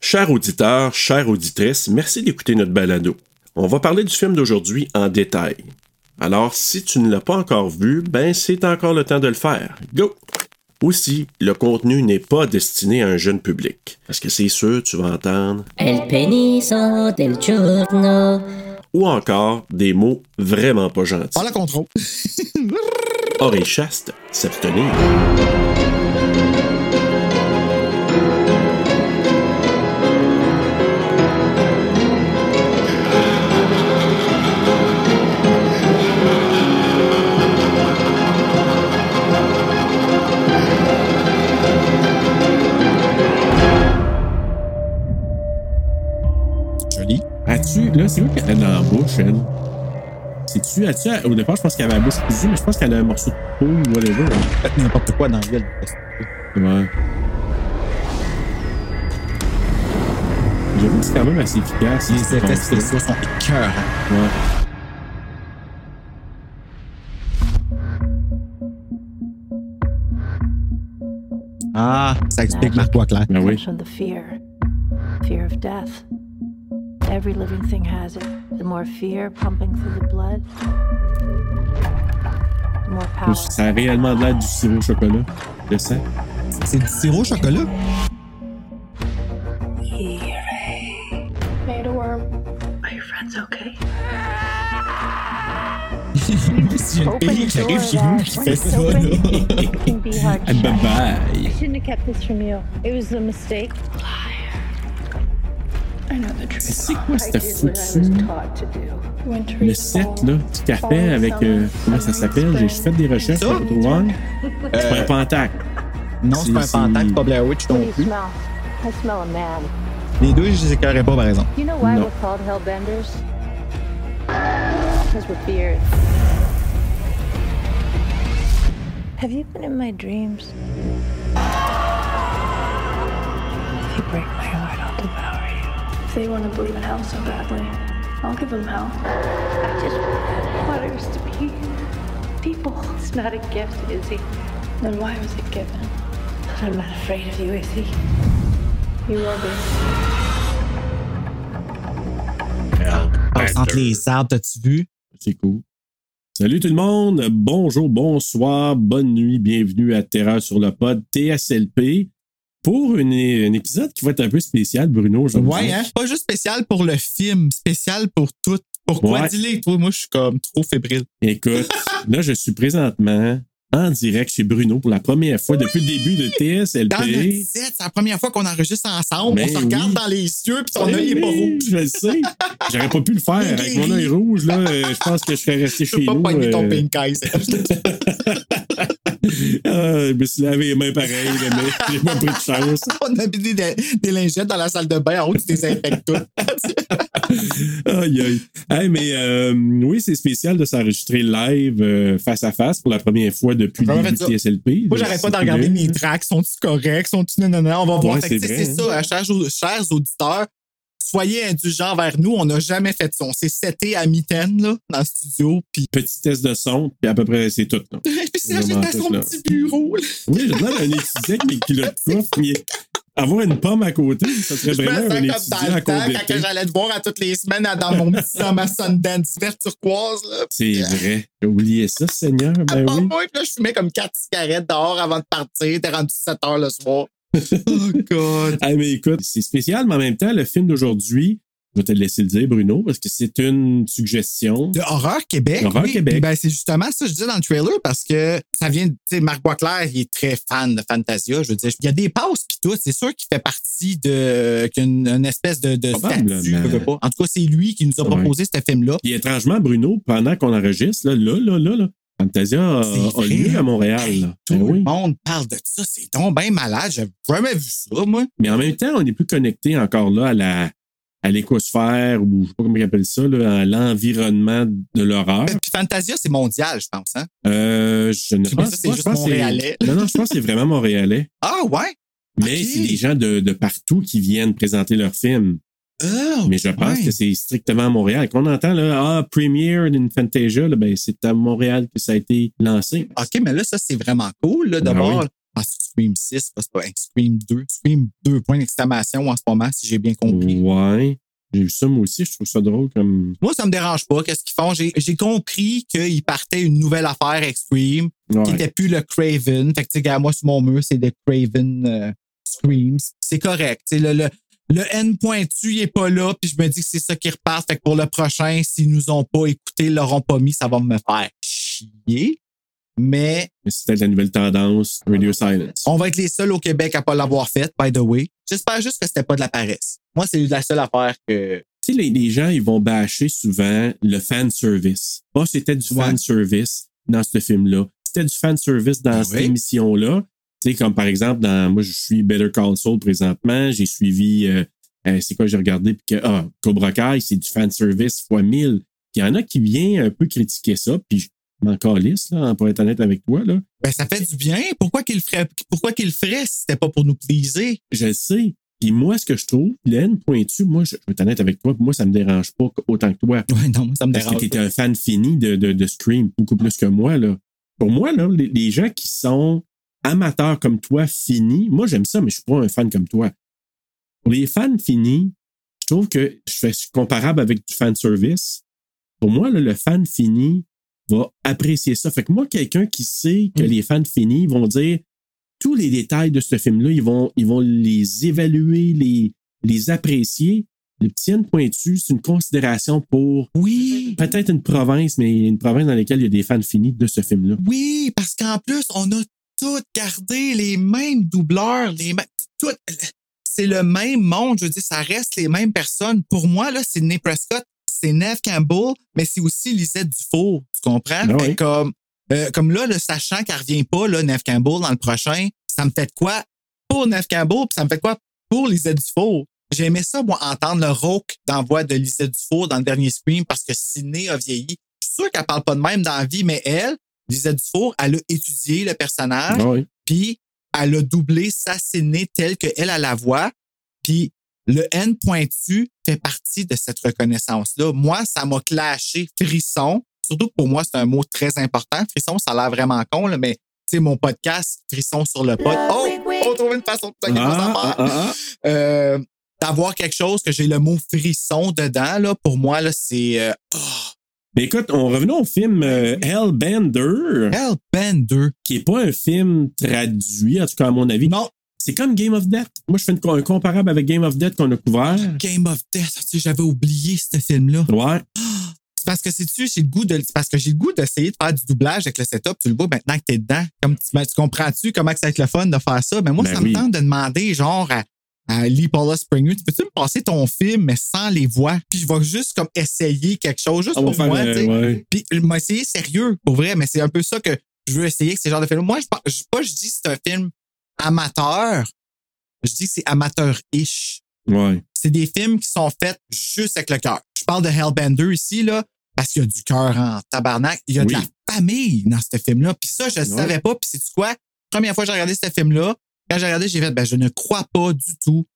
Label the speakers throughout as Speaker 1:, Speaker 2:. Speaker 1: Chers auditeurs, chères auditrices, merci d'écouter notre balado. On va parler du film d'aujourd'hui en détail. Alors, si tu ne l'as pas encore vu, ben c'est encore le temps de le faire. Go! Aussi, le contenu n'est pas destiné à un jeune public. Parce que c'est sûr, tu vas entendre
Speaker 2: El peniso del giorno.
Speaker 1: ou encore des mots vraiment pas gentils.
Speaker 3: Par la contrôle.
Speaker 1: Oreille chaste, s'abstenir.
Speaker 4: Joli. As-tu, là, c'est où qu'elle a dans la bouche, elle? C'est-tu, as-tu, au départ, je pense qu'elle avait la bouche cousue, mais je pense qu'elle a un morceau de peau ou whatever. hein.
Speaker 3: Faites n'importe quoi dans la gueule.
Speaker 4: Ouais. J'avoue que c'est quand même assez efficace.
Speaker 3: Les
Speaker 4: ce
Speaker 3: effets
Speaker 4: qu'on fait.
Speaker 3: spéciaux sont écœurants.
Speaker 4: Ouais.
Speaker 3: Ah, ça explique Marc-Toi Claire.
Speaker 4: Ben oui.
Speaker 5: From the fear, fear of death. Every living thing has it. The more fear pumping through the blood, the more power.
Speaker 4: Ça a réellement de l'aide du sirop au chocolat. Le sang.
Speaker 3: C'est du sirop au chocolat?
Speaker 6: made a worm.
Speaker 3: C'est une fille qui arrive chez nous qui fait ça, là.
Speaker 6: Can be hard
Speaker 4: Ah, bye bye.
Speaker 6: Shouldn't have kept this from you. It was a mistake.
Speaker 4: C'est quoi cette foutue? Le set, là, du café avec. euh, comment ça s'appelle? J'ai fait des recherches
Speaker 3: Ça?
Speaker 4: pour trouver.
Speaker 6: Euh.
Speaker 4: C'est pas un pentacle.
Speaker 3: Non, c'est pas un
Speaker 4: C'est-
Speaker 3: pentacle, pas Blair Witch
Speaker 6: What do
Speaker 3: non
Speaker 6: you
Speaker 3: plus.
Speaker 6: smell? I smell a man.
Speaker 3: Les deux, je les écœurerais pas, par exemple.
Speaker 6: You know why
Speaker 4: No.
Speaker 6: we're called hellbenders? Because we're feared. Have you been in my dreams? If you break my heart, I'll devour you.
Speaker 7: If they want to believe in hell so badly, I'll give them hell.
Speaker 6: I just want us to be people. It's not a gift, Izzy.
Speaker 7: Then why was it given?
Speaker 6: But I'm not afraid of you, Izzy.
Speaker 7: You will be.
Speaker 3: Passe entre les arbres, t'as-tu vu?
Speaker 4: C'est cool. Salut tout le monde, bonjour, bonsoir, bonne nuit, bienvenue à Terreur sur le pod TSLP pour une- un épisode qui va être un peu spécial, Bruno. aujourd'hui.
Speaker 3: Ouais, hein? Pas juste spécial pour le film, spécial pour tout. Pourquoi
Speaker 4: Ouais.
Speaker 3: dis-le, toi? Moi, je suis comme trop fébrile.
Speaker 4: Écoute, là, je suis présentement en direct chez Bruno pour la première fois depuis le début de
Speaker 3: Dans le
Speaker 4: TSLP.
Speaker 3: set, c'est la première fois qu'on enregistre ensemble.
Speaker 4: Ben
Speaker 3: on se regarde
Speaker 4: oui.
Speaker 3: dans les yeux, puis ton
Speaker 4: Eh
Speaker 3: œil est pas
Speaker 4: oui,
Speaker 3: rouge.
Speaker 4: Je le sais. J'aurais pas pu le faire avec mon œil rouge, là. euh, Je pense que je serais resté
Speaker 3: Je
Speaker 4: chez
Speaker 3: peux pas
Speaker 4: nous.
Speaker 3: pogner ton
Speaker 4: euh,
Speaker 3: pink eye, Serge.
Speaker 4: ah, je me suis lavé les mains pareil, là, mais j'ai pas pris de chance.
Speaker 3: On a mis des, des lingettes dans la salle de bain en haut, tu désinfectes tout.
Speaker 4: Aïe, aïe. Hey, mais euh, oui, c'est spécial de s'enregistrer live euh, face à face pour la première fois depuis
Speaker 3: Comment
Speaker 4: le début
Speaker 3: fait
Speaker 4: de
Speaker 3: ça?
Speaker 4: TSLP.
Speaker 3: Moi, j'arrête pas de regarder mes tracks. Sont-ils corrects? Sont-ils non, non, non? On va voir.
Speaker 4: Ouais,
Speaker 3: Fait que,
Speaker 4: c'est
Speaker 3: tu sais,
Speaker 4: vrai,
Speaker 3: c'est ça, hein, chers, au- chers auditeurs. Soyez indulgents vers nous. On n'a jamais fait ça. On s'est seté à mitaine, là, dans le studio. Puis,
Speaker 4: Petit test de son, puis à peu près, c'est tout. là.
Speaker 3: puis Serge est
Speaker 4: Vraiment
Speaker 3: à son
Speaker 4: tout, là.
Speaker 3: petit bureau, là.
Speaker 4: Oui, j'ai demandé à un étudiant qui qui le coiffe, mais avoir une pomme à côté, ça serait
Speaker 3: Je me
Speaker 4: vraiment un
Speaker 3: sens comme
Speaker 4: étudiant
Speaker 3: dans
Speaker 4: à
Speaker 3: le temps,
Speaker 4: côté.
Speaker 3: quand que j'allais te voir à toutes les semaines à- dans mon petit dans ma Sundance verte turquoise, là.
Speaker 4: C'est vrai. J'ai oublié ça, Seigneur. Ben
Speaker 3: Pas
Speaker 4: oui.
Speaker 3: moi, puis là, je fumais comme quatre cigarettes dehors avant de partir. T'es rendu 7 heures le soir. oh, God.
Speaker 4: Ah, mais écoute, c'est spécial, mais en même temps, le film d'aujourd'hui, je vais te le laisser le dire, Bruno, parce que c'est une suggestion.
Speaker 3: De Horreur Québec.
Speaker 4: Horreur
Speaker 3: oui.
Speaker 4: Québec.
Speaker 3: Puis Ben, c'est justement ça que je dis dans le trailer parce que ça vient, tu sais, Marc Boisclair, il est très fan de Fantasia. Je veux dire, il y a des passes pis tout. C'est sûr qu'il fait partie de, qu'une- une espèce de, de
Speaker 4: Probablement.
Speaker 3: statue. je veux pas. En tout cas, c'est lui qui nous a
Speaker 4: Ouais.
Speaker 3: proposé ce film-là.
Speaker 4: Puis étrangement, Bruno, pendant qu'on enregistre, là, là, là, là, là, Fantasia a,
Speaker 3: C'est
Speaker 4: a
Speaker 3: vrai.
Speaker 4: lieu à Montréal.
Speaker 3: Hey,
Speaker 4: là.
Speaker 3: tout
Speaker 4: Ben
Speaker 3: le
Speaker 4: oui.
Speaker 3: monde parle de ça. C'est donc bien malade. J'avais jamais vu ça, moi.
Speaker 4: Mais en même temps, on est plus connecté encore là à la à l'écosphère ou je sais pas comment ils appellent ça, là, à l'environnement de l'horreur.
Speaker 3: Puis Ben, Fantasia, c'est mondial, je pense. Hein?
Speaker 4: Euh, je ne
Speaker 3: Tu me
Speaker 4: pense
Speaker 3: dis ça, c'est
Speaker 4: pas. je
Speaker 3: juste
Speaker 4: pense que c'est-
Speaker 3: montréalais.
Speaker 4: Non, non, je pense que c'est vraiment montréalais.
Speaker 3: Ah, ouais?
Speaker 4: Mais
Speaker 3: Ok.
Speaker 4: c'est des gens de, de partout qui viennent présenter leur film.
Speaker 3: Ah,
Speaker 4: Mais je pense
Speaker 3: ouais.
Speaker 4: que c'est strictement à Montréal. Quand on entend là, ah, Premiere d'une Fantasia, là, ben, c'est à Montréal que ça a été lancé.
Speaker 3: OK, mais là, ça, c'est vraiment cool, là, de
Speaker 4: Ben
Speaker 3: bord. en Scream 6, parce que, ben, Scream 2, Scream 2 points d'exclamation en ce moment, si j'ai bien compris.
Speaker 4: Ouais. J'ai vu ça moi aussi, je trouve ça drôle comme.
Speaker 3: Moi, ça me dérange pas. Qu'est-ce qu'ils font? J'ai j'ai compris qu'ils partaient une nouvelle affaire avec Scream, qui
Speaker 4: Ouais.
Speaker 3: n'était plus le Craven. Fait que, tu sais, regarde, moi, sur mon mur, c'est le Craven euh, Screams. C'est correct. Tu sais, le, le, le N pointu, il est pas là, puis je me dis que c'est ça qui repart. Fait que pour le prochain, s'ils nous ont pas écouté, l'auront pas mis, ça va me faire chier. Mais
Speaker 4: Mais C'était la nouvelle tendance, Radio Silence.
Speaker 3: on va être les seuls au Québec à pas l'avoir faite, by the way. J'espère juste que c'était pas de la paresse. Moi, c'est la seule affaire que
Speaker 4: Tu sais, les, les gens, ils vont bâcher souvent le fan service. Ah, c'était du
Speaker 3: Ouais.
Speaker 4: fan service dans ce film-là. C'était du fan service dans
Speaker 3: Ah
Speaker 4: cette
Speaker 3: oui?
Speaker 4: émission-là. Tu sais, comme par exemple, dans moi, je suis Better Call Saul présentement. J'ai suivi, euh, euh, c'est quoi, j'ai regardé, puis que, ah, Cobra Kai, c'est du fan service fois 1000. Puis il y en a qui viennent un peu critiquer ça, puis je m'en calisse, là, hein, pour être honnête avec toi, là.
Speaker 3: Ben, ça fait du bien. Pourquoi qu'il le ferait, pourquoi qu'il le ferait si c'était pas pour nous plaiser?
Speaker 4: Je le sais. Puis moi, ce que je trouve, Hélène Pointu, moi, je, je vais être honnête avec toi, puis moi, ça me dérange pas autant que toi.
Speaker 3: Ouais, non, moi, ça me
Speaker 4: Parce que
Speaker 3: dérange.
Speaker 4: t'es un fan fini de, de, de Scream, beaucoup plus que moi. Là. Pour moi, là, les, les gens qui sont amateurs comme toi, finis, moi j'aime ça, mais je suis pas un fan comme toi. Pour les fans finis, je trouve que je fais je suis comparable avec du fan service. Pour moi, là, le fan fini va apprécier ça. Fait que moi, quelqu'un qui sait que
Speaker 3: Mm.
Speaker 4: les fans finis vont dire tous les détails de ce film-là, ils vont, ils vont les évaluer, les, les apprécier. Le petit N pointu, c'est une considération pour
Speaker 3: Oui,
Speaker 4: peut-être une province, mais une province dans laquelle il y a des fans finis de ce film-là.
Speaker 3: oui, parce qu'en plus, on a tous gardé les mêmes doubleurs, les mêmes, tout, c'est le même monde. Je veux dire, ça reste les mêmes personnes. Pour moi, là, c'est Sidney Prescott, c'est Neve Campbell, mais c'est aussi Lisette Dufour. Tu comprends?
Speaker 4: Ah
Speaker 3: Fait
Speaker 4: oui.
Speaker 3: comme, euh, comme là, le sachant qu'elle revient pas, là, Neve Campbell, dans le prochain, ça me fait de quoi pour Neve Campbell, puis ça me fait de quoi pour Lisette Dufour? J'aimais ça, moi, entendre le rauque d'envoi de Lisette Dufour dans le dernier Scream parce que Sidney a vieilli. Je suis sûr qu'elle parle pas de même dans la vie, mais elle, Lisette Dufour, elle a étudié le personnage.
Speaker 4: Ah oui.
Speaker 3: Puis elle a doublé sa Sydney telle qu'elle a la voix. Puis le N pointu fait partie de cette reconnaissance-là. Moi, ça m'a clashé frisson. Surtout que pour moi, c'est un mot très important. Frisson, ça a l'air vraiment con, là, mais tu sais, mon podcast, Frisson sur le pod. Oh! On trouve une façon de plugger nos
Speaker 4: Ah,
Speaker 3: affaires.
Speaker 4: ah, ah, ah.
Speaker 3: Euh, D'avoir quelque chose que j'ai le mot frisson dedans, là, pour moi, là, c'est euh,
Speaker 4: Mais Ben, écoute, on revenons au film euh, Hellbender,
Speaker 3: Hellbender.
Speaker 4: qui est pas un film traduit, en tout cas à mon avis.
Speaker 3: Non,
Speaker 4: C'est comme Game of Death. Moi, je fais une co- un comparable avec Game of Death qu'on a couvert.
Speaker 3: Game of Death. Tu sais, J'avais oublié ce film-là.
Speaker 4: Ouais.
Speaker 3: C'est parce que c'est-tu, j'ai le goût de, c'est parce que j'ai le goût d'essayer de faire du doublage avec le setup. Tu le vois maintenant que t'es dedans. Comme tu, ben, tu comprends-tu comment que ça va être le fun de faire ça? Mais moi,
Speaker 4: Ben
Speaker 3: ça
Speaker 4: oui.
Speaker 3: me tente de demander, genre, à, à Lee Paula Springer, tu peux-tu me passer ton film, mais sans les voix? Puis je vais juste, comme, essayer quelque chose, juste
Speaker 4: Ah, On va
Speaker 3: pour
Speaker 4: faire
Speaker 3: moi,
Speaker 4: le-
Speaker 3: tu sais.
Speaker 4: ouais.
Speaker 3: Puis je vais essayer sérieux, pour vrai, mais c'est un peu ça que je veux essayer avec ces genres de films. Moi, je, pense- je, pas, je dis que c'est un film amateur. Je dis que c'est amateur-ish
Speaker 4: Ouais.
Speaker 3: c'est des films qui sont faits juste avec le cœur. Je parle de Hellbender ici, là, parce qu'il y a du cœur en tabarnak. Il y a
Speaker 4: Oui.
Speaker 3: de la famille dans ce film-là. Puis ça, je ne
Speaker 4: Ouais.
Speaker 3: savais pas. Puis c'est quoi? Première fois que j'ai regardé ce film-là, quand j'ai regardé, j'ai fait, ben, je ne crois pas du tout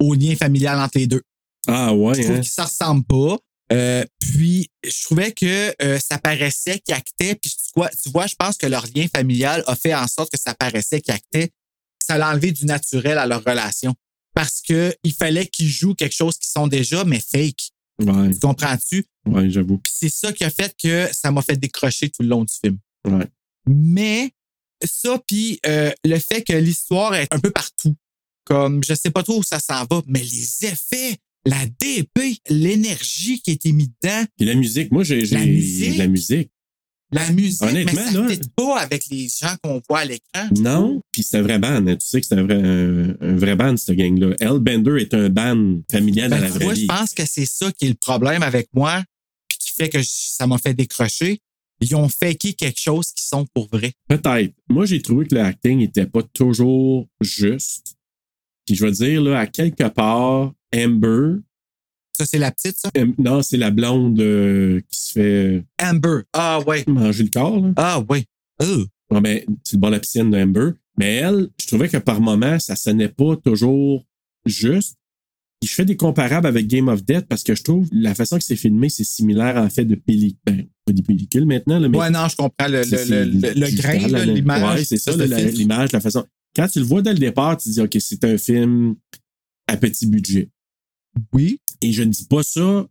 Speaker 3: au lien familial entre les deux.
Speaker 4: Ah
Speaker 3: Je
Speaker 4: ouais.
Speaker 3: trouve
Speaker 4: hein.
Speaker 3: qu'ils ne se ressemblent pas. Euh, puis, je trouvais que euh, ça paraissait qu'ils actaient. Puis, tu vois, tu vois, je pense que leur lien familial a fait en sorte que ça paraissait qu'ils actaient. Ça l'a enlevé du naturel à leur relation. Parce que il fallait qu'ils jouent quelque chose qu'ils sont déjà, mais fake.
Speaker 4: Ouais.
Speaker 3: Tu comprends-tu?
Speaker 4: hein. Ouais, j'avoue.
Speaker 3: Puis, c'est ça qui a fait que ça m'a fait décrocher tout le long du film.
Speaker 4: Ouais.
Speaker 3: Mais ça, puis euh, le fait que l'histoire est un peu partout. Comme, je sais pas trop où ça s'en va, mais les effets, la DP, l'énergie qui a été mise dedans,
Speaker 4: Puis la musique, moi, j'ai j'ai-
Speaker 3: La musique?
Speaker 4: la musique.
Speaker 3: la musique, mais
Speaker 4: Honnêtement,
Speaker 3: ça
Speaker 4: là-
Speaker 3: ne fit pas avec les gens qu'on voit à l'écran.
Speaker 4: Non, puis c'est un vrai band. hein. Tu sais que c'est un vrai, un, un vrai band, cette gang-là. Hellbender est un band familial
Speaker 3: Ben,
Speaker 4: dans la
Speaker 3: tu
Speaker 4: vraie
Speaker 3: vois, je
Speaker 4: vie.
Speaker 3: pense que c'est ça qui est le problème avec moi, puis qui fait que je- ça m'a fait décrocher. Ils ont faké quelque chose qui sont pour vrai.
Speaker 4: Peut-être. Moi, j'ai trouvé que le acting n'était pas toujours juste. Puis je veux dire, là, à quelque part, Amber,
Speaker 3: Ça, c'est la petite, ça?
Speaker 4: Em- non, c'est la blonde euh, qui se fait
Speaker 3: Amber. Ah, ouais.
Speaker 4: manger le corps, là.
Speaker 3: Ah, ouais. Euh.
Speaker 4: Bon, ben, c'est le bord de la piscine de Amber. Mais elle, je trouvais que par moments, ça sonnait pas toujours juste. Puis je fais des comparables avec Game of Death parce que je trouve la façon que c'est filmé, c'est similaire en fait de pellicule. Ben, pas des pellicules maintenant, là, mais
Speaker 3: Ouais, non, je comprends le,
Speaker 4: C'est-
Speaker 3: le, le, le, le
Speaker 4: c'est
Speaker 3: grain,
Speaker 4: digital,
Speaker 3: là,
Speaker 4: la-
Speaker 3: l'image.
Speaker 4: Ouais, c'est ça,
Speaker 3: de
Speaker 4: le-
Speaker 3: ce
Speaker 4: la-
Speaker 3: film.
Speaker 4: l'image, la façon. Quand tu le vois dès le départ, tu dis, OK, c'est un film à petit budget.
Speaker 3: Oui.
Speaker 4: Et je ne dis pas ça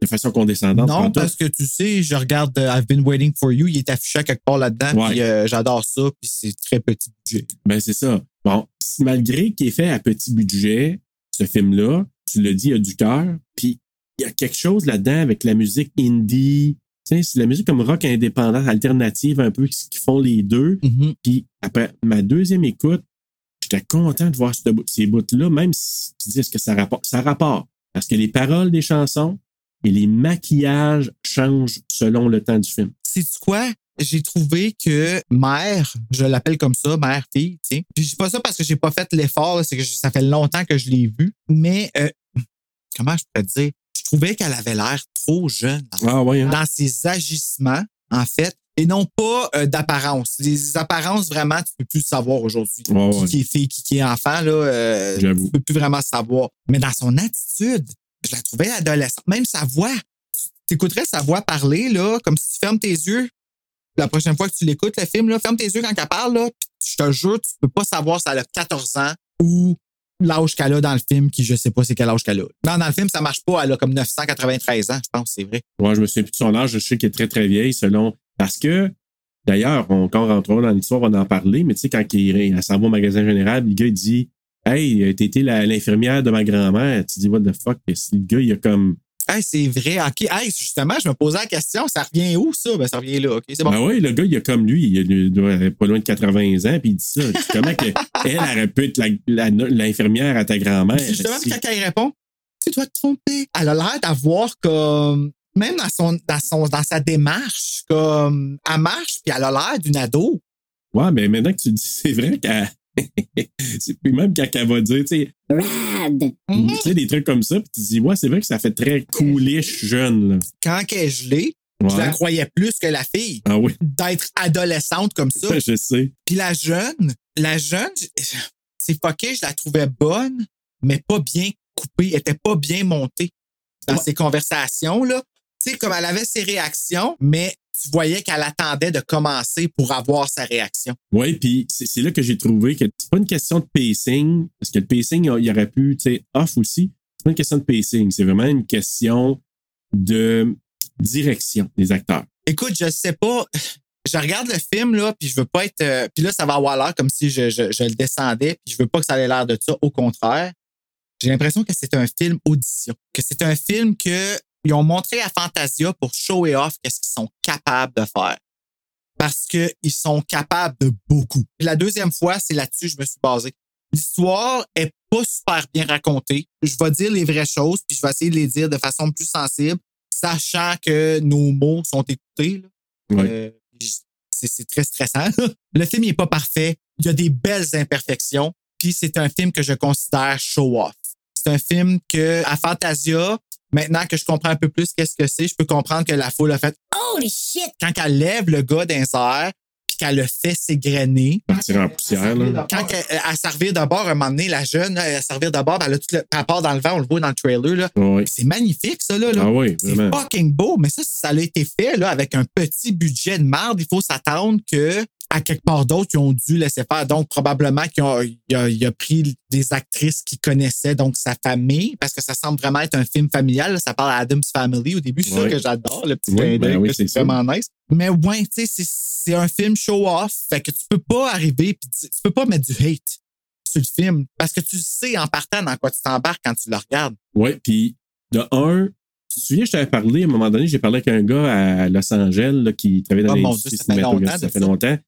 Speaker 4: de façon condescendante. pas en
Speaker 3: Non,
Speaker 4: tout.
Speaker 3: parce que tu sais, je regarde euh, I've Been Waiting for You, il est affiché à quelque part là-dedans,
Speaker 4: Ouais.
Speaker 3: puis euh, j'adore ça, puis c'est très petit budget.
Speaker 4: Ben, c'est ça. Bon, si- malgré qu'il est fait à petit budget, ce film-là, tu le dis, il y a du cœur, puis il y a quelque chose là-dedans avec la musique indie. Tu sais, c'est de la musique comme rock indépendante, alternative un peu, ce qu'ils font les deux. Puis après ma deuxième écoute, j'étais content de voir ce bout- ces bouts-là, même si tu dis est-ce que ça rapporte. Ça rapporte. Parce que les paroles des chansons et les maquillages changent selon le temps du film.
Speaker 3: C'est-tu quoi? J'ai trouvé que mère, je l'appelle comme ça, mère-fille, tu sais. Puis je dis pas ça parce que j'ai pas fait l'effort, là, c'est que je- ça fait longtemps que je l'ai vu, mais euh, comment je pourrais dire? Je trouvais qu'elle avait l'air trop jeune. en
Speaker 4: Ah ouais, hein?
Speaker 3: dans ses agissements, en fait, et non pas euh, d'apparence. Les apparences, vraiment, tu peux plus le savoir aujourd'hui.
Speaker 4: Ouais, ouais.
Speaker 3: Qui, qui est fille, qui, qui est enfant, là, euh, tu
Speaker 4: J'avoue.
Speaker 3: peux plus vraiment le savoir. Mais dans son attitude, je la trouvais adolescente. Même sa voix, tu t'écouterais sa voix parler, là, comme si tu fermes tes yeux. La prochaine fois que tu l'écoutes, le film, là, ferme tes yeux quand elle parle, là, puis je te jure, tu peux pas savoir si elle a 14 ans ou l'âge qu'elle a dans le film, qui je sais pas c'est quel âge qu'elle a. Non, dans le film, ça marche pas. Elle a comme 993 ans, je pense, c'est vrai.
Speaker 4: Ouais, je me souviens plus de son âge, je sais qu'elle est très très vieille selon. Parce que, d'ailleurs, on, quand on rentrera dans l'histoire, on va en parler, mais tu sais, quand il, elle s'en va au magasin général, le gars il dit Hey, euh, t'as été la- l'infirmière de ma grand-mère. Tu dis What the fuck? Et si Le gars, il a comme
Speaker 3: Hey, c'est vrai. OK. Hey, justement, je me posais la question, ça revient où, ça? Ben, ça revient là. OK, c'est bon.
Speaker 4: Ben oui, le gars, il a comme lui, il a- il doit être pas loin de 80 ans, puis il dit ça. Je dis, Comment que elle elle aurait pu être la- la- l'infirmière à ta grand-mère?
Speaker 3: Puis justement,
Speaker 4: Si-
Speaker 3: quand elle répond, tu dois te tromper. Elle a l'air d'avoir comme, même dans son, dans son, dans sa démarche, comme, elle marche, puis elle a l'air d'une ado.
Speaker 4: Ouais, mais maintenant que tu le dis, c'est vrai qu'elle. C'est- puis même quand elle va dire, tu sais,
Speaker 2: Rad.
Speaker 3: Mm-hmm.
Speaker 4: tu sais, des trucs comme ça, puis tu dis, ouais, c'est vrai que ça fait très coolish jeune, là.
Speaker 3: Quand elle est gelée, je
Speaker 4: Ouais.
Speaker 3: la croyais plus que la fille
Speaker 4: Ah oui,
Speaker 3: d'être adolescente comme ça.
Speaker 4: je sais.
Speaker 3: Puis la jeune, la jeune, j- c'est fucké, je la trouvais bonne, mais pas bien coupée. Elle était pas bien montée dans ses conversations, là. Tu sais, comme elle avait ses réactions, mais tu voyais qu'elle attendait de commencer pour avoir sa réaction.
Speaker 4: Oui, puis c'est c'est là que j'ai trouvé que c'est pas une question de pacing, parce que le pacing, il y aurait pu, tu sais, off aussi. C'est pas une question de pacing, c'est vraiment une question de direction des acteurs.
Speaker 3: Écoute, je sais pas. Je regarde le film, là, puis je veux pas être. euh, puis là, ça va avoir l'air comme si je, je- je le descendais, puis je veux pas que ça ait l'air de ça. Au contraire, j'ai l'impression que c'est un film audition. Que c'est un film que ils ont montré à Fantasia pour show et off qu'est-ce qu'ils sont capables de faire. Parce qu'ils sont capables de beaucoup. Puis la deuxième fois, c'est là-dessus que je me suis basé. L'histoire est pas super bien racontée. Je vais dire les vraies choses, puis je vais essayer de les dire de façon plus sensible sachant que nos mots sont écoutés. là.
Speaker 4: Ouais.
Speaker 3: Euh, j- c'est, c'est très stressant. Le film n'est pas parfait. Il y a des belles imperfections. Puis c'est un film que je considère show-off. C'est un film que, à Fantasia, maintenant que je comprends un peu plus qu'est-ce que c'est, je peux comprendre que la foule a fait
Speaker 2: Holy shit!
Speaker 3: quand elle lève le gars d'un air puis qu'elle le fait s'égrener.
Speaker 4: Partir en poussière, là.
Speaker 3: Quand elle, elle servir d'abord, à un moment donné, la jeune, elle servir d'abord, elle a tout le, elle part dans le vent, on le voit dans le trailer, là.
Speaker 4: Ouais.
Speaker 3: C'est magnifique, ça, là. là.
Speaker 4: Ah oui,
Speaker 3: C'est
Speaker 4: Ah vraiment.
Speaker 3: fucking beau, mais ça, si ça a été fait là, avec un petit budget de marde, il faut s'attendre que à quelque part d'autre, ils ont dû laisser faire. Donc, probablement qu'il a, il a- il a pris des actrices qu'il connaissait, donc sa famille, parce que ça semble vraiment être un film familial. là. Ça parle à Adam's Family au début. C'est ça
Speaker 4: Ouais.
Speaker 3: que j'adore, le petit
Speaker 4: Oui,
Speaker 3: clin
Speaker 4: ben
Speaker 3: d'œil,
Speaker 4: oui,
Speaker 3: là,
Speaker 4: c'est
Speaker 3: c'est vraiment nice. Mais ouais, tu sais, c'est- c'est un film show-off. Fait que tu peux pas arriver puis dire- tu peux pas mettre du hate sur le film parce que tu sais en partant dans quoi tu t'embarques quand tu le regardes.
Speaker 4: Ouais, puis de un, tu te souviens, je t'avais parlé, à un moment donné, j'ai parlé avec un gars à Los Angeles là, qui travaillait dans
Speaker 3: Oh, mon
Speaker 4: l'industrie
Speaker 3: Dieu, ça fait longtemps
Speaker 4: cinématographique. Ça
Speaker 3: de
Speaker 4: fait
Speaker 3: ça.
Speaker 4: longtemps.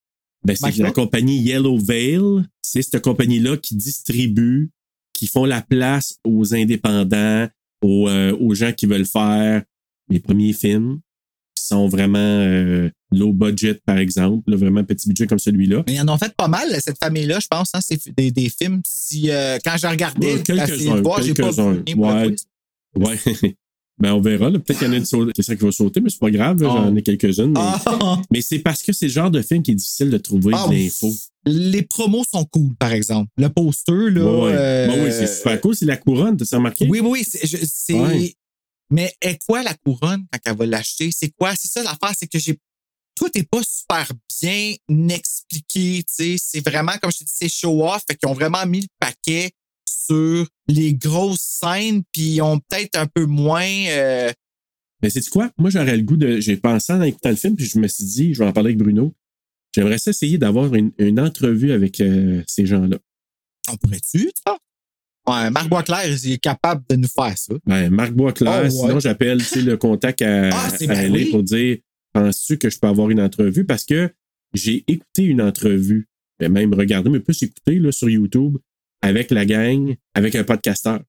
Speaker 4: Ben, c'est
Speaker 3: Mike
Speaker 4: la
Speaker 3: Rock?
Speaker 4: compagnie Yellow Veil. C'est cette compagnie-là qui distribue, qui font la place aux indépendants, aux, euh, aux gens qui veulent faire les premiers films, qui sont vraiment euh, low budget, par exemple, là, vraiment petit budget comme celui-là.
Speaker 3: Mais ils en ont fait pas mal, cette famille-là, je pense. Hein, c'est des, des films. Si, euh, quand je regardais,
Speaker 4: Ouais, quelques-uns,
Speaker 3: essayé de voir, j'ai pas vu
Speaker 4: quelques-uns.
Speaker 3: rien pour le
Speaker 4: Ouais.
Speaker 3: quiz.
Speaker 4: Ouais. ben, on verra. là. Peut-être qu'il y en a une sau- quelqu'un qui va sauter, mais c'est pas grave. là,
Speaker 3: Oh.
Speaker 4: J'en ai quelques-unes. mais-
Speaker 3: Ah,
Speaker 4: Mais c'est parce que c'est le genre de film qui est difficile de trouver
Speaker 3: ah,
Speaker 4: de l'info.
Speaker 3: Les promos sont cool, par exemple. Le poster, là.
Speaker 4: Ouais, ouais.
Speaker 3: euh,
Speaker 4: Ouais, ouais, c'est super cool. C'est la couronne, t'as remarqué?
Speaker 3: Oui, oui, oui. C'est, je- c'est-
Speaker 4: Ouais.
Speaker 3: Mais est quoi la couronne quand elle va l'acheter? C'est quoi? C'est ça l'affaire, c'est que j'ai tout est pas super bien expliqué. tu sais. C'est vraiment, comme je te dis, c'est show-off. Fait qu'ils ont vraiment mis le paquet sur les grosses scènes, puis ils ont peut-être un peu moins. euh,
Speaker 4: Mais c'est quoi? Moi, j'aurais le goût de. J'ai pensé en écoutant le film, puis je me suis dit, je vais en parler avec Bruno. J'aimerais ça essayer d'avoir une, une entrevue avec euh, ces gens-là.
Speaker 3: on pourrait-tu, ça? Ouais, Marc Boisclair, il est capable de nous faire ça.
Speaker 4: Ben, Marc Boisclair,
Speaker 3: Ah, ouais.
Speaker 4: sinon j'appelle tu sais, le contact à,
Speaker 3: Ah, c'est
Speaker 4: à
Speaker 3: bien
Speaker 4: aller
Speaker 3: oui.
Speaker 4: pour dire Penses-tu que je peux avoir une entrevue? Parce que j'ai écouté une entrevue, ben, même regardé, mais plus écouté là, sur YouTube avec la gang, avec un podcasteur.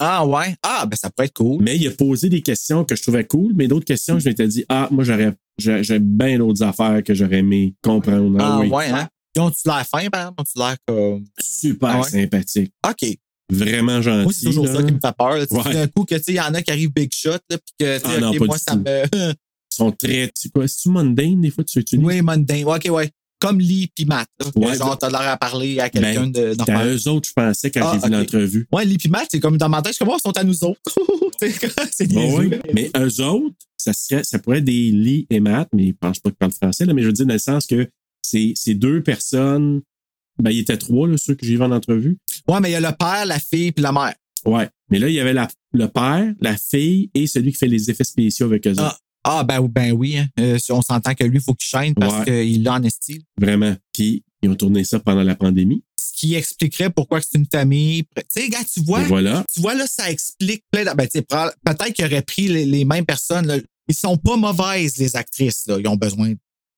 Speaker 3: Ah ouais? Ah, ben ça pourrait être cool.
Speaker 4: Mais il a posé des questions que je trouvais cool, mais d'autres questions, je m'étais dit Ah, moi j'aurais j'ai j'ai bien d'autres affaires que j'aurais aimé comprendre. Ah
Speaker 3: Ah
Speaker 4: oui.
Speaker 3: ouais, hein? Ils ont-tu l'air fin, par exemple? Ont-tu l'air comme.
Speaker 4: Super
Speaker 3: Ah ouais?
Speaker 4: sympathique.
Speaker 3: OK.
Speaker 4: Vraiment gentil.
Speaker 3: Moi, c'est toujours
Speaker 4: là.
Speaker 3: ça qui me fait peur. là. Tu sais,
Speaker 4: Ouais.
Speaker 3: D'un coup, que, tu sais, il y en a qui arrivent big shot, là, puis que, tu sais,
Speaker 4: Ah non,
Speaker 3: OK,
Speaker 4: pas
Speaker 3: moi,
Speaker 4: du
Speaker 3: ça
Speaker 4: tout.
Speaker 3: me.
Speaker 4: Ils sont très. C'est quoi C'est-tu mundane des fois tu utilises
Speaker 3: oui, mundane. Ouais, OK, ouais. Comme Lee puis Matt. là, que
Speaker 4: Ouais, ben,
Speaker 3: genre, t'as l'air à parler à quelqu'un de
Speaker 4: À
Speaker 3: normal.
Speaker 4: eux autres, je pensais quand
Speaker 3: Ah,
Speaker 4: j'ai vu
Speaker 3: ok.
Speaker 4: l'entrevue.
Speaker 3: Ouais, Lee puis Matt, c'est comme dans ma tête, je suis comme, oh, ils sont à nous autres. C'est comme- c'est
Speaker 4: Ah
Speaker 3: niaiseux.
Speaker 4: ouais? Mais eux autres, ça, serait, ça pourrait être des Lee et Matt, mais je pense pas qu'ils parlent français, là, mais je veux dire dans le sens que c'est c'est deux personnes. Ben, il y était trois, là, ceux que j'ai vus en entrevue.
Speaker 3: Ouais, mais il y a le père, la fille puis la mère.
Speaker 4: Ouais. Mais là, il y avait la- le père, la fille et celui qui fait les effets spéciaux avec eux autres.
Speaker 3: Ah, ben, ben oui. hein. Euh, si on s'entend que lui, il faut qu'il chaîne parce
Speaker 4: Ouais.
Speaker 3: qu'il l'a en estime.
Speaker 4: Vraiment. Puis, ils ont tourné ça pendant la pandémie.
Speaker 3: ce qui expliquerait pourquoi que c'est une famille. Tu sais, gars, tu vois,
Speaker 4: Et voilà.
Speaker 3: tu vois là, ça explique plein de... ben, tu sais, probable- peut-être qu'ils auraient pris les, les mêmes personnes. Là. Ils sont pas mauvaises, les actrices. Là. Ils ont besoin de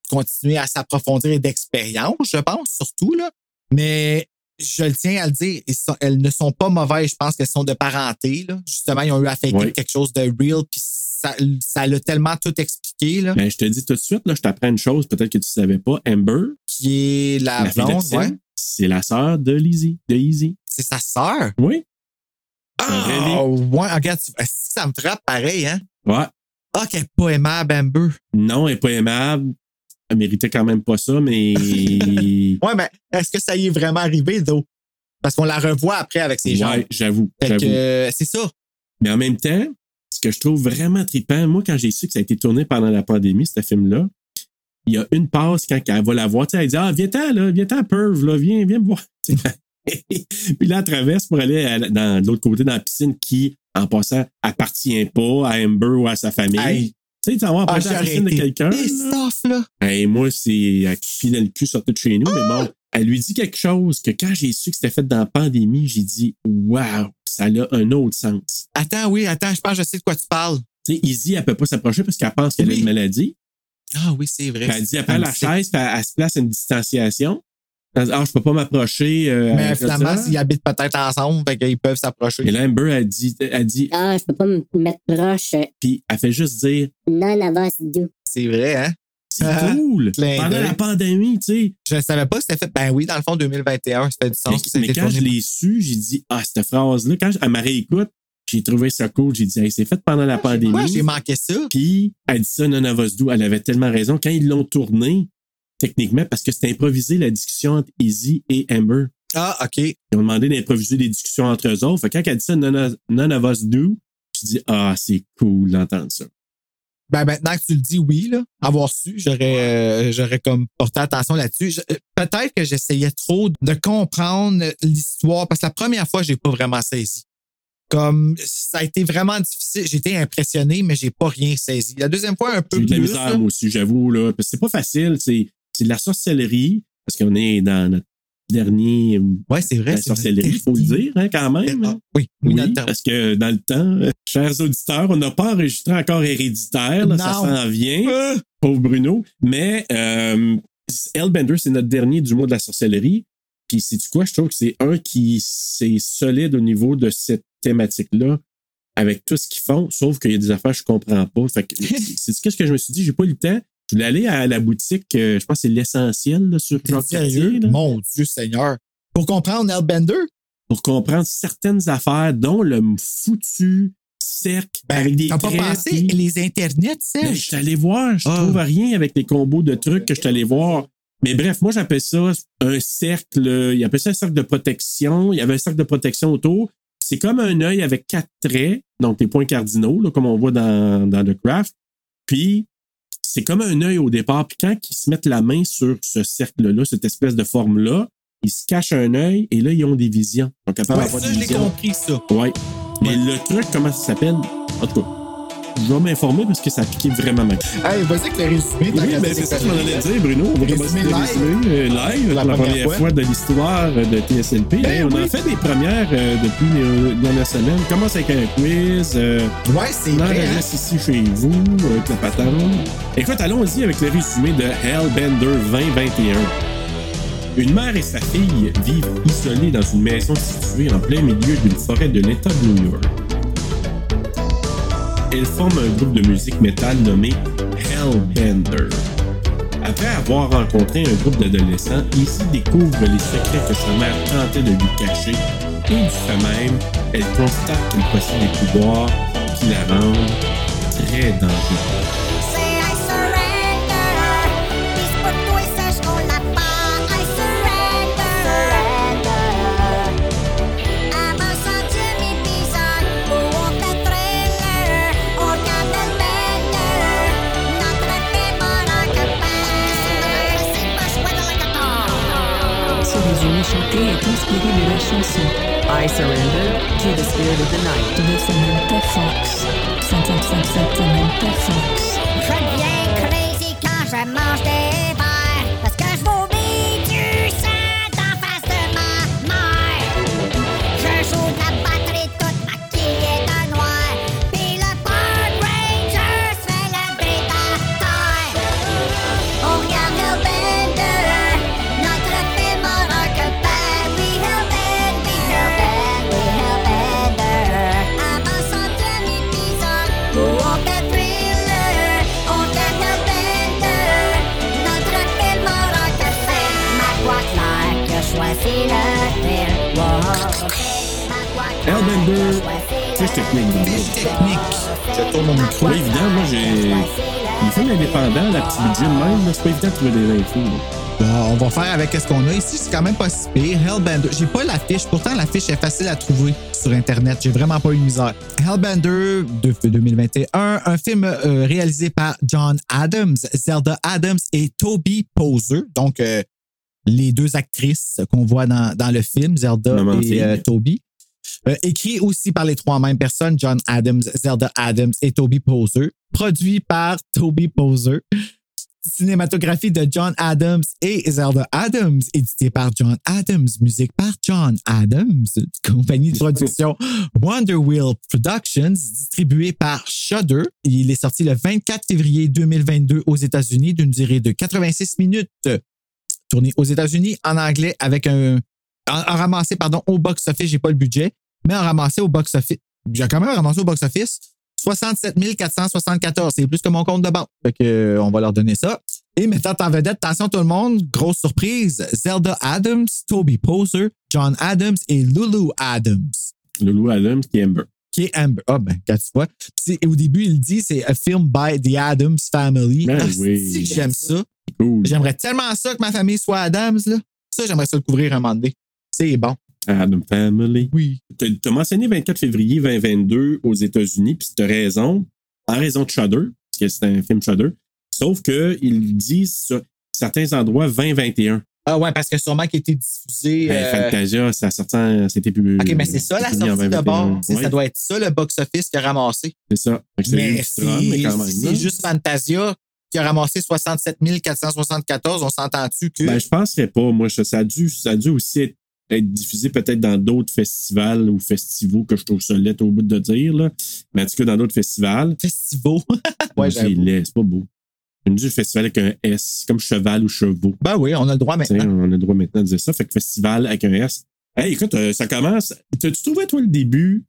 Speaker 3: continuer à s'approfondir et d'expérience, je pense, surtout. Là. Mais je le tiens à le dire, ils sont- elles ne sont pas mauvaises. Je pense qu'elles sont de parenté. Là. Justement, ils ont eu à faire
Speaker 4: Oui.
Speaker 3: quelque chose de real, puis ça, ça l'a tellement tout expliqué, là,
Speaker 4: Ben, je te dis tout de suite, là, je t'apprends une chose, peut-être que tu savais pas. Amber,
Speaker 3: qui est la,
Speaker 4: la fille
Speaker 3: Ah, blonde,
Speaker 4: d'Epstein,
Speaker 3: ouais.
Speaker 4: c'est la sœur de Lizzie, de Easy.
Speaker 3: c'est sa sœur.
Speaker 4: Oui.
Speaker 3: Ah, ouais, regarde, tu- est-ce que ça me frappe pareil, hein?
Speaker 4: Ouais.
Speaker 3: Ah, qu'elle est pas aimable, Amber.
Speaker 4: Non, elle est pas aimable. Elle méritait quand même pas ça, mais.
Speaker 3: Ouais, mais est-ce que ça y est vraiment arrivé, d'eau? Parce qu'on la revoit après avec ses gens.
Speaker 4: ouais, j'avoue.
Speaker 3: Fait que
Speaker 4: j'avoue.
Speaker 3: euh, c'est ça.
Speaker 4: Mais en même temps, ce que je trouve vraiment trippant, moi, quand j'ai su que ça a été tourné pendant la pandémie, ce film-là, il y a une passe quand elle va la voir, tu sais, elle dit Ah, viens-t'en, là, viens-t'en, Perv, là, viens, viens me voir. Tu sais. Puis là, elle traverse pour aller à la- dans de l'autre côté, dans la piscine, qui, en passant, appartient pas à Amber ou à sa famille.
Speaker 3: Hey.
Speaker 4: Tu sais, tu vas
Speaker 3: Ah,
Speaker 4: apporter la
Speaker 3: j'aurais
Speaker 4: piscine de
Speaker 3: été
Speaker 4: quelqu'un.
Speaker 3: pissed
Speaker 4: là.
Speaker 3: off, là.
Speaker 4: Hey, moi, c'est. Elle finit le cul sorti de chez nous, mais bon, elle lui dit quelque chose que quand j'ai su que c'était fait dans la pandémie, j'ai dit Waouh, ça a un autre sens.
Speaker 3: Attends, oui, attends, je pense que je sais de quoi tu parles.
Speaker 4: Tu sais, Izzy, elle peut pas s'approcher parce qu'elle pense qu'elle a
Speaker 3: Oui.
Speaker 4: une maladie.
Speaker 3: Ah oui, c'est vrai.
Speaker 4: Puis elle dit, elle prend la
Speaker 3: Ah, c'est-
Speaker 4: chaise, puis elle, elle se place à une distanciation. Elle dit, ah, je peux pas m'approcher. euh,
Speaker 3: Mais
Speaker 4: avec le
Speaker 3: finalement,
Speaker 4: tireur.
Speaker 3: ils habitent peut-être ensemble, fait qu'ils peuvent
Speaker 4: Et
Speaker 3: s'approcher.
Speaker 4: là, Amber, elle dit, elle dit,
Speaker 2: Ah, je peux pas me mettre proche.
Speaker 4: puis elle fait juste dire,
Speaker 2: None of us do.
Speaker 3: C'est vrai, hein?
Speaker 4: c'est
Speaker 3: Ah,
Speaker 4: cool.
Speaker 3: clin
Speaker 4: Pendant
Speaker 3: d'œil.
Speaker 4: la pandémie, tu sais.
Speaker 3: Je ne savais pas que c'était fait. Ben oui, dans le fond, 2021, ça fait du
Speaker 4: Mais,
Speaker 3: sens. que ça a
Speaker 4: mais
Speaker 3: été
Speaker 4: quand je
Speaker 3: tourné.
Speaker 4: l'ai su, j'ai dit, ah, cette phrase-là, quand je- elle m'a réécoute, j'ai trouvé ça cool. J'ai dit, hey, c'est fait pendant la
Speaker 3: Ouais,
Speaker 4: pandémie.
Speaker 3: Ah, j'ai manqué ça.
Speaker 4: Puis elle dit ça, Nana Vosdou, elle avait tellement raison. Quand ils l'ont tourné, techniquement, parce que c'était improvisé la discussion entre Izzy et Amber.
Speaker 3: Ah, OK.
Speaker 4: Ils ont demandé d'improviser des discussions entre eux autres. Fait que quand elle dit ça, none of, none of us do, je dis Ah, c'est cool d'entendre ça.
Speaker 3: Ben maintenant que tu le dis, oui, là, avoir su, j'aurais, euh, j'aurais comme porté attention là-dessus. Je- euh, peut-être que j'essayais trop de comprendre l'histoire parce que la première fois, j'ai pas vraiment saisi. Comme ça a été vraiment difficile. J'ai été impressionné, mais j'ai pas rien saisi. La deuxième fois, un peu
Speaker 4: J'ai eu
Speaker 3: plus.
Speaker 4: de la misère,
Speaker 3: là.
Speaker 4: moi aussi, j'avoue. là. Parce que c'est pas facile. C'est, c'est de la sorcellerie, parce qu'on est dans notre dernier. euh,
Speaker 3: ouais, c'est vrai.
Speaker 4: La
Speaker 3: c'est notre
Speaker 4: sorcellerie, il Ben, faut le
Speaker 3: dernier-
Speaker 4: dire, hein, quand même. hein.
Speaker 3: Ah, oui, oui,
Speaker 4: Oui,
Speaker 3: notre dernier.
Speaker 4: parce que dans le temps, euh, chers auditeurs, on n'a pas enregistré encore Héréditaire. là, ça
Speaker 3: Non.
Speaker 4: s'en vient.
Speaker 3: Euh,
Speaker 4: Pauvre Bruno. Mais euh, Hellbender, c'est notre dernier du mois de la sorcellerie. Puis, c'est du quoi? Je trouve que c'est un qui c'est solide au niveau de cette thématique-là avec tout ce qu'ils font, sauf qu'il y a des affaires que je comprends pas. Fait que, c'est qu'est-ce que je me suis dit? J'ai pas eu le temps. Je voulais aller à la boutique, euh, je pense que c'est l'essentiel là, sur
Speaker 3: T'es
Speaker 4: Jean
Speaker 3: sérieux?
Speaker 4: Cartier, là,
Speaker 3: Mon Dieu Seigneur. Pour comprendre Hellbender,
Speaker 4: pour comprendre certaines affaires, dont le foutu cercle
Speaker 3: ben,
Speaker 4: avec des
Speaker 3: t'as pas
Speaker 4: traits,
Speaker 3: pensé
Speaker 4: puis-
Speaker 3: les internets,
Speaker 4: Ben,
Speaker 3: Serge?
Speaker 4: je suis allé voir, je
Speaker 3: Ah.
Speaker 4: trouve rien avec les combos de trucs que je suis allé voir. Mais bref, moi j'appelle ça un cercle, il appelle ça un cercle de protection, il y avait un cercle de protection autour. C'est comme un œil avec quatre traits, donc des points cardinaux, là, comme on voit dans, dans The Craft. Puis c'est comme un œil au départ. Puis quand ils se mettent la main sur ce cercle-là, cette espèce de forme-là, ils se cachent un œil et là, ils ont des visions. Ils sont capables
Speaker 3: Ouais,
Speaker 4: d'avoir
Speaker 3: ça,
Speaker 4: des
Speaker 3: je l'ai
Speaker 4: visions.
Speaker 3: compris, ça.
Speaker 4: Ouais. Mais le truc, comment ça s'appelle? En tout cas, je vais m'informer parce que ça a piqué vraiment mal.
Speaker 3: Hey, vas-y avec le résumé.
Speaker 4: Oui, mais c'est ça que je m'en allais dire, Bruno. On va
Speaker 3: Résumé
Speaker 4: commencer le
Speaker 3: live.
Speaker 4: résumé euh, live, la, première, fois, Eh de l'histoire euh, de TSLP.
Speaker 3: Ben
Speaker 4: Hey, on en
Speaker 3: oui.
Speaker 4: fait des premières euh, depuis les les dernières semaines. On commence avec un quiz. Euh,
Speaker 3: Ouais, c'est
Speaker 4: on
Speaker 3: vrai. hein.
Speaker 4: enregistre ici chez vous avec la patente. Écoute, allons-y avec le résumé de Hellbender 2021. Une mère et sa fille vivent isolées dans une maison située en plein milieu d'une forêt de l'État de New York. Elles forment un groupe de musique métal nommé Hellbender. Après avoir rencontré un groupe d'adolescents, Izzy découvre les secrets que sa mère tentait de lui cacher et du fait même, elle constate qu'elle possède des pouvoirs qui la rendent très dangereuse.
Speaker 8: Say I surrender. Dis por tu essas con la paz. I surrender. I'm a son Jimmy Bison. Who walked the trailer? Or got the bender. Not the demon on the back. Kissing my sweater like a dog.
Speaker 9: Ce résumé chanté est inspiré de la chanson I Surrender to the Spirit of the Night de Samantha Fox. Samantha- Samantha Fox.
Speaker 8: Je deviens crazy quand je mange des verres Parce que je vomis du sang en face de ma mère Je joue de la batterie toute maquillée de noir Puis le Park Ranger se fait lever d'un terre On regarde Hellbender Notre film en rock-band We Hellbend, we Hellbend, we Hellbender I'm a sentient bison Who walked the thriller On get Hellbender Notre film en rock-band Ma boîte claire qui a choisi le thrill Wow Ma boîte claire
Speaker 4: Hellbender,
Speaker 8: qui a choisi
Speaker 4: fiche technique. Bruno.
Speaker 3: Fiche
Speaker 8: le thrill.
Speaker 3: technique. Je tourne mon micro.
Speaker 4: Pas évident, moi j'ai. Les films indépendants, la petite budget de même, là, c'est pas évident de trouver des infos. là.
Speaker 3: Bon, Bah, on va faire avec ce qu'on a ici. C'est quand même pas si pire. Hellbender. J'ai pas l'affiche. Pourtant, l'affiche est facile à trouver sur Internet. J'ai vraiment pas eu de misère. Hellbender de 2021, un film euh, réalisé par John Adams, Zelda Adams et Toby Poser. Donc, euh, les deux actrices qu'on voit dans, dans le film, Zelda
Speaker 4: Maman, fille.
Speaker 3: et euh, Toby. Euh, écrit aussi par les trois mêmes personnes, John Adams, Zelda Adams et Toby Poser. Produit par Toby Poser. Cinématographie de John Adams et Zelda Adams, édité par John Adams, musique par John Adams, compagnie de production Wonder Wheel Productions, distribué par Shudder. Il est sorti le 24 février 2022 aux États-Unis d'une durée de 86 minutes, tourné aux États-Unis en anglais avec un en, en ramassé pardon au box office, j'ai pas le budget, mais en ramassé au box office, j'ai quand même ramassé au box office 67 474. C'est plus que mon compte de banque. Fait que, euh, on va leur donner ça. Et mettant en vedette, attention tout le monde, grosse surprise, Zelda Adams, Toby Poser, John Adams et Lulu Adams,
Speaker 4: Loulou Adams qui est Amber.
Speaker 3: qui est Amber. Ah ben, quand tu vois. Puis c'est- au début, il dit c'est a film by the Adams family.
Speaker 4: Ben
Speaker 3: Ah,
Speaker 4: oui.
Speaker 3: si que j'aime ça.
Speaker 4: Cool.
Speaker 3: J'aimerais tellement ça que ma famille soit Adams, là. Ça, j'aimerais ça le couvrir un moment donné. C'est bon.
Speaker 4: Adam Family.
Speaker 3: Oui.
Speaker 4: T'as t'as mentionné 24 février 2022 aux États-Unis, puis t'as raison, en raison de Shudder, parce que c'est un film Shudder. Sauf qu'ils disent ça, certains endroits 2021.
Speaker 3: Ah ouais, parce que sûrement qu'il a été diffusé.
Speaker 4: Hey,
Speaker 3: euh,
Speaker 4: Ben, Fantasia, ça sortait, en- c'était plus.
Speaker 3: OK, mais c'est ça la
Speaker 4: fini en
Speaker 3: sortie de
Speaker 4: 2021.
Speaker 3: bord. Tu sais,
Speaker 4: Ouais,
Speaker 3: Ça doit être ça le box-office qui a ramassé.
Speaker 4: C'est ça. Fait que c'est
Speaker 3: Mais
Speaker 4: juste
Speaker 3: si
Speaker 4: drôle, mais quand même, hein.
Speaker 3: si
Speaker 4: là.
Speaker 3: c'est juste Fantasia qui a ramassé 67 474, on s'entend-tu que.
Speaker 4: Ben, je penserais pas. Moi, ça, ça a dû, ça a dû aussi être, être diffusé peut-être dans d'autres festivals ou festivals que je trouve ça laid au bout de dire, là. Mais en tout cas, dans d'autres festivals,
Speaker 3: festival. ouais,
Speaker 4: c'est
Speaker 3: j'avoue.
Speaker 4: laid, c'est pas beau. Je me dis le festival avec un S, comme cheval ou chevaux.
Speaker 3: Ben oui, on a le droit
Speaker 4: Tu sais,
Speaker 3: maintenant.
Speaker 4: on a le droit maintenant de dire ça. Fait que festival avec un S. Hey, écoute, euh, ça commence. T'as-tu trouvé, toi, le début?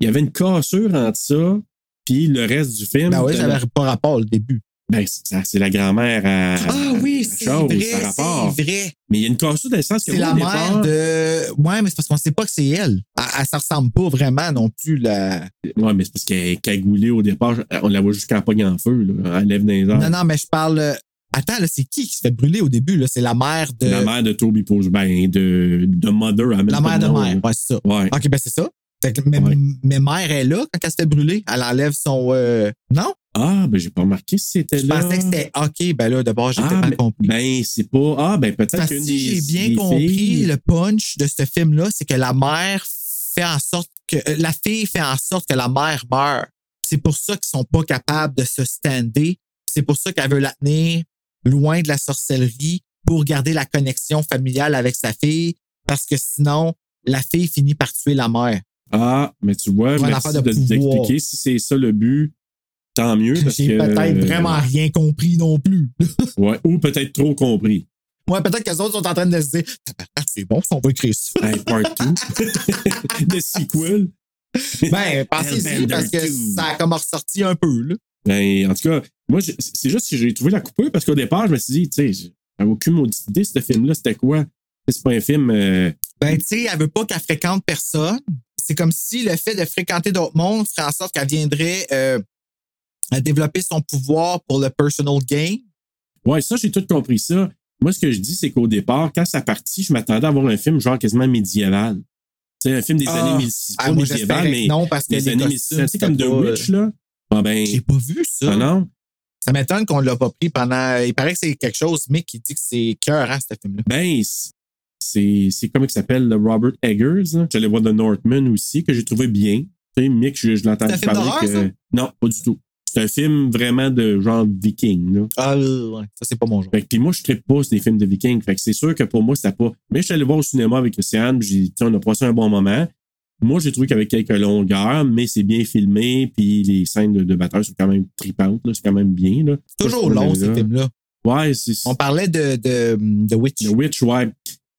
Speaker 4: Il y avait une cassure entre ça, puis le reste du film.
Speaker 3: Ben oui,
Speaker 4: T'as-
Speaker 3: j'avais pas rapport au début.
Speaker 4: Ben, c'est ça, c'est la grand-mère à.
Speaker 3: Ah oui,
Speaker 4: à
Speaker 3: c'est
Speaker 4: chose,
Speaker 3: vrai,
Speaker 4: par rapport.
Speaker 3: c'est vrai.
Speaker 4: Mais il y a une cassure d'essence que
Speaker 3: C'est
Speaker 4: moi,
Speaker 3: la
Speaker 4: au départ-
Speaker 3: mère de... Ouais, mais c'est parce qu'on sait pas que c'est elle. Elle, elle s'en ressemble pas vraiment non plus. La...
Speaker 4: Ouais, mais c'est parce qu'elle est cagoulée au départ. On la voit jusqu'à pogne en feu, là. Elle lève dans les airs.
Speaker 3: Non, non, mais je parle... euh, Attends, là, c'est qui qui se fait brûler au début? là? C'est la mère de...
Speaker 4: La mère de Toby pose ben de, de Mother. elle a même
Speaker 3: La
Speaker 4: pas
Speaker 3: mère de
Speaker 4: nom,
Speaker 3: mère. Ah, Ouais, c'est ça.
Speaker 4: là. Ouais.
Speaker 3: OK, ben c'est ça. Fait que, mais,
Speaker 4: Ouais.
Speaker 3: mais mère est là quand elle se fait brûler. Elle enlève son. euh, Non?
Speaker 4: Ah, ben j'ai pas remarqué si c'était
Speaker 3: Je
Speaker 4: là.
Speaker 3: pensais que c'était OK, ben là, d'abord, j'étais
Speaker 4: Ah,
Speaker 3: pas
Speaker 4: ben-
Speaker 3: compris.
Speaker 4: Ben, c'est pas. Ah, ben peut-être
Speaker 3: Parce
Speaker 4: qu'une
Speaker 3: que
Speaker 4: des-
Speaker 3: si j'ai bien
Speaker 4: des
Speaker 3: compris,
Speaker 4: filles-
Speaker 3: le punch de ce film-là, c'est que la mère fait en sorte que euh, la fille fait en sorte que la mère meurt. C'est pour ça qu'ils sont pas capables de se stander. C'est pour ça qu'elle veut la tenir loin de la sorcellerie pour garder la connexion familiale avec sa fille, parce que sinon, la fille finit par tuer la mère.
Speaker 4: Ah, mais tu vois,
Speaker 3: Pour un
Speaker 4: merci
Speaker 3: affaire
Speaker 4: de
Speaker 3: de
Speaker 4: nous
Speaker 3: pouvoir.
Speaker 4: expliquer. Si c'est ça le but, tant mieux. parce
Speaker 3: J'ai
Speaker 4: que- euh,
Speaker 3: peut-être vraiment rien compris non plus.
Speaker 4: Ouais, ou peut-être trop compris.
Speaker 3: Moi, peut-être que les autres sont en train de se dire Tabarnak, c'est bon si on va écrire ça.
Speaker 4: Hey, part 2. Le sequel.
Speaker 3: Ben, pensez-y
Speaker 4: Hellbender
Speaker 3: parce que
Speaker 4: 2.
Speaker 3: ça a comme ressorti un peu, là.
Speaker 4: Ben, en tout cas, moi, je- c'est juste que j'ai trouvé la coupure parce qu'au départ, je me suis dit, tu sais, j'avais aucune maudite idée, ce film-là, c'était quoi? C'est pas un film. euh,
Speaker 3: Ben, tu sais, elle veut pas qu'elle fréquente personne. C'est comme si le fait de fréquenter d'autres mondes ferait en sorte qu'elle viendrait euh, à développer son pouvoir pour le personal gain.
Speaker 4: Ouais, ça, j'ai tout compris ça. Moi, ce que je dis, c'est qu'au départ, quand ça partit, je m'attendais à voir un film genre quasiment médiéval. C'est un film des
Speaker 3: Ah,
Speaker 4: années 1600,
Speaker 3: Ah,
Speaker 4: pas
Speaker 3: moi,
Speaker 4: médiéval,
Speaker 3: j'espérais
Speaker 4: mais
Speaker 3: que non, parce que
Speaker 4: des
Speaker 3: les
Speaker 4: années
Speaker 3: costumes,
Speaker 4: 1600, c'est comme The
Speaker 3: c'était pas, euh,
Speaker 4: Witch, là. Ah ben,
Speaker 3: J'ai pas vu ça.
Speaker 4: ah non.
Speaker 3: Ça m'étonne qu'on l'a pas pris pendant. Il paraît que c'est quelque chose, mais qui dit que c'est cœur, hein, ce film-là.
Speaker 4: Ben, c'est- c'est c'est comment il s'appelle, le Robert Eggers. là. J'allais voir The Northman aussi, que j'ai trouvé bien. Tu sais, Mick, je, je l'entends
Speaker 3: C'est un film
Speaker 4: parler.
Speaker 3: d'horreur,
Speaker 4: que-
Speaker 3: ça?
Speaker 4: Non, pas du tout. C'est un film vraiment de genre viking. Là.
Speaker 3: Ah, ouais, ça, c'est pas mon genre.
Speaker 4: Fait que, puis moi, je ne pas sur des films de vikings. Fait que c'est sûr que pour moi, c'était pas. Mais je suis allé voir au cinéma avec Océane, puis j'ai dit, Tiens, on a passé un bon moment. Moi, j'ai trouvé qu'avec quelques longueurs, mais c'est bien filmé, puis les scènes de, de bataille sont quand même tripantes, là, c'est quand même bien. Là.
Speaker 3: C'est toujours
Speaker 4: Je trouve
Speaker 3: long,
Speaker 4: que là-
Speaker 3: ces films-là.
Speaker 4: Ouais, c'est.
Speaker 3: On parlait de, de, de Witch.
Speaker 4: The Witch, ouais.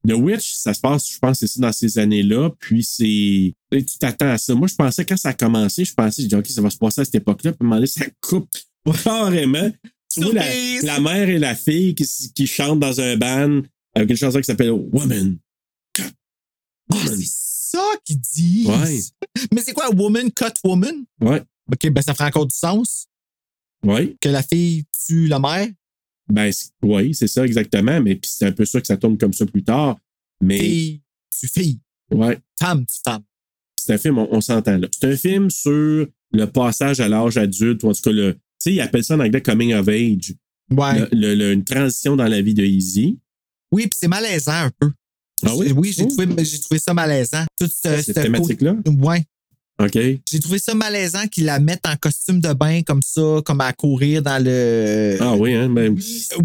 Speaker 4: The Witch, ça se passe, je pense, c'est ça, dans ces années-là. Puis c'est. tu sais, Tu t'attends à ça. Moi, je pensais, quand ça a commencé, je pensais, je dis, OK, ça va se passer à cette époque-là. Puis à un moment donné, ça coupe carrément. Tu vois la,
Speaker 3: Surprise!
Speaker 4: la mère et la fille qui, s- qui chantent dans un band avec une chanson qui s'appelle Woman.
Speaker 3: Ah, c'est ça qu'ils disent.
Speaker 4: Ouais.
Speaker 3: Mais c'est quoi, Woman Cut Woman?
Speaker 4: Ouais.
Speaker 3: OK, ben ça ferait encore du sens
Speaker 4: Oui.
Speaker 3: que la fille tue la mère.
Speaker 4: Ben, c'est- oui, c'est ça, exactement. Mais puis c'est un peu ça que ça tourne comme ça plus tard. Mais,
Speaker 3: Fille tue fille.
Speaker 4: ouais.
Speaker 3: Femme tue femme.
Speaker 4: c'est un film, on, on s'entend là. C'est un film sur le passage à l'âge adulte, ou en tout cas, le, tu sais, ils appellent ça en anglais coming of age,
Speaker 3: Ouais.
Speaker 4: Le- le- le- une transition dans la vie de Easy.
Speaker 3: Oui, puis c'est malaisant un peu.
Speaker 4: Ah oui?
Speaker 3: Oui, j'ai
Speaker 4: Oh.
Speaker 3: trouvé, j'ai trouvé ça malaisant. Toute ce,
Speaker 4: Cette
Speaker 3: ce
Speaker 4: thématique-là?
Speaker 3: co- Ouais.
Speaker 4: OK.
Speaker 3: J'ai trouvé ça malaisant qu'ils la mettent en costume de bain comme ça, comme à courir dans le.
Speaker 4: Ah oui, hein? ben,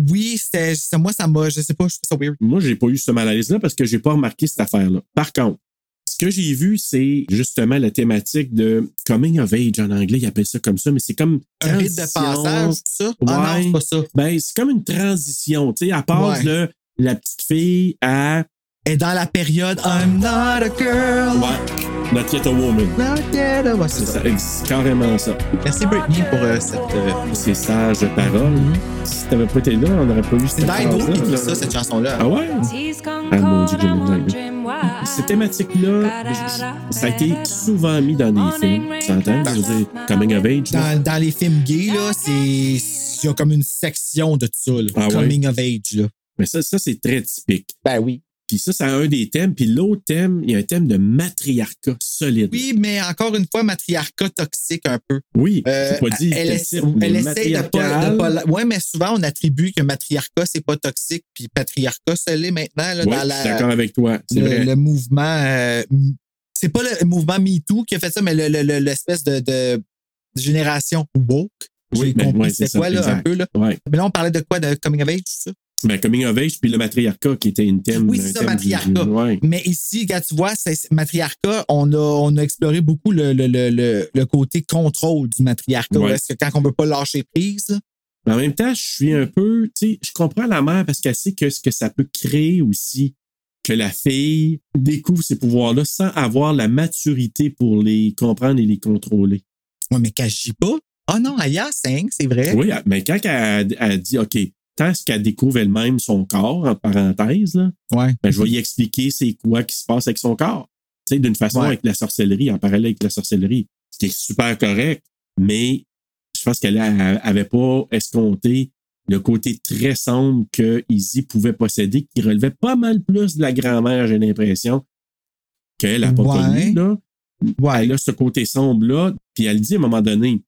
Speaker 3: Oui, c'était. c'est- Moi, ça m'a. Je sais pas, je trouve ça weird.
Speaker 4: moi, j'ai pas eu ce mal à l'aise-là parce que j'ai pas remarqué cette affaire-là. Par contre, ce que j'ai vu, c'est justement la thématique de coming of age en anglais, ils appellent ça comme ça, mais c'est comme.
Speaker 3: Un rite de
Speaker 4: transition.
Speaker 3: passage, tout ça. Ah
Speaker 4: Ouais.
Speaker 3: non, c'est pas ça.
Speaker 4: Ben, c'est comme une transition, tu sais, à part
Speaker 3: Ouais.
Speaker 4: de la petite fille à.
Speaker 3: Et dans la période I'm not a girl.
Speaker 4: Ouais, Not yet a woman.
Speaker 3: Not yet a- Ouais, c'est
Speaker 4: C'est ça,
Speaker 3: ça.
Speaker 4: c'est carrément ça.
Speaker 3: Merci Britney pour euh, cette. euh,
Speaker 4: ces sages paroles. hein. Si t'avais pas été là, on n'aurait pas eu
Speaker 3: C'est hein?
Speaker 4: cette
Speaker 3: Dido qui
Speaker 4: phrase-là,
Speaker 3: écrit
Speaker 4: là.
Speaker 3: ça, cette chanson-là.
Speaker 4: Ah ouais? Ah mon dieu, que j'aime bien Dido. Ces thématiques-là, je- ça a été souvent mis dans des films. Tu entends? Je veux dire, Coming of Age. là.
Speaker 3: Dans, dans les films gays, là, c'est. Il y a comme une section de tout ça, là.
Speaker 4: Ah ouais?
Speaker 3: Coming of age, là.
Speaker 4: Mais ça, ça c'est très typique.
Speaker 3: Ben oui.
Speaker 4: Puis ça, c'est un des thèmes. Puis l'autre thème, il y a un thème de matriarcat solide.
Speaker 3: Oui, mais encore une fois, matriarcat toxique un peu.
Speaker 4: Oui,
Speaker 3: Euh,
Speaker 4: j'ai pas dit
Speaker 3: elle
Speaker 4: quel
Speaker 3: essa-
Speaker 4: type, mais
Speaker 3: elle essaye de pas.
Speaker 4: matriarcal.
Speaker 3: De pas ouais, mais souvent, on attribue que matriarcat, c'est pas toxique, puis patriarcat, ça l'est maintenant, là,
Speaker 4: Oui,
Speaker 3: dans
Speaker 4: je suis
Speaker 3: la.
Speaker 4: d'accord avec toi. C'est
Speaker 3: le,
Speaker 4: vrai.
Speaker 3: le mouvement. euh, m- c'est pas le mouvement MeToo qui a fait ça, mais le- le- le- l'espèce de, de génération woke.
Speaker 4: Oui,
Speaker 3: J'ai
Speaker 4: ben,
Speaker 3: compris
Speaker 4: ouais,
Speaker 3: c'était
Speaker 4: c'est ça,
Speaker 3: quoi, là, un
Speaker 4: exact.
Speaker 3: peu. Là.
Speaker 4: Ouais.
Speaker 3: Mais là, on parlait de quoi de coming of age, tout ça?
Speaker 4: Ben, coming of age, puis le matriarcat qui était une thème.
Speaker 3: Oui,
Speaker 4: un
Speaker 3: c'est ça,
Speaker 4: thème du-
Speaker 3: matriarcat.
Speaker 4: Ouais.
Speaker 3: Mais ici, quand tu vois, c'est c'est matriarcat, on a, on a exploré beaucoup le, le- le- le- le côté contrôle du matriarcat.
Speaker 4: Ouais.
Speaker 3: Est-ce que quand on ne veut pas lâcher prise, là,
Speaker 4: Mais en même temps, je suis un peu, tu sais, je comprends la mère parce qu'elle sait que ce que ça peut créer aussi, que la fille découvre ces pouvoirs-là sans avoir la maturité pour les comprendre et les contrôler.
Speaker 3: ouais, mais qu'elle agit pas. Ah non, Aya 5, c'est vrai.
Speaker 4: Oui, mais quand elle, elle dit, OK, tant ce qu'elle découvre elle-même son corps, en parenthèse, là,
Speaker 3: Ouais.
Speaker 4: ben, je vais y expliquer c'est quoi qui se passe avec son corps. Tu sais, d'une façon
Speaker 3: Ouais.
Speaker 4: avec la sorcellerie, en parallèle avec la sorcellerie, ce qui est super correct, mais je pense qu'elle a- avait pas escompté le côté très sombre que Izzy pouvait posséder, qui relevait pas mal plus de la grand-mère, j'ai l'impression, qu'elle a pas
Speaker 3: Ouais.
Speaker 4: connu, là.
Speaker 3: Ouais.
Speaker 4: Elle a ce côté sombre-là, puis elle dit à un moment donné,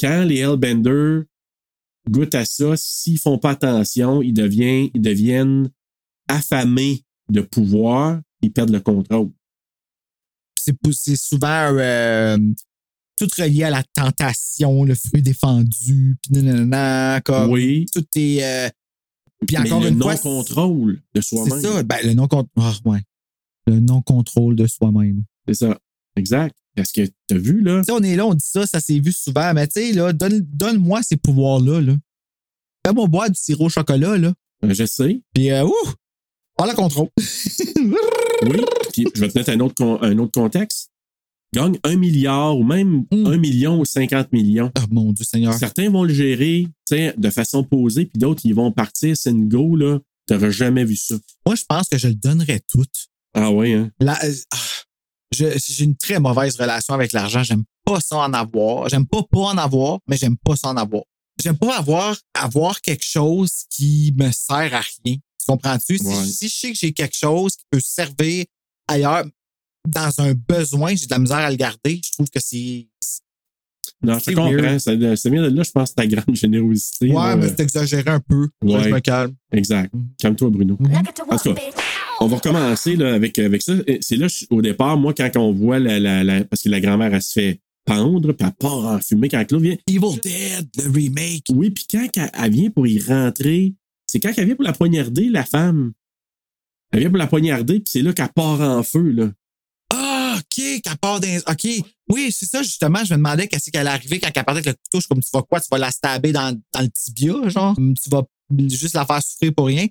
Speaker 4: quand les Hellbenders goûtent à ça, s'ils font pas attention, ils deviennent, ils deviennent affamés de pouvoir, ils perdent le contrôle.
Speaker 3: C'est pou- c'est souvent euh, tout relié à la tentation, le fruit défendu, puis nanana, comme
Speaker 4: oui,
Speaker 3: tout est. euh, puis
Speaker 4: mais
Speaker 3: encore
Speaker 4: le
Speaker 3: une fois,
Speaker 4: non-contrôle de
Speaker 3: c'est
Speaker 4: soi-même.
Speaker 3: ça, ben, le non-contrôle. ouais. Le non-contrôle de soi-même.
Speaker 4: C'est ça. Exact. Parce que t'as vu, là,
Speaker 3: Tu sais, on est là, on dit ça, ça s'est vu souvent, mais tu sais, là, donne- donne-moi ces pouvoirs-là. Là. Fais-moi boire du sirop au chocolat, là.
Speaker 4: je sais.
Speaker 3: Puis, euh, ouh! On la contrôle.
Speaker 4: Oui. Puis je vais te mettre un autre, con- un autre contexte. Gagne un milliard ou même
Speaker 3: Mm.
Speaker 4: un million ou 50 millions.
Speaker 3: oh mon Dieu Seigneur.
Speaker 4: Certains vont le gérer tu sais, de façon posée, puis d'autres, ils vont partir. C'est une go, là. T'auras jamais vu ça.
Speaker 3: Moi, je pense que je le donnerais tout.
Speaker 4: Ah ouais, hein?
Speaker 3: La- euh, ah, je- j'ai une très mauvaise relation avec l'argent. J'aime pas ça en avoir. J'aime pas pas en avoir, mais j'aime pas ça en avoir. J'aime pas avoir, avoir quelque chose qui me sert à rien. Tu comprends-tu? Si-
Speaker 4: Ouais.
Speaker 3: Si, je sais que j'ai quelque chose qui peut servir ailleurs, dans un besoin, j'ai de la misère à le garder. Je trouve que c'est.
Speaker 4: Non, je
Speaker 3: C'est
Speaker 4: comprends.
Speaker 3: weird.
Speaker 4: Ça, ça vient de là, je pense, ta grande générosité.
Speaker 3: Ouais,
Speaker 4: là.
Speaker 3: mais Mm-hmm. c'est exagéré un peu.
Speaker 4: Ouais.
Speaker 3: Je me calme.
Speaker 4: Exact. Calme-toi, Bruno. En tout cas, on va recommencer là, avec, avec ça. Et C'est là, je- au départ, moi, quand on voit la. la- la- parce que la grand-mère, elle se fait pendre, puis elle part en fumée quand Claude vient.
Speaker 3: Evil Dead, le remake.
Speaker 4: Oui, puis quand elle, elle vient pour y rentrer, c'est quand elle vient pour la poignarder, la femme. Elle vient pour la poignarder, puis c'est là qu'elle part en feu, là.
Speaker 3: Ah, OK, qu'elle part dans. OK. Oui, c'est ça, justement. Je me demandais qu'est-ce qu'elle arrivait quand elle partait avec le couteau. Je suis comme, tu vas quoi? Tu vas la stabber dans, dans le tibia, genre? Hum, Tu vas juste la faire souffrir pour rien.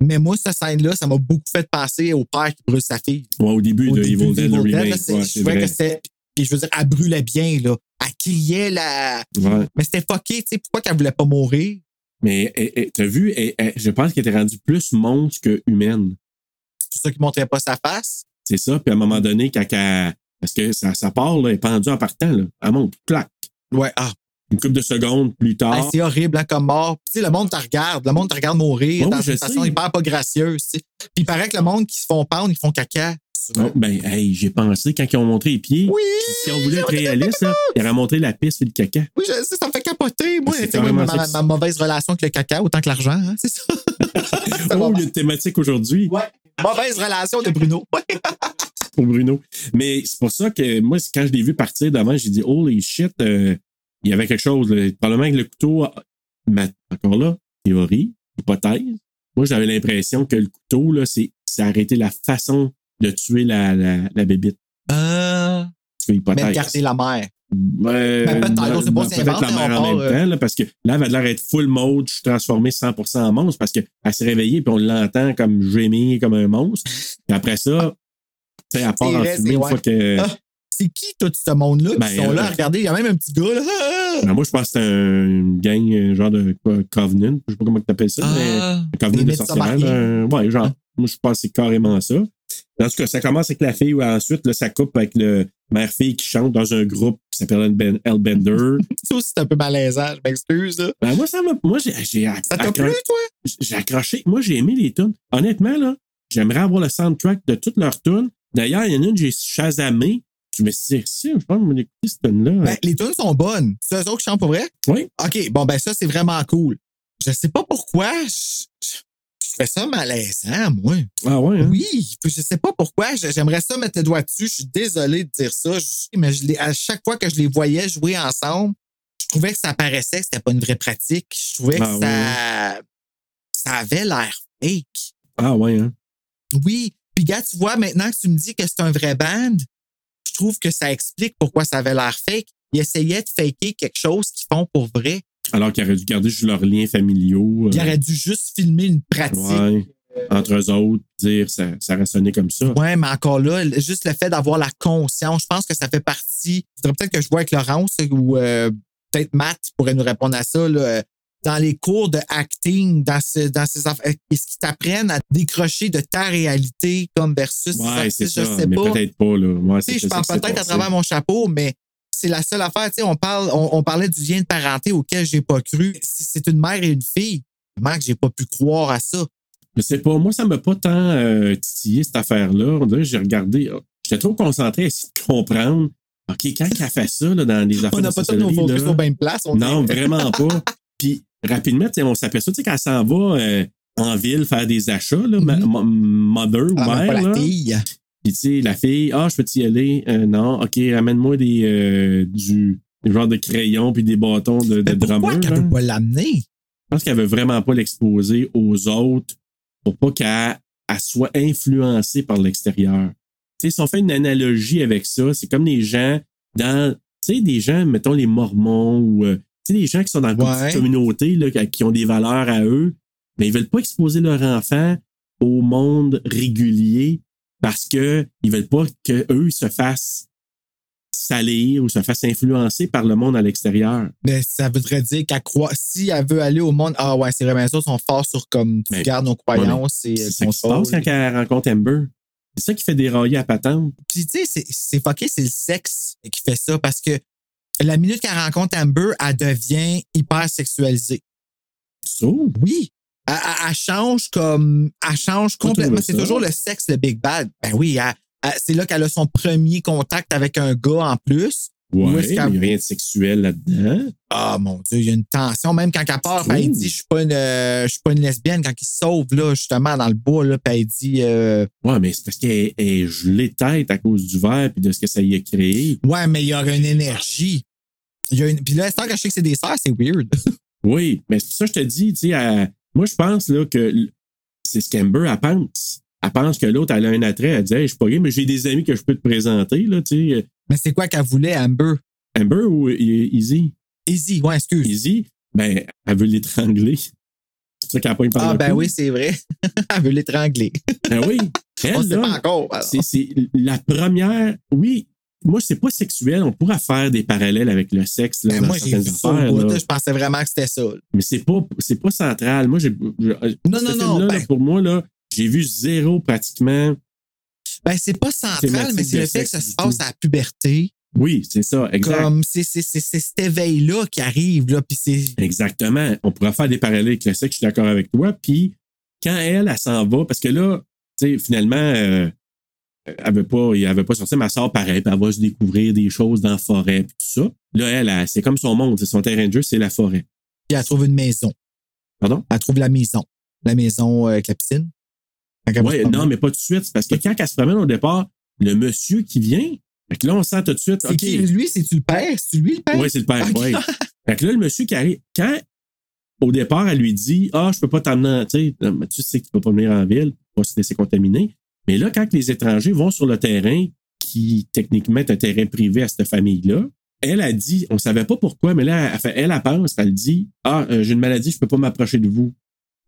Speaker 3: Mais moi, cette scène-là, ça m'a beaucoup fait penser au père qui brûle sa fille.
Speaker 4: Ouais, au début
Speaker 3: Au
Speaker 4: de
Speaker 3: début
Speaker 4: Evil Dead, le
Speaker 3: d'Evil Dead, là,
Speaker 4: remake.
Speaker 3: c'est-
Speaker 4: Ouais,
Speaker 3: je
Speaker 4: c'est
Speaker 3: trouvais
Speaker 4: vrai.
Speaker 3: que c'était. Puis je veux dire, elle brûlait bien, là. Elle criait, là.
Speaker 4: Ouais.
Speaker 3: Mais c'était fucké, tu sais. Pourquoi qu'elle voulait pas mourir?
Speaker 4: Mais elle- elle- t'as vu, elle- elle- je pense qu'elle était rendue plus monstre que humaine.
Speaker 3: C'est pour ça qu'il montrait pas sa face.
Speaker 4: C'est ça. Puis à un
Speaker 3: Mm.
Speaker 4: moment donné, quand elle- parce que ça, ça part, là, elle est pendue en partant, là. Elle monte, clac.
Speaker 3: Ouais, ah.
Speaker 4: Une couple de secondes plus
Speaker 3: Hey,
Speaker 4: tard.
Speaker 3: c'est horrible hein, comme mort. Puis, tu sais, le monde te regarde. Le monde te regarde mourir
Speaker 4: Oui,
Speaker 3: dans
Speaker 4: je
Speaker 3: une
Speaker 4: sais.
Speaker 3: façon hyper pas gracieuse. tu sais. Puis il paraît que le monde qui se font pendre, ils font caca.
Speaker 4: Oh, ben, hey, j'ai pensé quand ils ont montré les pieds.
Speaker 3: Oui!
Speaker 4: puis Si on voulait être réaliste, là, ils auraient montré la piste et le caca.
Speaker 3: Oui, je sais, ça me fait capoter. Moi,
Speaker 4: C'est
Speaker 3: tu sais, moi,
Speaker 4: carrément
Speaker 3: ma,
Speaker 4: ça.
Speaker 3: ma mauvaise relation avec le caca autant que l'argent, hein, c'est ça? C'est
Speaker 4: Oh,
Speaker 3: bon.
Speaker 4: il y a une thématique aujourd'hui.
Speaker 3: Mauvaise relation de Bruno. Ouais.
Speaker 4: pour Bruno. Mais c'est pour ça que moi, c'est quand je l'ai vu partir d'avant, j'ai dit Holy shit, euh, il y avait quelque chose. là. Probablement que le couteau, a- ma- encore là, théorie, hypothèse. Moi, j'avais l'impression que le couteau, là, c'est ça a arrêté la façon de tuer la, la, la bébite.
Speaker 3: Euh,
Speaker 4: Parce que
Speaker 3: mais
Speaker 4: hypothèse.
Speaker 3: garder la mère.
Speaker 4: Ouais,
Speaker 3: Mais Ben, peut-être, on sait pas si
Speaker 4: peut-être
Speaker 3: elle invente,
Speaker 4: la mère
Speaker 3: on
Speaker 4: en
Speaker 3: part,
Speaker 4: même
Speaker 3: euh.
Speaker 4: temps, là, parce que là, elle va l'air d'être full mode, je suis transformé 100% en monstre, parce qu'elle s'est réveillée, puis on l'entend comme gémir comme un monstre. Puis après ça, tu sais, à part en
Speaker 3: vrai,
Speaker 4: fumée,
Speaker 3: c'est
Speaker 4: une
Speaker 3: ouais.
Speaker 4: fois que.
Speaker 3: Ah. C'est qui tout ce monde-là
Speaker 4: Ben,
Speaker 3: qui sont là
Speaker 4: euh,
Speaker 3: à regarder? Il y a même un petit gars là. Ah!
Speaker 4: Ben, moi, je pense que c'est un une gang, euh, genre de quoi, Covenant. Je sais pas comment tu appelles ça, mais
Speaker 3: Ah.
Speaker 4: un Covenant
Speaker 3: des
Speaker 4: de
Speaker 3: Midsommar
Speaker 4: sorcières. là. euh, ouais, genre. Moi, je pense que c'est carrément ça. En tout cas, ça commence avec la fille, ou ensuite, là, ça coupe avec le mère-fille qui chante dans un groupe qui s'appelle Ben- Hellbender.
Speaker 3: Ça aussi, c'est un peu malaisant, je m'excuse. là.
Speaker 4: ben, moi, ça m'a. Moi, j'ai- j'ai
Speaker 3: Ça t'a plu,
Speaker 4: accro-
Speaker 3: toi?
Speaker 4: j'ai accroché. Moi, j'ai aimé les tunes. Honnêtement, là, j'aimerais avoir le soundtrack de toutes leurs tunes. D'ailleurs, il y en a une, que j'ai chasamé. Je me suis dit, si, je pense que je vais écouter cette tune-là.
Speaker 3: Ben, les tunes sont bonnes. C'est eux autres qui chantent pour vrai?
Speaker 4: Oui.
Speaker 3: OK, bon, ben ça, c'est vraiment cool. Je sais pas pourquoi je, je- je fais ça malaisant, moi.
Speaker 4: ah ouais, hein?
Speaker 3: Oui, je sais pas pourquoi. je- J'aimerais ça mettre le doigt dessus. Je suis désolé de dire ça. je- mais je les- à chaque fois que je les voyais jouer ensemble, je trouvais que ça paraissait que c'était pas une vraie pratique. Je trouvais que
Speaker 4: Ah oui,
Speaker 3: ça, ça avait l'air fake.
Speaker 4: Ah ouais, hein?
Speaker 3: Oui. Puis, gars, tu vois, maintenant que tu me dis que c'est un vrai band, je trouve que ça explique pourquoi ça avait l'air fake. Ils essayaient de faker quelque chose qu'ils font pour vrai.
Speaker 4: Alors qu'ils auraient dû garder juste leurs liens familiaux.
Speaker 3: Ils
Speaker 4: euh,
Speaker 3: auraient euh, dû juste filmer une pratique. Ouais.
Speaker 4: Ouais. Entre eux autres, dire ça, ça aurait sonné comme ça.
Speaker 3: mais encore là, le- juste le fait d'avoir la conscience, je pense que ça fait partie. Il faudrait peut-être que je vois avec Laurence ou euh, peut-être Matt qui pourrait nous répondre à ça. là, euh, Dans les cours de acting, dans, ce- dans ces affaires, est-ce qu'ils t'apprennent à décrocher de ta réalité comme versus
Speaker 4: Ouais, c'est ça.
Speaker 3: je sais
Speaker 4: mais
Speaker 3: pas.
Speaker 4: peut-être pas, là. Ouais,
Speaker 3: Tu
Speaker 4: c'est
Speaker 3: sais,
Speaker 4: ça
Speaker 3: je parle
Speaker 4: qui s'est
Speaker 3: peut-être à
Speaker 4: passé.
Speaker 3: travers mon chapeau, mais c'est la seule affaire. Tu sais, on, parle, on, on parlait du lien de parenté auquel j'ai pas cru. Si c'est une mère et une fille, comment que j'ai pas pu croire à ça?
Speaker 4: Je sais pas. Moi, ça m'a pas tant oh, euh, titillé, cette affaire-là. On dirait que j'ai regardé. euh, J'étais trop concentré à essayer de comprendre. OK, quand elle fait ça, là, dans les affaires
Speaker 3: On n'a
Speaker 4: de
Speaker 3: pas tous nos
Speaker 4: sorcellerie,
Speaker 3: focus ben
Speaker 4: là,
Speaker 3: aux mêmes places. on
Speaker 4: Non,
Speaker 3: dirait.
Speaker 4: vraiment pas. Puis rapidement, tu sais, on s'appelle ça, tu sais, quand elle s'en va euh, en ville faire des achats, là, ma-
Speaker 3: Mhm.
Speaker 4: mo- mother ou
Speaker 3: Elle ramène
Speaker 4: mère.
Speaker 3: Ah, ben, pas
Speaker 4: là.
Speaker 3: la fille.
Speaker 4: Puis tu sais, la fille, ah, je peux-tu y aller? Euh, non, OK, amène-moi des euh, du des genres de crayons puis des bâtons de, de
Speaker 3: Mais pourquoi
Speaker 4: drummer,
Speaker 3: qu'elle
Speaker 4: là.
Speaker 3: peut pas l'amener?
Speaker 4: Je pense qu'elle veut vraiment pas l'exposer aux autres pour pas qu'elle elle soit influencée par l'extérieur. Tu sais, si on fait une analogie avec ça, c'est comme les gens dans, tu sais, des gens, mettons les Mormons ou, euh, tu sais, les gens qui sont dans une
Speaker 3: Ouais.
Speaker 4: petite communauté, là, qui- qui ont des valeurs à eux, mais ils veulent pas exposer leur enfant au monde régulier parce que ils veulent pas que eux se fassent salir ou se fassent influencer par le monde à l'extérieur.
Speaker 3: Mais ça voudrait dire qu'elle croit. Si elle veut aller au monde, ah ouais, c'est vraiment ça, ils sont forts sur comme tu
Speaker 4: Mais-
Speaker 3: gardes nos croyances et euh,
Speaker 4: C'est
Speaker 3: le
Speaker 4: ça qui euh, se passe quand
Speaker 3: contrôle.
Speaker 4: elle rencontre Amber. C'est ça qui fait dérailler à patente.
Speaker 3: Puis tu sais, c'est- c'est fucké, c'est le sexe qui fait ça parce que la minute qu'elle rencontre Amber, elle devient hyper sexualisée.
Speaker 4: Tu trouves?
Speaker 3: Oui. Elle, elle- elle change comme. Elle change
Speaker 4: Pas
Speaker 3: complètement.
Speaker 4: trouvé
Speaker 3: C'est
Speaker 4: ça.
Speaker 3: toujours le sexe, le Big Bad. Ben oui, elle- elle- c'est là qu'elle a son premier contact avec un gars en plus.
Speaker 4: Ouais,
Speaker 3: Où est-ce
Speaker 4: mais il n'y a
Speaker 3: qu'elle-
Speaker 4: rien de sexuel là-dedans.
Speaker 3: Ah mon Dieu, il y a une tension. Même quand elle part,
Speaker 4: Tu
Speaker 3: ben, elle
Speaker 4: trouves?
Speaker 3: dit Je suis pas une euh, je suis pas une lesbienne. Quand il se sauve, là, justement, dans le bois, là, puis elle dit euh,
Speaker 4: Ouais, mais c'est parce qu'elle elle est gelée de tête à cause du verre et de ce que ça y a créé.
Speaker 3: Ouais, mais il y aura une énergie. Il y a une... Puis là, tant que je sais que c'est des sœurs, c'est weird.
Speaker 4: Oui, mais c'est pour ça que je te dis, tu sais, elle- moi, je pense là, que l- c'est ce qu'Amber, elle pense. Elle pense que l'autre, elle a un attrait. Elle dit, Hey, je suis pas gay, mais j'ai des amis que je peux te présenter, là, tu sais. euh,
Speaker 3: mais c'est quoi qu'elle voulait, Amber?
Speaker 4: Amber ou euh, Easy?
Speaker 3: Easy, ouais, excuse.
Speaker 4: Easy, ben, elle veut l'étrangler. C'est pour ça qu'elle a pas une
Speaker 3: Ah, ben oui, c'est vrai. elle veut l'étrangler.
Speaker 4: Ben oui. Elle,
Speaker 3: On sait
Speaker 4: là,
Speaker 3: pas encore. alors.
Speaker 4: C'est, c'est la première. Oui, moi, c'est pas sexuel. On pourra faire des parallèles avec le sexe là,
Speaker 3: Ben,
Speaker 4: dans
Speaker 3: moi, j'ai
Speaker 4: certaines
Speaker 3: vu ça
Speaker 4: affaires,
Speaker 3: au bout,
Speaker 4: là.
Speaker 3: là, Je pensais vraiment que c'était ça. là.
Speaker 4: mais c'est pas, c'est pas central. Moi, j'ai. je-
Speaker 3: Non,
Speaker 4: ce
Speaker 3: non,
Speaker 4: film-là,
Speaker 3: non.
Speaker 4: là,
Speaker 3: Ben,
Speaker 4: pour moi, là, j'ai vu zéro pratiquement.
Speaker 3: ben, c'est pas central,
Speaker 4: Thématique
Speaker 3: mais c'est
Speaker 4: de
Speaker 3: le fait
Speaker 4: sexe
Speaker 3: que ça se
Speaker 4: du
Speaker 3: passe
Speaker 4: tout.
Speaker 3: à la puberté.
Speaker 4: Oui, c'est ça, exact.
Speaker 3: Comme c'est c'est- c'est- c'est cet éveil-là qui arrive, là, puis c'est.
Speaker 4: Exactement. On pourra faire des parallèles avec le sexe, je suis d'accord avec toi. Puis quand elle, elle s'en va, parce que là, tu sais, finalement, euh, elle veut pas, elle veut pas sortir, mais elle sort pareil, puis elle va se découvrir des choses dans la forêt, puis tout ça. Là, elle, elle, c'est comme son monde, c'est son terrain de jeu, c'est la forêt.
Speaker 3: Puis elle trouve une maison.
Speaker 4: Pardon?
Speaker 3: Elle trouve la maison. La maison euh, avec la piscine. Quand elle va se
Speaker 4: Ouais,
Speaker 3: promener.
Speaker 4: non, mais pas tout de suite. c'est Parce que quand elle se promène au départ, le monsieur qui vient, fait que là, on sent tout de suite,
Speaker 3: C'est
Speaker 4: OK.
Speaker 3: qui, lui, Ah, c'est-tu le père? C'est lui le père?
Speaker 4: Oui, c'est le père.
Speaker 3: Ok.
Speaker 4: ouais. Fait que là, le monsieur qui arrive, quand au départ, elle lui dit Ah, je peux pas t'emmener, en- tu sais, non, mais tu sais que tu peux pas venir en ville, tu vas se laisser contaminer. Mais là, quand les étrangers vont sur le terrain, qui techniquement est un terrain privé à cette famille-là, elle a dit, on savait pas pourquoi, mais là, elle, fait- elle, elle pense, elle dit Ah, euh, j'ai une maladie, je peux pas m'approcher de vous.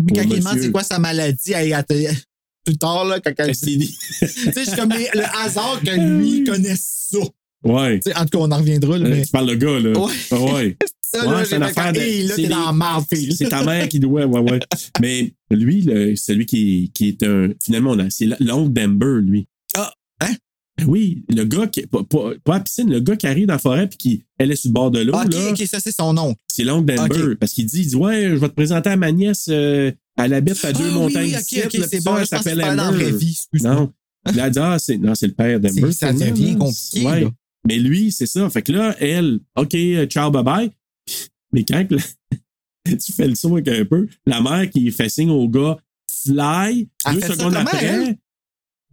Speaker 3: Puis quand
Speaker 4: Oh,
Speaker 3: il demande
Speaker 4: monsieur.
Speaker 3: c'est quoi sa maladie, elle, elle te- plus tard, là, quand elle dit.
Speaker 4: STD.
Speaker 3: Tu sais, je suis comme les- le hasard que lui connaisse ça. Tu
Speaker 4: Ouais.
Speaker 3: sais, en tout cas, on en reviendra, là,
Speaker 4: Euh,
Speaker 3: mais
Speaker 4: tu parles le gars, là.
Speaker 3: Ouais.
Speaker 4: Ah ouais.
Speaker 3: ça,
Speaker 4: ouais,
Speaker 3: là,
Speaker 4: c'est
Speaker 3: j'ai
Speaker 4: une
Speaker 3: fait
Speaker 4: affaire
Speaker 3: comme,
Speaker 4: de-
Speaker 3: Hey, là,
Speaker 4: c'est
Speaker 3: t'es
Speaker 4: des-
Speaker 3: dans la marde, fille.
Speaker 4: C'est ta mère qui doit, ouais, ouais. Mais lui, le- celui qui, qui est un. Finalement, on a- c'est l'oncle d'Amber, lui.
Speaker 3: Ah, hein?
Speaker 4: Ben oui, le gars qui. Pas, pas, pas à la piscine, le gars qui arrive dans la forêt puis qui. Elle est sur le bord de l'eau,
Speaker 3: Ah, Ok,
Speaker 4: là.
Speaker 3: ok, ça, c'est son nom.
Speaker 4: C'est l'oncle d'Amber. Parce qu'il dit, il dit, ouais, je vais te présenter à ma nièce. euh, elle habite à
Speaker 3: Ah,
Speaker 4: deux
Speaker 3: oui,
Speaker 4: montagnes.
Speaker 3: oui,
Speaker 4: d'ici,
Speaker 3: ok, ok,
Speaker 4: là, puis
Speaker 3: c'est bon.
Speaker 4: ça,
Speaker 3: Je
Speaker 4: elle
Speaker 3: pense qu'il
Speaker 4: s'appelle
Speaker 3: parlait dans la vraie
Speaker 4: Amber.
Speaker 3: vie, excuse-moi.
Speaker 4: Non. Là, elle dit, ah, c'est, non, c'est le père d'Amber.
Speaker 3: C'est- ça
Speaker 4: finalement,
Speaker 3: devient
Speaker 4: là.
Speaker 3: compliqué,
Speaker 4: Ouais.
Speaker 3: là.
Speaker 4: Mais lui, c'est ça. Fait que là, elle, OK, euh, ciao, bye-bye. Mais quand que la- tu fais le son avec un peu, la mère qui fait signe au gars, fly,
Speaker 3: Elle
Speaker 4: deux
Speaker 3: fait ça
Speaker 4: secondes
Speaker 3: comment,
Speaker 4: après,
Speaker 3: elle?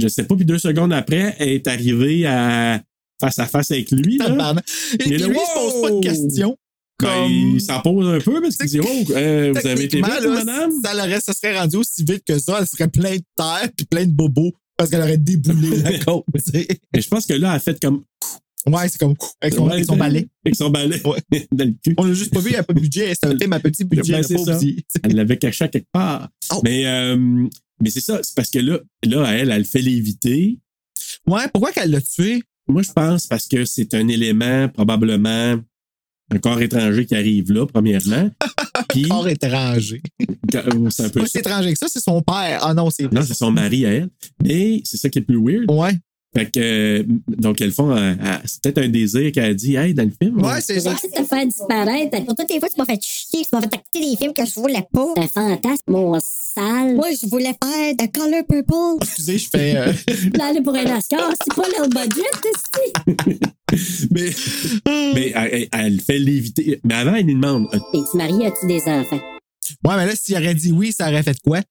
Speaker 4: je sais pas, puis deux secondes après, elle est arrivée à face à face avec lui. Là.
Speaker 3: Tabarnak. Et
Speaker 4: Mais
Speaker 3: puis
Speaker 4: là,
Speaker 3: lui, il se pose pas de
Speaker 4: wow!
Speaker 3: questions.
Speaker 4: Ben,
Speaker 3: Comme-
Speaker 4: il s'en pose un peu parce qu'il dit, oh, euh, vous avez été
Speaker 3: Techniquement,
Speaker 4: vite,
Speaker 3: là,
Speaker 4: madame?
Speaker 3: si elle aurait- ça serait rendu aussi vite que ça, elle serait pleine de terre puis pleine de bobos parce qu'elle aurait déboulé la côte. tu sais.
Speaker 4: Mais je pense que là, elle a fait comme.
Speaker 3: Ouais, c'est comme avec son, avec son balai.
Speaker 4: Avec son balai. dans le cul.
Speaker 3: On l'a juste pas vu, il n'y a pas de budget. C'est un thème à petit budget.
Speaker 4: Ben,
Speaker 3: le
Speaker 4: c'est
Speaker 3: pauvre
Speaker 4: ça.
Speaker 3: dit.
Speaker 4: Elle l'avait caché à quelque part.
Speaker 3: Oh.
Speaker 4: Mais, euh, mais c'est ça, c'est parce que là, là, elle, elle le fait léviter.
Speaker 3: Ouais, pourquoi qu'elle l'a tué?
Speaker 4: Moi, je pense parce que c'est un élément, probablement, un corps étranger qui arrive là, premièrement. Puis,
Speaker 3: Corps étranger.
Speaker 4: quand- c'est un peu
Speaker 3: Pas
Speaker 4: ça.
Speaker 3: si étranger que ça, c'est son père. Ah non, c'est.
Speaker 4: Non, c'est son mari à elle. Mais c'est ça qui est le plus weird.
Speaker 3: Ouais.
Speaker 4: Fait que, euh, donc, elles font, euh, euh, c'est peut-être un désir qu'elle a dit, hey, dans le film.
Speaker 3: Ouais, c'est ça.
Speaker 2: Arrête de te faire disparaître. Pour toutes les fois, tu m'as fait chier, tu m'as fait écouter des films que je voulais pas. C'est un fantasme, mon sale. Moi, je voulais faire de Color Purple.
Speaker 3: Excusez, je fais. euh,
Speaker 2: Je voulais aller pour un Oscar. C'est pas le budget, ici.
Speaker 4: mais, mais elle, elle- elle fait léviter. Mais avant, elle lui demande euh,
Speaker 2: Et tu maries, as-tu des enfants?
Speaker 3: Ouais, mais là, s'il aurait dit oui, ça aurait fait quoi?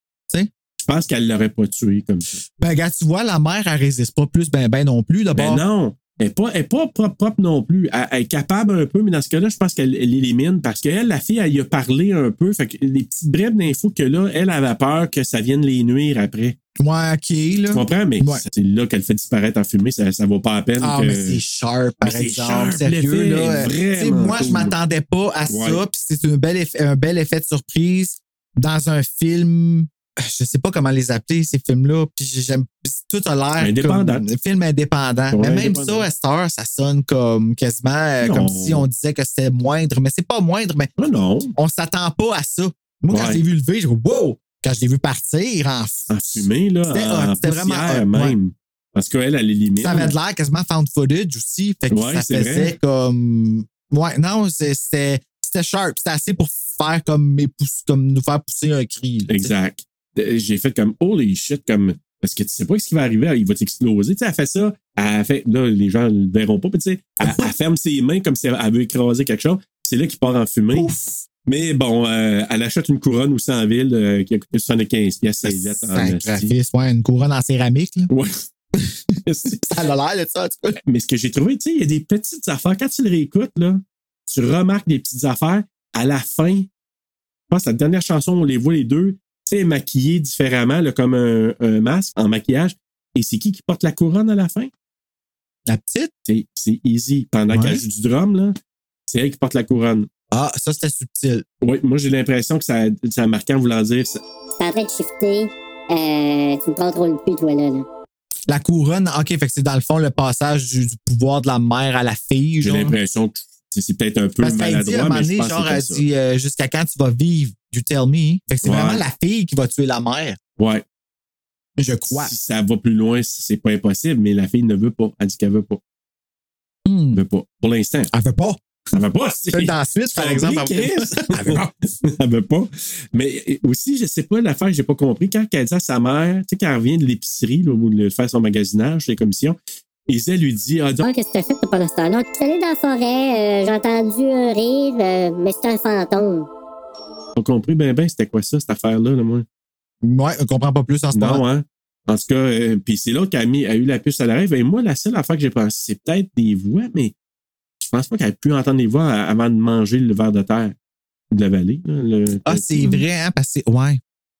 Speaker 4: Je pense qu'elle l'aurait pas tué comme ça.
Speaker 3: Ben, gars, tu vois, la mère, elle résiste pas plus, ben, ben non plus,
Speaker 4: Ben
Speaker 3: d'abord.
Speaker 4: non, elle n'est pas, elle est pas propre, propre non plus. Elle, elle est capable un peu, mais dans ce cas-là, je pense qu'elle elle l'élimine parce qu'elle, la fille, elle y a parlé un peu. Fait que les petites brèves d'infos que là, elle avait peur que ça vienne les nuire après.
Speaker 3: Ouais, ok,
Speaker 4: Tu
Speaker 3: là.
Speaker 4: comprends? Mais
Speaker 3: Ouais.
Speaker 4: c'est là qu'elle fait disparaître en fumée. Ça ne vaut pas la peine.
Speaker 3: Ah,
Speaker 4: que-
Speaker 3: mais c'est sharp,
Speaker 4: Mais
Speaker 3: par
Speaker 4: c'est
Speaker 3: exemple.
Speaker 4: sharp,
Speaker 3: Sérieux,
Speaker 4: l'effet
Speaker 3: là.
Speaker 4: est
Speaker 3: Tu sais,
Speaker 4: vraiment
Speaker 3: moi, je
Speaker 4: cool.
Speaker 3: m'attendais pas à
Speaker 4: Ouais.
Speaker 3: ça, puis c'est un bel, eff- un bel effet de surprise dans un film. euh, Je sais pas comment les appeler, ces films-là. Puis j'aime. Tout a l'air.
Speaker 4: Indépendant.
Speaker 3: comme Un film indépendant.
Speaker 4: Ouais,
Speaker 3: mais même
Speaker 4: indépendant.
Speaker 3: ça, à cette heure, ça sonne comme quasiment euh,
Speaker 4: Non.
Speaker 3: comme si on disait que c'était moindre. Mais c'est pas moindre, mais
Speaker 4: Ah non,
Speaker 3: on s'attend pas à ça. Moi, quand
Speaker 4: Ouais.
Speaker 3: je l'ai vu lever, j'ai dit wow! Quand je l'ai vu partir en
Speaker 4: en fumée, là.
Speaker 3: C'était
Speaker 4: en-
Speaker 3: hot,
Speaker 4: en
Speaker 3: c'était vraiment
Speaker 4: poussière
Speaker 3: hot, ouais.
Speaker 4: même. Parce qu'elle, elle l'élimine.
Speaker 3: Ça avait de l'air quasiment found footage aussi. Fait que
Speaker 4: Ouais,
Speaker 3: ça
Speaker 4: c'est
Speaker 3: faisait
Speaker 4: vrai.
Speaker 3: comme. Ouais, non, c'est- c'était c'était sharp. C'était assez pour faire comme, épous- comme nous faire pousser un cri. là,
Speaker 4: Exact. Euh, J'ai fait comme holy shit, comme parce que tu sais pas ce qui va arriver, il va t'exploser. Tu sais, elle fait ça, elle fait, là, les gens le verront pas, mais tu sais, elle, elle ferme ses mains comme si elle avait écrasé quelque chose. C'est là qu'il part en
Speaker 3: tu sais.
Speaker 4: fumée.
Speaker 3: Ouf!
Speaker 4: Mais bon, euh, elle achète une couronne aussi en ville euh, qui a coûté 75 pièces,
Speaker 3: C'est
Speaker 4: ses lettres en
Speaker 3: un
Speaker 4: esti.
Speaker 3: graphisme, ouais, une couronne en céramique. Là.
Speaker 4: Ouais. Esti.
Speaker 3: Ça a l'air de ça, en tout cas.
Speaker 4: mais ce que j'ai trouvé, tu sais, il y a des petites affaires. Quand tu le réécoutes, là, tu remarques des petites affaires. À la fin, je pense que la dernière chanson, on les voit les deux, tu sais, maquillés différemment, là, comme un, un masque en maquillage. Et c'est qui qui porte la couronne à la fin?
Speaker 3: La petite?
Speaker 4: C'est c'est easy. Pendant
Speaker 3: Ouais.
Speaker 4: qu'elle joue du drum, là, c'est elle qui porte la couronne.
Speaker 3: Ah, ça, c'était subtil.
Speaker 4: Oui, moi, j'ai l'impression que ça, ça a marqué en voulant dire. ça-
Speaker 2: T'es en train de shifter. Euh, tu me contrôles plus, toi, là. là.
Speaker 3: La couronne, OK, fait que c'est dans le fond le passage du, du pouvoir de la mère à la fille.
Speaker 4: J'ai
Speaker 3: genre.
Speaker 4: l'impression que c'est c'est peut-être un peu
Speaker 3: Parce qu'elle dit à
Speaker 4: maladroit,
Speaker 3: un moment
Speaker 4: mais je
Speaker 3: donné,
Speaker 4: pense
Speaker 3: genre,
Speaker 4: que
Speaker 3: elle
Speaker 4: c'est ça.
Speaker 3: dit euh, jusqu'à quand tu vas vivre, you tell me. Fait que c'est
Speaker 4: Ouais.
Speaker 3: vraiment la fille qui va tuer la mère,
Speaker 4: Ouais.
Speaker 3: je crois.
Speaker 4: Si ça va plus loin, c'est pas impossible, mais la fille ne veut pas. Elle dit qu'elle veut pas.
Speaker 3: Hmm.
Speaker 4: Elle veut pas. Pour l'instant,
Speaker 3: Elle veut pas.
Speaker 4: ça va pas. c'est-
Speaker 3: Peut-être dans la Suisse, par exemple.
Speaker 4: Chris. Ah,
Speaker 3: elle veut pas.
Speaker 4: Elle veut pas. Mais aussi, je sais pas, l'affaire que j'ai pas compris, quand elle dit à sa mère, tu sais, quand elle revient de l'épicerie, là, où elle fait son magasinage, les commissions, Isa lui dit, ah, donc,
Speaker 2: Ah, qu'est-ce que t'as fait pendant ce temps-là? Je suis allé dans la forêt, euh, j'ai entendu un rire, euh, mais c'était un fantôme.
Speaker 4: t'as compris, ben, ben, c'était quoi ça, cette affaire-là, là, moi?
Speaker 3: Ouais, on comprend pas plus en ce moment.
Speaker 4: Non, hein? En tout cas, euh, puis c'est là qu'elle a, mis- a eu la puce à l'oreille. Et moi, la seule affaire que j'ai pensé, c'est peut-être des voix, mais je pense pas qu'elle a pu entendre les voix a- avant de manger le verre de terre de la vallée. là, le-
Speaker 3: Ah, c'est vrai, hein, parce que. c'est- Ouais.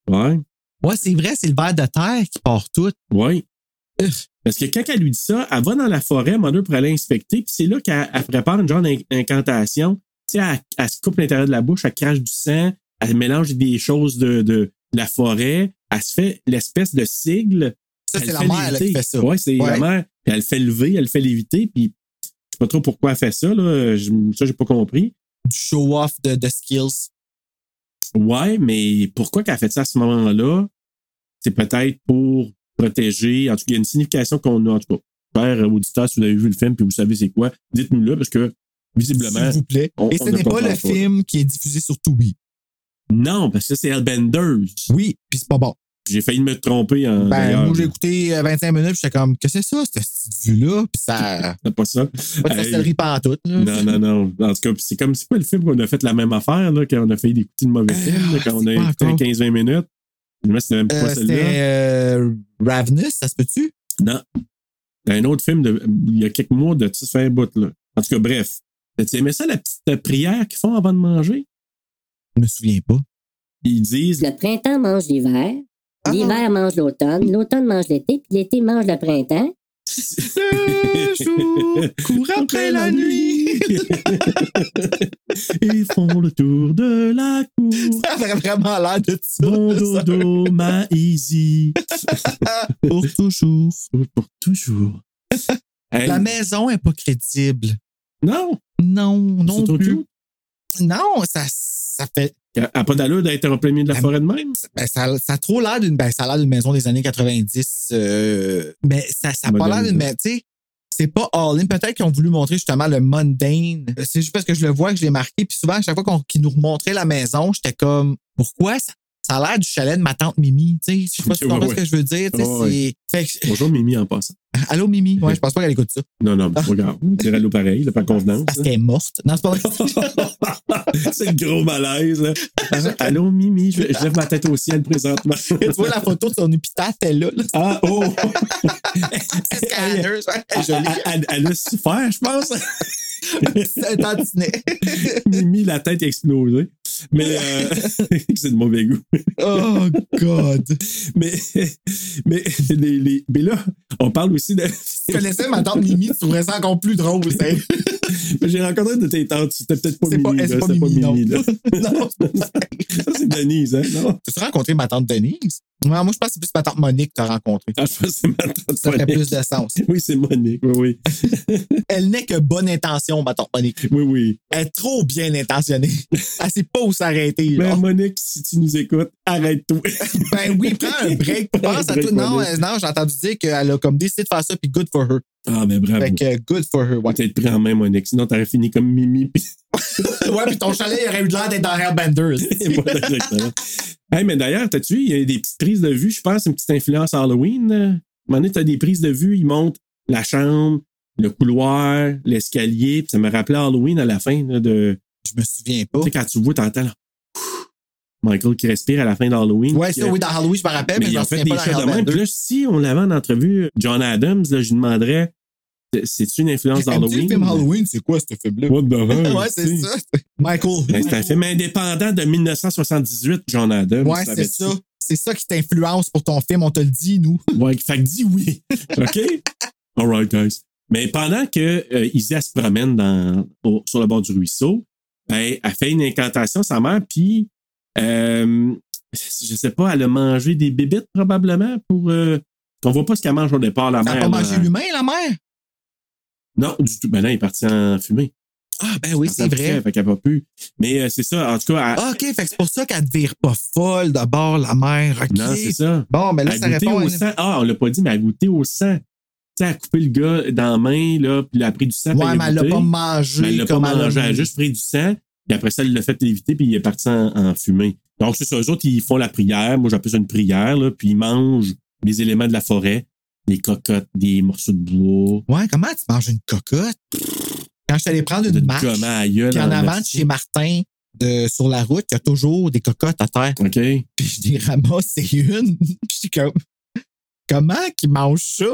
Speaker 4: Ouais.
Speaker 3: Ouais, c'est vrai, c'est le verre de terre qui part tout.
Speaker 4: Oui.
Speaker 3: Ugh.
Speaker 4: Parce que quand elle lui dit ça, elle va dans la forêt, Mother, pour aller inspecter, puis c'est là qu'elle elle prépare une genre d'in- incantation. Tu sais, elle, elle se coupe l'intérieur de la bouche, elle crache du sang, elle mélange des choses de, de la forêt, elle se fait l'espèce de sigle.
Speaker 3: Ça, c'est la mère là, qui fait ça.
Speaker 4: Oui, c'est la
Speaker 3: Ouais.
Speaker 4: mère. Puis elle le fait lever, elle le fait léviter, puis je sais pas trop pourquoi elle fait ça, là. Je- ça, j'ai pas compris.
Speaker 3: Du show-off de, de skills.
Speaker 4: Ouais, mais pourquoi qu'elle a fait ça à ce moment-là? C'est peut-être pour protéger. En tout cas, il y a une signification qu'on a. En tout cas, Père euh, auditeur, si vous avez vu le film puis vous savez c'est quoi, dites-nous-le parce que visiblement.
Speaker 3: S'il vous plaît.
Speaker 4: on-
Speaker 3: Et
Speaker 4: on
Speaker 3: ce
Speaker 4: ne
Speaker 3: n'est pas
Speaker 4: comprend
Speaker 3: le
Speaker 4: pas.
Speaker 3: film qui est diffusé sur Tubi.
Speaker 4: Non, parce que c'est Hellbenders.
Speaker 3: Oui, puis c'est pas bon.
Speaker 4: J'ai failli me tromper en.
Speaker 3: Ben,
Speaker 4: d'ailleurs.
Speaker 3: moi, j'ai écouté euh, 25 minutes, puis j'étais comme, que c'est ça, cette petite vue-là? Puis ça.
Speaker 4: C'est pas ça.
Speaker 3: Pas de
Speaker 4: Hey.
Speaker 3: facellerie pantoute, là.
Speaker 4: Non, non, non. En tout cas, puis c'est comme c'est quoi le film qu'on a fait la même affaire, là, qu'on a failli écouter le mauvais
Speaker 3: Euh,
Speaker 4: film, là, quand on a
Speaker 3: c'est quoi
Speaker 4: écouté
Speaker 3: encore?
Speaker 4: 15-20 minutes. Je me souviens même pas
Speaker 3: Euh,
Speaker 4: celle-là.
Speaker 3: C'était euh, Ravenous, ça se peut-tu?
Speaker 4: Non. Un autre film de, il y a quelques mois de ça, ça fait un bout, là. En tout cas, bref. Tu aimé ça, la petite euh, prière qu'ils font avant de manger?
Speaker 3: Je me souviens pas.
Speaker 4: Ils disent,
Speaker 2: Le printemps mange l'hiver, l'hiver mange l'automne, l'automne mange l'été, puis l'été mange le printemps.
Speaker 3: Le jour court après la nuit.
Speaker 4: ils font le tour de la cour.
Speaker 3: Ça avait vraiment l'air de ça.
Speaker 4: Bon
Speaker 3: ça.
Speaker 4: dodo, ma easy.
Speaker 3: Pour toujours.
Speaker 4: Pour toujours. Hey,
Speaker 3: La maison est pas crédible.
Speaker 4: Non,
Speaker 3: Non, non
Speaker 4: c'est trop
Speaker 3: plus.
Speaker 4: cute.
Speaker 3: Non, ça, ça fait.
Speaker 4: Elle a pas d'allure d'être en plein milieu de la
Speaker 3: La-
Speaker 4: forêt de même.
Speaker 3: ben, ça, ça a trop l'air d'une. Ben, ça a l'air d'une maison des années 90. euh, mais ça n'a pas l'air d'une.
Speaker 4: Moderne.
Speaker 3: Mais tu sais, c'est pas all-in. Peut-être qu'ils ont voulu montrer justement le mundane. Euh, C'est juste parce que je le vois que je l'ai marqué. Puis souvent, à chaque fois qu'on- qu'ils nous remontraient la maison, j'étais comme, pourquoi ça, ça a l'air du chalet de ma tante Mimi. Tu sais, je sais pas si tu
Speaker 4: Ok,
Speaker 3: comprends
Speaker 4: ouais,
Speaker 3: ce que je veux dire. Tu sais,
Speaker 4: Ouais, ouais.
Speaker 3: c'est. Fait que-
Speaker 4: Bonjour Mimi en passant.
Speaker 3: Allô, Mimi? Ouais, je pense pas qu'elle écoute ça.
Speaker 4: Non, non, mais regarde, on dirait l'eau pareil, là, par convenance.
Speaker 3: Parce qu'elle est morte. Non, c'est pas vrai.
Speaker 4: c'est le gros malaise. Là. Allô Mimi, je, je lève ma tête au ciel présentement.
Speaker 3: tu vois la photo de son épitaphe, elle est là. là.
Speaker 4: Ah, oh!
Speaker 3: C'est scanneuse. Ouais, elle est
Speaker 4: Elle,
Speaker 3: jolie.
Speaker 4: elle- elle a souffert, je pense.
Speaker 3: C'est un tantinet.
Speaker 4: Mimi, la tête est explosée. Mais euh, c'est de mauvais goût.
Speaker 3: Oh, God.
Speaker 4: Mais, mais, les- les- mais là, on parle aussi de.
Speaker 3: Tu connaissais ma tante Mimi, tu trouverais ça encore plus drôle. C'est
Speaker 4: J'ai rencontré de tes tantes, c'était peut-être pas
Speaker 3: c'est
Speaker 4: Mimi.
Speaker 3: pas,
Speaker 4: là,
Speaker 3: c'est pas
Speaker 4: c'était
Speaker 3: Mimi, non.
Speaker 4: là.
Speaker 3: non.
Speaker 4: Ça, c'est Denise, hein? Non?
Speaker 3: T'as-tu rencontré ma tante Denise? Ouais, moi, je pense que c'est plus ma tante Monique que t'as rencontré.
Speaker 4: Ah, je pense que c'est ma tante
Speaker 3: Ça ferait
Speaker 4: Monique.
Speaker 3: plus de sens.
Speaker 4: Oui, c'est Monique. Oui, oui.
Speaker 3: Elle n'est que bonne intention, ma tante Monique.
Speaker 4: Oui, oui.
Speaker 3: Elle est trop bien intentionnée. Elle sait pas où s'arrêter.
Speaker 4: Mais
Speaker 3: là.
Speaker 4: Monique, si tu nous écoutes, arrête-toi.
Speaker 3: Ben oui, prends un break. Pense à
Speaker 4: break,
Speaker 3: tout. Non,
Speaker 4: Monique.
Speaker 3: euh, non j'ai entendu dire qu'elle a comme décidé de faire ça, puis good for her.
Speaker 4: Ah, mais bravo.
Speaker 3: Fait que good for her. Ouais,
Speaker 4: Peut-être pris en main, Monique. Sinon, t'aurais fini comme Mimi. puis-
Speaker 3: ouais puis ton chalet il aurait eu de l'air d'être dans Hellbenders.
Speaker 4: Voilà, exactement. hey, mais d'ailleurs, t'as-tu vu, il y a des petites prises de vue, je pense, une petite influence Halloween. là. À un moment donné, t'as des prises de vue, ils montent la chambre, le couloir, l'escalier. Puis ça me rappelait Halloween à la fin là, de.
Speaker 3: Je me souviens pas.
Speaker 4: Tu sais, quand tu vois, t'entends là, ouf, Michael qui respire à la fin d'Halloween.
Speaker 3: Ouais,
Speaker 4: Puis,
Speaker 3: ça,
Speaker 4: euh,
Speaker 3: oui, dans Halloween, je me rappelle, mais,
Speaker 4: Mais
Speaker 3: je
Speaker 4: ils
Speaker 3: me
Speaker 4: ont fait
Speaker 3: souviens
Speaker 4: des
Speaker 3: pas
Speaker 4: choses
Speaker 3: dans
Speaker 4: de même. Puis
Speaker 3: Hellbenders.
Speaker 4: là, si on l'avait en entrevue, euh, John Adams, là, je lui demanderais c'est-tu une influence
Speaker 3: Aimes-tu
Speaker 4: d'Halloween
Speaker 3: le film Halloween, c'est quoi ce film-là?
Speaker 4: What the hell,
Speaker 3: ouais,
Speaker 4: tu
Speaker 3: c'est
Speaker 4: sais?
Speaker 3: ça. Michael.
Speaker 4: Ben, c'est un film indépendant de 1978, John Adams.
Speaker 3: Ouais, c'est
Speaker 4: savais-tu?
Speaker 3: ça. C'est ça qui t'influence pour ton film, on te le dit, nous.
Speaker 4: Ouais, fait que dis oui. OK? All right, guys. Mais pendant que euh, Isia se promène dans, au- sur le bord du ruisseau, ben, elle fait une incantation, sa mère, puis euh, je sais pas, elle a mangé des bébites probablement pour. Euh, on voit pas ce qu'elle mange au départ, la
Speaker 3: T'as
Speaker 4: mère.
Speaker 3: pas
Speaker 4: là.
Speaker 3: mangé l'humain, la mère?
Speaker 4: Non, du tout. Ben non, il est parti en fumée.
Speaker 3: Ah, ben oui,
Speaker 4: Elle
Speaker 3: c'est
Speaker 4: s'en foutait,
Speaker 3: vrai.
Speaker 4: Fait qu'elle a pas pu. Mais euh, c'est ça, en tout cas. elle-
Speaker 3: Ah, OK, fait que c'est pour ça qu'elle ne vire pas folle d'abord, la mère. OK.
Speaker 4: Non, c'est ça.
Speaker 3: Bon, mais là,
Speaker 4: Elle
Speaker 3: ça
Speaker 4: a goûté
Speaker 3: répond à
Speaker 4: au
Speaker 3: une-
Speaker 4: sang. Ah, on l'a pas dit, mais elle a goûté au sang. Tu sais, elle a coupé le gars dans la main, là, puis elle a pris du sang. puis
Speaker 3: Ouais, mais elle
Speaker 4: a
Speaker 3: l'a
Speaker 4: goûté.
Speaker 3: pas mangé.
Speaker 4: Mais elle l'a pas
Speaker 3: comme a
Speaker 4: mangé. Elle a
Speaker 3: mis.
Speaker 4: juste pris du sang, puis après ça, elle l'a fait éviter, puis il est parti en, en fumée. Donc, c'est ça. Eux autres, ils font la prière. Moi, j'appelle ça une prière, là, puis ils mangent les éléments de la forêt, des cocottes, des morceaux de bois,
Speaker 3: Ouais, comment tu manges une cocotte? Quand je suis allé prendre
Speaker 4: de
Speaker 3: une marche,
Speaker 4: gomme à la gueule. euh,
Speaker 3: puis en avant de
Speaker 4: merci.
Speaker 3: chez Martin, de, sur la route, il y a toujours des cocottes à terre.
Speaker 4: OK.
Speaker 3: Puis je dis, ramasse, c'est une. Puis je suis comme, comment qu'ils mangent ça?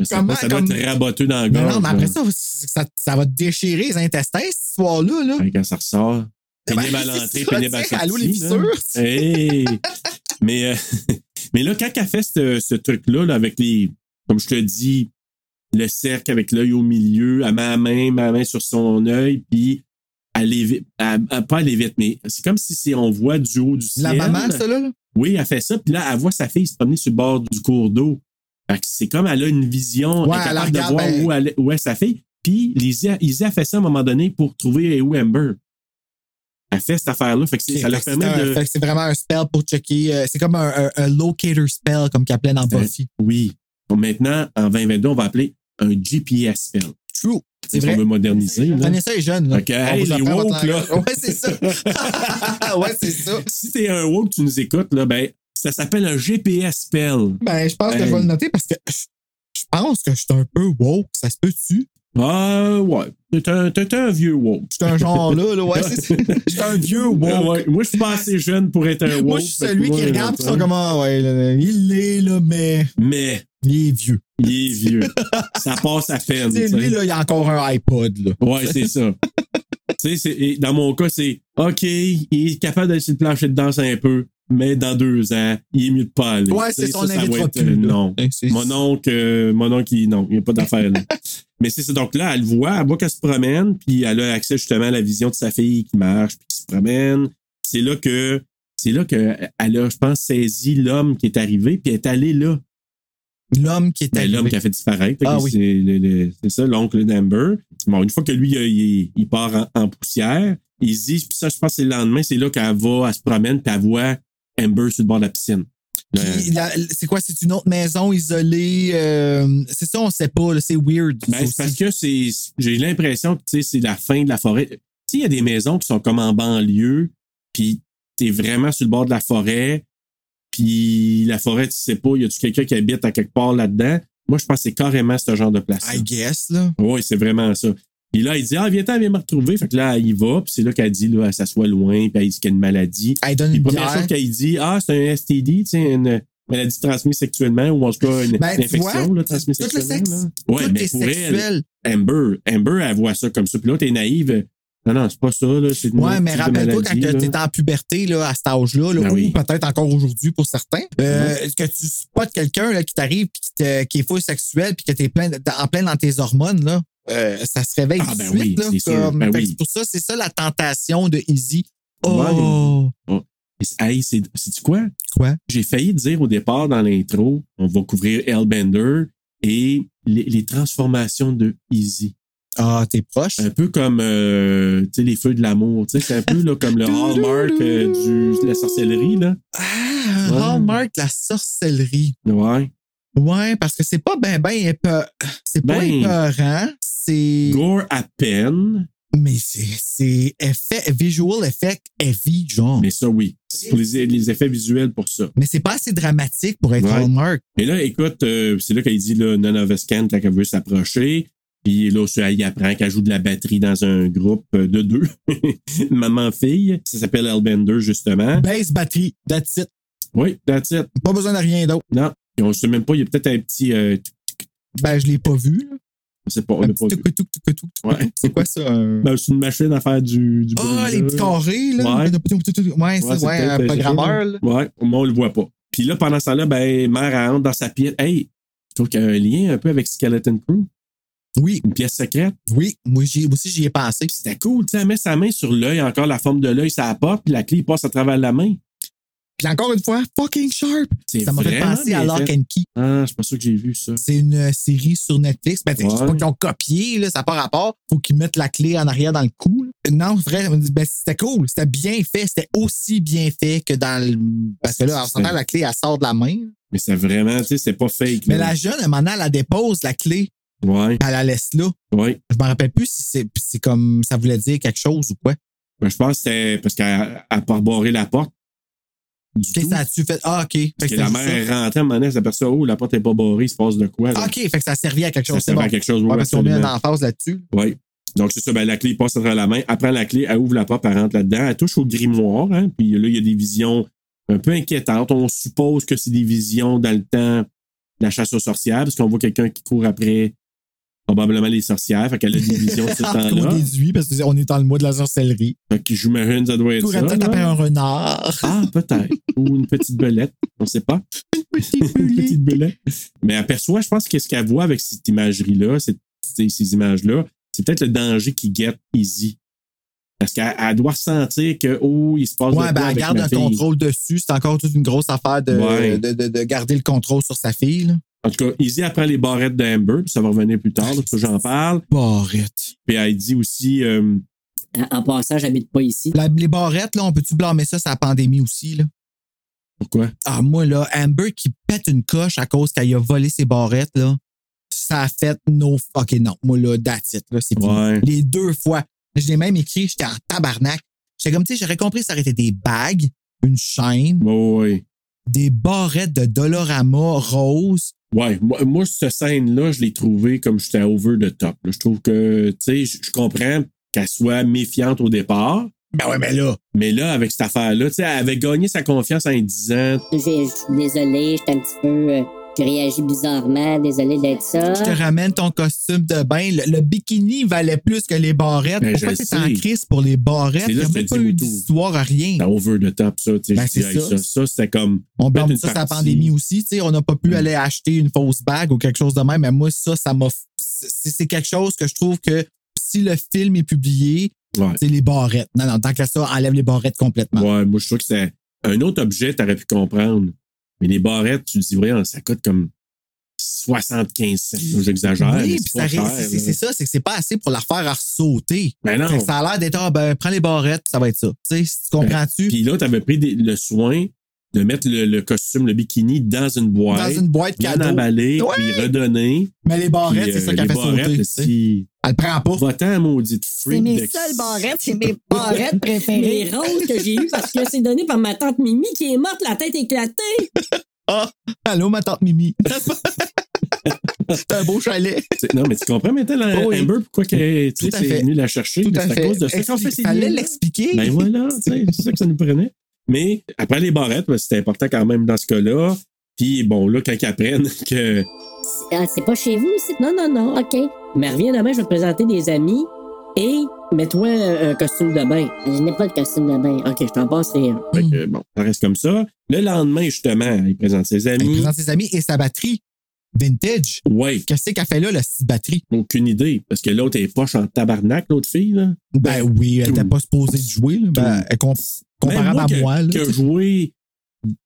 Speaker 4: Je sais
Speaker 3: Comment,
Speaker 4: pas, ça doit
Speaker 3: comme-
Speaker 4: être raboteux dans la
Speaker 3: Non,
Speaker 4: gorge.
Speaker 3: non, mais après
Speaker 4: là.
Speaker 3: ça, ça, ça va te déchirer les intestins, cette histoire-là. Là.
Speaker 4: Fait que Quand ça ressort.
Speaker 3: Ben,
Speaker 4: Pénible à
Speaker 3: c'est
Speaker 4: l'entrée,
Speaker 3: ça,
Speaker 4: pénible à la
Speaker 3: tu sais, allô, les
Speaker 4: sortie. là.
Speaker 3: fissures.
Speaker 4: Hey! mais, euh, mais là, quand elle fait ce, ce truc-là, là, avec les, comme je te dis, le cercle avec l'œil au milieu, elle met la main, ma main sur son œil, puis elle évite, elle- elle- pas elle évite, mais c'est comme si c'est, on voit du haut du ciel.
Speaker 3: La maman, ça, là. là.
Speaker 4: Oui, elle fait ça, puis là, elle voit sa fille se promener sur le bord du cours d'eau. Fait que c'est comme elle a une vision,
Speaker 3: Ouais,
Speaker 4: elle est
Speaker 3: elle
Speaker 4: capable de
Speaker 3: regarde,
Speaker 4: voir
Speaker 3: ben-
Speaker 4: où, elle- où est sa fille. Puis Lizzie, Lizzie a fait ça à un moment donné pour trouver où est Amber. Elle fait cette affaire-là, fait que c'est-
Speaker 3: Ok,
Speaker 4: ça
Speaker 3: fait
Speaker 4: leur
Speaker 3: que c'est
Speaker 4: permet
Speaker 3: un-
Speaker 4: de.
Speaker 3: fait que c'est vraiment un spell pour checker. euh, c'est comme un, un- un locator spell, comme qu'elle appelait dans
Speaker 4: C'est-
Speaker 3: Buffy.
Speaker 4: Oui. Bon, maintenant, en 2022, on va appeler un GPS spell.
Speaker 3: True. C'est
Speaker 4: Si on
Speaker 3: vrai.
Speaker 4: veut moderniser. là.
Speaker 3: Prenez ça, les jeunes. Là.
Speaker 4: Mmh. Ok, hey,
Speaker 3: vous
Speaker 4: les
Speaker 3: apprend votre
Speaker 4: woke,
Speaker 3: langage.
Speaker 4: là.
Speaker 3: Ouais, c'est ça. ouais, c'est ça.
Speaker 4: Si t'es un woke, tu nous écoutes, là, ben, ça s'appelle un GPS spell.
Speaker 3: Ben, je pense que je vais
Speaker 4: Hey.
Speaker 3: le noter parce que je pense que je suis un peu woke. Ça se peut-tu?
Speaker 4: Ah, ouais. T'es un, t'es un vieux woke.
Speaker 3: Je suis un genre là, là. Ouais, c'est ça. Je suis un vieux
Speaker 4: Ah,
Speaker 3: woke.
Speaker 4: ouais. Moi, je suis pas assez jeune pour être un woke.
Speaker 3: Moi, je suis
Speaker 4: fait que
Speaker 3: celui
Speaker 4: moi,
Speaker 3: qui regarde pis
Speaker 4: euh,
Speaker 3: sont comme, ah, ouais, là, là, il est là, mais
Speaker 4: Mais.
Speaker 3: il est vieux.
Speaker 4: Il est vieux. ça passe à peine.
Speaker 3: Tu sais,
Speaker 4: tu sais.
Speaker 3: lui, là, il a encore un iPod, là.
Speaker 4: Ouais, c'est ça. tu sais, c'est- et dans mon cas, c'est OK, il est capable d'aller sur le plancher de danse un peu, mais dans deux ans, il est mieux de pas aller.
Speaker 3: Ouais,
Speaker 4: Tu sais,
Speaker 3: c'est son
Speaker 4: ça, ça va
Speaker 3: invitera
Speaker 4: être,
Speaker 3: plus,
Speaker 4: euh,
Speaker 3: là.
Speaker 4: Non.
Speaker 3: Hey, Hein, c'est-
Speaker 4: Mon oncle, euh, mon oncle, il- non, il n'y a pas d'affaire là. mais c'est ça. Donc là, elle le voit, elle voit qu'elle se promène, puis elle a accès justement à la vision de sa fille qui marche, puis qui se promène. C'est là que. C'est là qu'elle a, je pense, saisi l'homme qui est arrivé, puis elle est allée là.
Speaker 3: L'homme qui était.
Speaker 4: Ben, l'homme qui a fait disparaître.
Speaker 3: Ah
Speaker 4: que
Speaker 3: oui.
Speaker 4: C'est le- le- c'est ça, l'oncle d'Amber. Bon, une fois que lui, euh, il, il part en, en poussière, il se dit, puis ça, je pense que c'est le lendemain, c'est là qu'elle va, elle se promène, puis elle voit Amber sur le bord de la piscine. Euh, Là,
Speaker 3: Puis la- C'est quoi? C'est une autre maison isolée. euh, c'est ça, on sait pas. là, C'est weird. ça
Speaker 4: ben,
Speaker 3: aussi.
Speaker 4: c'est parce que c'est, j'ai l'impression que tu sais, c'est la fin de la forêt. Tu sais, il y a des maisons qui sont comme en banlieue, puis t'es vraiment sur le bord de la forêt, puis la forêt, tu sais pas, y a-tu quelqu'un qui habite à quelque part là-dedans? Moi, je pense que c'est carrément ce genre de place.
Speaker 3: I guess, là.
Speaker 4: Oui, c'est vraiment ça. Puis là, il dit Ah, viens-t'en, viens me retrouver. Fait que là, il va, puis c'est là qu'elle dit là, elle s'assoit loin, puis elle dit qu'il y a une maladie.
Speaker 3: Elle donne
Speaker 4: Puis
Speaker 3: une
Speaker 4: première
Speaker 3: bière.
Speaker 4: chose qu'elle dit Ah, c'est un STD, tu sais, une maladie transmise sexuellement, ou en tout cas une,
Speaker 3: Ben,
Speaker 4: une
Speaker 3: tu vois,
Speaker 4: infection là, transmise
Speaker 3: tout le
Speaker 4: sexuellement.
Speaker 3: sexe,
Speaker 4: là. Ouais,
Speaker 3: Tout
Speaker 4: mais
Speaker 3: est
Speaker 4: pour elle,
Speaker 3: sexuel.
Speaker 4: Amber, Amber, elle voit ça comme ça. Puis là, t'es naïve. Non, non, c'est pas ça, là. C'est une
Speaker 3: Ouais, mais
Speaker 4: petite
Speaker 3: rappelle-toi quand
Speaker 4: maladie, là.
Speaker 3: t'es en puberté, là, à cet âge-là, là,
Speaker 4: Ben
Speaker 3: ou
Speaker 4: oui. Ben
Speaker 3: peut-être encore aujourd'hui pour certains, euh, que tu spots quelqu'un là, qui t'arrive puis qui, te- qui est fou sexuel puis que t'es plein, de- en plein dans tes hormones, là, euh, ça se réveille
Speaker 4: Ah,
Speaker 3: tout de
Speaker 4: ben
Speaker 3: suite,
Speaker 4: oui,
Speaker 3: là,
Speaker 4: c'est sûr.
Speaker 3: comme-
Speaker 4: Ben
Speaker 3: fait que
Speaker 4: oui.
Speaker 3: c'est Pour ça, c'est ça la tentation de Easy. Oh,
Speaker 4: Et c'est- Hey, c'est c'est-tu quoi?
Speaker 3: quoi?
Speaker 4: J'ai failli dire au départ dans l'intro, on va couvrir Hellbender et les, les transformations de Easy.
Speaker 3: Ah, t'es proche.
Speaker 4: Un peu comme euh, tu sais, les feux de l'amour. tu sais, C'est un peu là, comme le hallmark euh, du- de la sorcellerie. Là.
Speaker 3: ah,
Speaker 4: ouais.
Speaker 3: Hallmark, la sorcellerie.
Speaker 4: Ouais.
Speaker 3: Ouais, parce que c'est pas ben ben épe- c'est pas
Speaker 4: Ben.
Speaker 3: épeurant, c'est
Speaker 4: Gore à peine,
Speaker 3: mais c'est c'est effet visual effect heavy genre.
Speaker 4: mais ça, oui. C'est pour les, les effets visuels pour ça.
Speaker 3: Mais c'est pas assez dramatique pour être
Speaker 4: Ouais.
Speaker 3: Hallmark.
Speaker 4: Et là, écoute, euh, c'est là qu'elle dit, là, none of us can, quand elle veut s'approcher. Puis là, ça, elle y apprend qu'elle joue de la batterie dans un groupe euh, de deux, maman-fille. Ça s'appelle Hellbender, justement.
Speaker 3: Base batterie, that's it.
Speaker 4: Oui, that's it.
Speaker 3: Pas besoin de rien d'autre.
Speaker 4: Non. Et on ne sait même pas, il y a peut-être un petit. euh, tic,
Speaker 3: Ben je l'ai pas vu. là.
Speaker 4: on sait pas, on
Speaker 3: Un
Speaker 4: l'a
Speaker 3: petit
Speaker 4: pas vu.
Speaker 3: tuk-tuk, tuk-tuk, tuk-tuk.
Speaker 4: Ouais.
Speaker 3: C'est quoi ça? euh?
Speaker 4: Ben, c'est une machine à faire du. du
Speaker 3: Ah,
Speaker 4: bruit,
Speaker 3: les
Speaker 4: là.
Speaker 3: petits carrés, là.
Speaker 4: Ouais.
Speaker 3: Ouais,
Speaker 4: Ouais,
Speaker 3: c'est
Speaker 4: c'est
Speaker 3: ouais,
Speaker 4: peut-être,
Speaker 3: un
Speaker 4: euh,
Speaker 3: programmeur, là.
Speaker 4: Ouais, mais on le voit pas. Puis là, pendant ce temps-là, ben, mère elle rentre dans sa pièce. Hey, je trouve qu'il y a un lien un peu avec Skeleton Crew,
Speaker 3: Oui,
Speaker 4: une pièce secrète.
Speaker 3: oui. Moi, j'y- moi aussi, j'y ai pensé.
Speaker 4: Puis c'était cool, tu sais, elle met sa main sur l'œil, encore la forme de l'œil, ça apporte, puis la clé passe à travers la main.
Speaker 3: Puis encore une fois, fucking sharp.
Speaker 4: C'est
Speaker 3: Ça m'a fait
Speaker 4: vraiment
Speaker 3: penser
Speaker 4: bien
Speaker 3: à Lock
Speaker 4: fait.
Speaker 3: and Key.
Speaker 4: Ah, je suis pas sûr que j'ai vu ça.
Speaker 3: C'est une euh, série sur Netflix. Ben, c'est
Speaker 4: Ouais.
Speaker 3: pas qu'ils ont copié, là, ça part à part. Faut qu'ils mettent la clé en arrière dans le cou. là. Non, vrai, ben, c'était cool. C'était bien fait. C'était aussi bien fait que dans le. Parce que là, en s'entend, la clé, elle sort de la main.
Speaker 4: Mais c'est vraiment, tu sais, c'est pas fake.
Speaker 3: Mais
Speaker 4: là.
Speaker 3: la jeune, à un moment donné, elle la dépose, la clé,
Speaker 4: Ouais,
Speaker 3: puis elle la laisse là.
Speaker 4: ouais.
Speaker 3: Je me rappelle plus si c'est puis c'est comme ça voulait dire quelque chose ou quoi.
Speaker 4: Ben, je pense que c'était parce qu'elle a pas barré la porte. Du
Speaker 3: Qu'est-ce
Speaker 4: tout.
Speaker 3: que ça a-tu fait? Ah, OK. Fait que
Speaker 4: Parce que
Speaker 3: c'était
Speaker 4: la
Speaker 3: juste
Speaker 4: mère est rentrée, à un moment donné, elle s'aperçoit, oh, la porte n'est pas barrée, il se passe de quoi. là.
Speaker 3: ça. Ah, OK. Fait que ça a servi à quelque
Speaker 4: euh, Ça
Speaker 3: chose. C'est
Speaker 4: sert
Speaker 3: bon.
Speaker 4: à quelque chose. oui,
Speaker 3: Ouais, parce qu'on met une
Speaker 4: absolument.
Speaker 3: emphase là-dessus.
Speaker 4: Oui. Donc, c'est ça, ben, la clé passe à travers la main, elle prend la clé, elle ouvre la porte, elle rentre là-dedans, elle touche au grimoire, hein, puis là, il y a des visions un peu inquiétantes. On suppose que c'est des visions dans le temps de la chasse aux sorcières, parce qu'on voit quelqu'un qui court après probablement les sorcières, fait qu'elle a des visions de ce
Speaker 3: On
Speaker 4: temps-là.
Speaker 3: déduit parce qu'on est dans le mois de la sorcellerie.
Speaker 4: Fait que j'imagine ça doit être
Speaker 3: Tout
Speaker 4: ça.
Speaker 3: peut-être
Speaker 4: là.
Speaker 3: après un renard.
Speaker 4: Ah, peut-être. Ou une petite belette, on sait pas. une
Speaker 3: bulette.
Speaker 4: petite belette. Mais elle perçoit, je pense que ce qu'elle voit avec cette imagerie-là, cette- ces, ces images-là, c'est peut-être le danger qui guette Izzy. Parce qu'elle elle doit sentir que, oh, il se passe
Speaker 3: Ouais,
Speaker 4: de quoi
Speaker 3: ben, elle
Speaker 4: avec
Speaker 3: garde
Speaker 4: ma
Speaker 3: un
Speaker 4: fille.
Speaker 3: contrôle dessus. C'est encore toute une grosse affaire de,
Speaker 4: Ouais.
Speaker 3: de, de- de garder le contrôle sur sa fille. là.
Speaker 4: En tout cas, Izzy apprend les barrettes d'Amber, puis ça va revenir plus tard, là, ça j'en parle.
Speaker 3: Barrette.
Speaker 4: Puis elle dit aussi, euh,
Speaker 10: En, en passant, j'habite pas ici.
Speaker 3: La- les barrettes, là, on peut-tu blâmer ça sur la pandémie aussi? Là?
Speaker 4: pourquoi?
Speaker 3: Ah, moi, là, Amber qui pète une coche à cause qu'elle a volé ses barrettes, là, ça a fait no OK, non. Moi, là, that's it. Là, c'est fini.
Speaker 4: Ouais.
Speaker 3: Les deux fois. Je l'ai même écrit, j'étais en tabarnak. J'étais comme, tu sais, j'aurais compris, ça aurait été des bagues, une chaîne,
Speaker 4: Ouais, ouais.
Speaker 3: des barrettes de Dolorama rose.
Speaker 4: Ouais, moi, moi, cette scène-là, je l'ai trouvée comme j'étais over the top. là. Je trouve que, tu sais, je je comprends qu'elle soit méfiante au départ,
Speaker 3: Ben ouais, mais là.
Speaker 4: mais là, avec cette affaire-là, tu sais, elle avait gagné sa confiance en disant,
Speaker 2: J'ai- Je suis désolé, j'étais un petit peu. euh, J'ai réagi bizarrement, désolé d'être ça.
Speaker 3: Je te ramène ton costume de bain. Le, le bikini valait plus que les barrettes.
Speaker 4: Ben,
Speaker 3: Pourquoi
Speaker 4: je
Speaker 3: t'es en
Speaker 4: sais.
Speaker 3: crise pour les barrettes?
Speaker 4: C'est
Speaker 3: Il n'y
Speaker 4: là
Speaker 3: a
Speaker 4: que je
Speaker 3: même
Speaker 4: te
Speaker 3: pas
Speaker 4: dis
Speaker 3: eu
Speaker 4: tout.
Speaker 3: d'histoire, rien.
Speaker 4: T'as over the top, ça. tu sais,
Speaker 3: Ben,
Speaker 4: je dis,
Speaker 3: c'est
Speaker 4: hey,
Speaker 3: ça.
Speaker 4: ça. Ça, c'était comme. peut-être
Speaker 3: On blâme
Speaker 4: une
Speaker 3: ça sur la
Speaker 4: partie.
Speaker 3: pandémie aussi. tu sais, on n'a pas pu
Speaker 4: Mm.
Speaker 3: aller acheter une fausse bague ou quelque chose de même. Mais moi, ça, ça m'a. C'est c'est quelque chose que je trouve que si le film est publié,
Speaker 4: Ouais.
Speaker 3: c'est les barrettes. Non, non, tant que ça, enlève les barrettes complètement.
Speaker 4: Ouais, moi, je trouve que c'est un autre objet, t'aurais pu comprendre. Mais les barrettes, tu te dis, voyons, ça coûte comme 75 cents. J'exagère. mais
Speaker 3: Oui,
Speaker 4: c'est
Speaker 3: puis
Speaker 4: pas
Speaker 3: ça ré-
Speaker 4: cher,
Speaker 3: c'est
Speaker 4: là.
Speaker 3: c'est ça, c'est que c'est pas assez pour la faire à sauter.
Speaker 4: Ben non. Ben,
Speaker 3: Ça a l'air d'être, ah, ben, prends les barrettes, ça va être ça. Tu sais, si tu comprends-tu?
Speaker 4: Puis là, t'avais pris des- le soin de mettre le, le costume, le bikini dans une boîte.
Speaker 3: dans une boîte
Speaker 4: Bien
Speaker 3: cadeau.
Speaker 4: emballé,
Speaker 3: Ouais.
Speaker 4: puis euh, redonné.
Speaker 3: Mais les barrettes, c'est ça qui a fait sauter. tu sais.
Speaker 4: si
Speaker 3: Elle prend pas.
Speaker 4: Va-t'en, maudite
Speaker 2: C'est
Speaker 4: freak.
Speaker 2: mes
Speaker 4: de-
Speaker 2: seules barrettes, c'est mes barrettes préférées.
Speaker 10: Les roses que j'ai eues parce que c'est donné par ma tante Mimi qui est morte, la tête éclatée.
Speaker 3: Ah, allô, ma tante Mimi. C'est un beau chalet.
Speaker 4: C'est- Non, mais tu comprends maintenant, la-
Speaker 3: Oh Oui.
Speaker 4: Amber, pourquoi qu'elle est
Speaker 3: Tout à fait.
Speaker 4: venue la chercher?
Speaker 3: Tout
Speaker 4: mais
Speaker 3: à
Speaker 4: C'est à
Speaker 3: fait.
Speaker 4: cause de ça qu'on fait
Speaker 3: Explique-
Speaker 4: ces
Speaker 3: Fallait
Speaker 4: liens-là.
Speaker 3: l'expliquer.
Speaker 4: Ben voilà, tu sais, c'est ça que ça nous prenait. Mais après les barrettes, ben, c'était important quand même dans ce cas-là. Puis bon, là, quand ils apprennent que.
Speaker 10: Ah, c'est pas chez vous ici? Non, non, non, OK. Mais reviens demain, je vais te présenter des amis et mets-toi un, un costume de bain.
Speaker 2: Je n'ai pas de costume de bain.
Speaker 10: OK, je t'en passerai un.
Speaker 4: fait que, bon, ça reste comme ça. Le lendemain, justement, il présente ses
Speaker 3: Elle
Speaker 4: amis.
Speaker 3: présente ses amis et sa batterie vintage.
Speaker 4: Ouais,
Speaker 3: Qu'est-ce qu'elle fait là, la petite batterie?
Speaker 4: aucune idée. Parce que l'autre est poche en tabarnak, l'autre fille, là.
Speaker 3: Ben oui, elle n'était pas supposée de jouer. là. Ben, elle com- comparable
Speaker 4: Même
Speaker 3: à moi.
Speaker 4: que,
Speaker 3: là,
Speaker 4: que jouer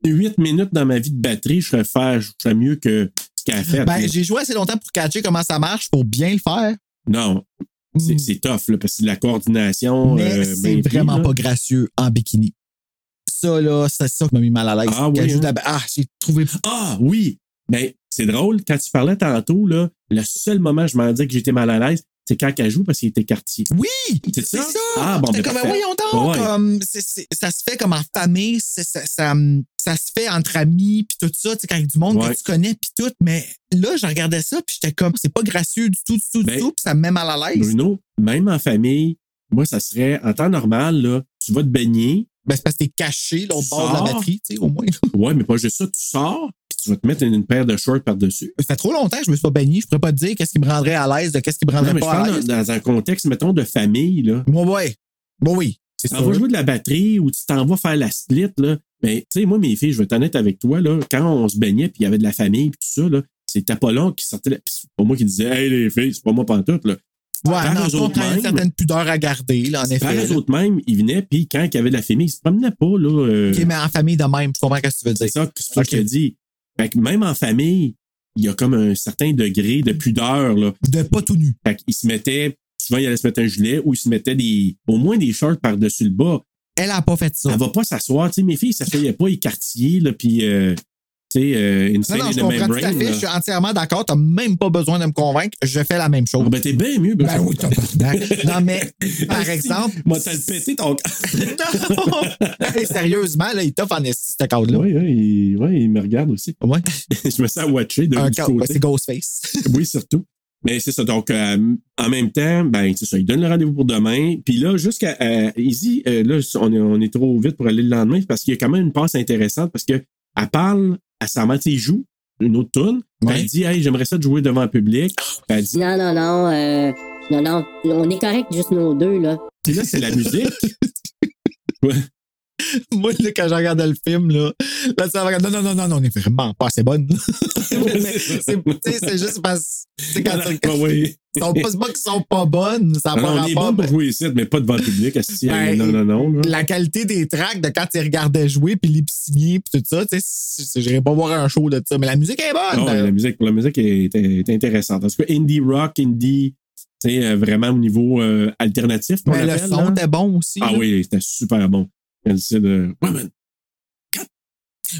Speaker 4: 8 minutes dans ma vie de batterie, je serais, faire, je serais mieux que ce qu'elle a fait.
Speaker 3: Ben, j'ai joué assez longtemps pour catcher comment ça marche, pour bien le faire.
Speaker 4: non, c'est c'est tough, là, parce que c'est de la coordination.
Speaker 3: Hmm. Mais
Speaker 4: euh,
Speaker 3: c'est
Speaker 4: bien pris,
Speaker 3: vraiment
Speaker 4: là.
Speaker 3: pas gracieux en bikini. Ça, là, c'est ça qui m'a mis mal à l'aise.
Speaker 4: Ah oui,
Speaker 3: Qu'elle joue
Speaker 4: hein?
Speaker 3: de la- Ah, j'ai trouvé.
Speaker 4: Ah oui! Ben, c'est drôle, quand tu parlais tantôt, là, le seul moment je m'en dis que j'étais mal à l'aise, c'est quand elle joue parce qu'il était quartier.
Speaker 3: Oui!
Speaker 4: C'est ça?
Speaker 3: C'est ça!
Speaker 4: Ah bon,
Speaker 3: J'étais
Speaker 4: ben,
Speaker 3: comme,
Speaker 4: parfait.
Speaker 3: voyons donc!
Speaker 4: Ouais.
Speaker 3: Comme, c'est- c'est- ça se fait comme en famille, c'est- ça, ça, ça se fait entre amis, puis tout ça, tu sais, quand il y a du monde
Speaker 4: Ouais.
Speaker 3: que tu connais, puis tout. Mais là, je regardais ça, puis j'étais comme, c'est pas gracieux du tout, du tout,
Speaker 4: Ben,
Speaker 3: du tout, puis ça me met mal à l'aise.
Speaker 4: Bruno, même en famille, moi, ça serait, en temps normal, là, tu vas te baigner,
Speaker 3: Ben, c'est parce que t'es caché, l'autre bord de la
Speaker 4: Sors.
Speaker 3: batterie, tu sais, au moins.
Speaker 4: ouais, mais pas juste ça, tu sors, puis tu vas te mettre une, une paire de shorts par-dessus.
Speaker 3: Ça fait trop longtemps que je me suis pas baigné, je pourrais pas te dire qu'est-ce qui me rendrait à l'aise, de qu'est-ce qui me
Speaker 4: Non,
Speaker 3: rendrait
Speaker 4: mais je
Speaker 3: pas à
Speaker 4: parle
Speaker 3: l'aise.
Speaker 4: dans, dans un contexte, mettons, de famille, là.
Speaker 3: Moi, ouais. Bon, oui. C'est
Speaker 4: Tu
Speaker 3: ça.
Speaker 4: t'en vas jouer de la batterie ou tu t'en vas faire la split, là. Mais, tu sais, moi, mes filles, je vais être honnête avec toi, là, quand on se baignait, puis il y avait de la famille, puis tout ça, là, c'est Apollon qui sortait, la... puis c'est pas moi qui disais, hey, les filles, c'est pas moi pantoute, là.
Speaker 3: Ouais,
Speaker 4: Par
Speaker 3: non,
Speaker 4: eux
Speaker 3: je
Speaker 4: autres
Speaker 3: comprends, il y a une
Speaker 4: mêmes.
Speaker 3: certaine pudeur à garder, là, en
Speaker 4: Par
Speaker 3: effet.
Speaker 4: les autres mêmes, ils venaient, puis quand il y avait de la famille, ils se promenaient pas, là. euh,
Speaker 3: Ok, mais en famille de même, je comprends ce que tu veux
Speaker 4: c'est
Speaker 3: dire.
Speaker 4: ça, que- c'est ça que
Speaker 3: Ok.
Speaker 4: je te dis. Fait que même en famille, il y a comme un certain degré de pudeur, là.
Speaker 3: De pas tout nu.
Speaker 4: Fait qu'ils se mettaient, souvent, ils allaient se mettre un gilet ou ils se mettaient des, au moins des shorts par-dessus le bas.
Speaker 3: Elle a pas fait ça.
Speaker 4: Elle va pas s'asseoir. Tu sais, mes filles, ça s'asseyaient pas écartier, là, puis, euh, tu sais, euh,
Speaker 3: Non,
Speaker 4: Insane
Speaker 3: non,
Speaker 4: in
Speaker 3: je
Speaker 4: the
Speaker 3: comprends tout à
Speaker 4: Membrane.
Speaker 3: fait.
Speaker 4: là.
Speaker 3: Je suis entièrement d'accord. T'as même pas besoin de me convaincre. Je fais la même chose.
Speaker 4: Ah, ben, t'es bien mieux,
Speaker 3: Ben oui, tabarnak. Non, mais, par
Speaker 4: Ah, si.
Speaker 3: exemple-
Speaker 4: Moi, t'as le pété ton.
Speaker 3: non! Hey, sérieusement, là, il t'offre en esti, ce cadre-là.
Speaker 4: Oui, oui, ouais, il me regarde aussi.
Speaker 3: Ouais.
Speaker 4: Je me sens watché de
Speaker 3: Un
Speaker 4: du
Speaker 3: cadre. ouais,
Speaker 4: côté.
Speaker 3: C'est Ghostface.
Speaker 4: Oui, surtout. Mais c'est ça. Donc, euh, en même temps, ben, c'est ça. Il donne le rendez-vous pour demain. Puis là, jusqu'à. euh, Izzy, euh, là, on est, on est trop vite pour aller le lendemain parce qu'il y a quand même une passe intéressante parce que elle parle à sa mère, tu sais, il joue une autre tune.
Speaker 3: Ouais.
Speaker 4: Ben, Elle dit, hey, j'aimerais ça de jouer devant le public. Puis elle dit,
Speaker 10: Non, non, non, euh, non, non, on est correct juste nos deux, là.
Speaker 4: puis là, Ah, c'est la musique.
Speaker 3: Moi, là, quand je regardais le film, là, là, tu sais, non, non, non, non, non, on est vraiment pas assez bonne. Mais c'est- tu sais, c'est juste parce que tu sais, quand tu-
Speaker 4: Ah, oui.
Speaker 3: Ils sont pas, c'est pas qu'ils sont pas bonnes, ça n'a
Speaker 4: Non,
Speaker 3: pas
Speaker 4: on est
Speaker 3: rapport.
Speaker 4: bon pour
Speaker 3: mais
Speaker 4: jouer ici, mais pas devant le public. asti.
Speaker 3: Ben,
Speaker 4: non, non, non. là.
Speaker 3: La qualité des tracks de quand ils regardaient jouer, puis les signer, puis tout ça, tu sais, c'est- c'est- j'irais pas voir un show de ça, mais la musique est bonne.
Speaker 4: Non, la musique, pour la musique est, est intéressante. En tout cas, indie rock, indie, tu sais, euh, vraiment au niveau euh, alternatif, qu'on
Speaker 3: mais Ben, le
Speaker 4: appelle.
Speaker 3: son
Speaker 4: là.
Speaker 3: était bon aussi.
Speaker 4: Ah
Speaker 3: là.
Speaker 4: oui, c'était super bon. Elle dit de Woman.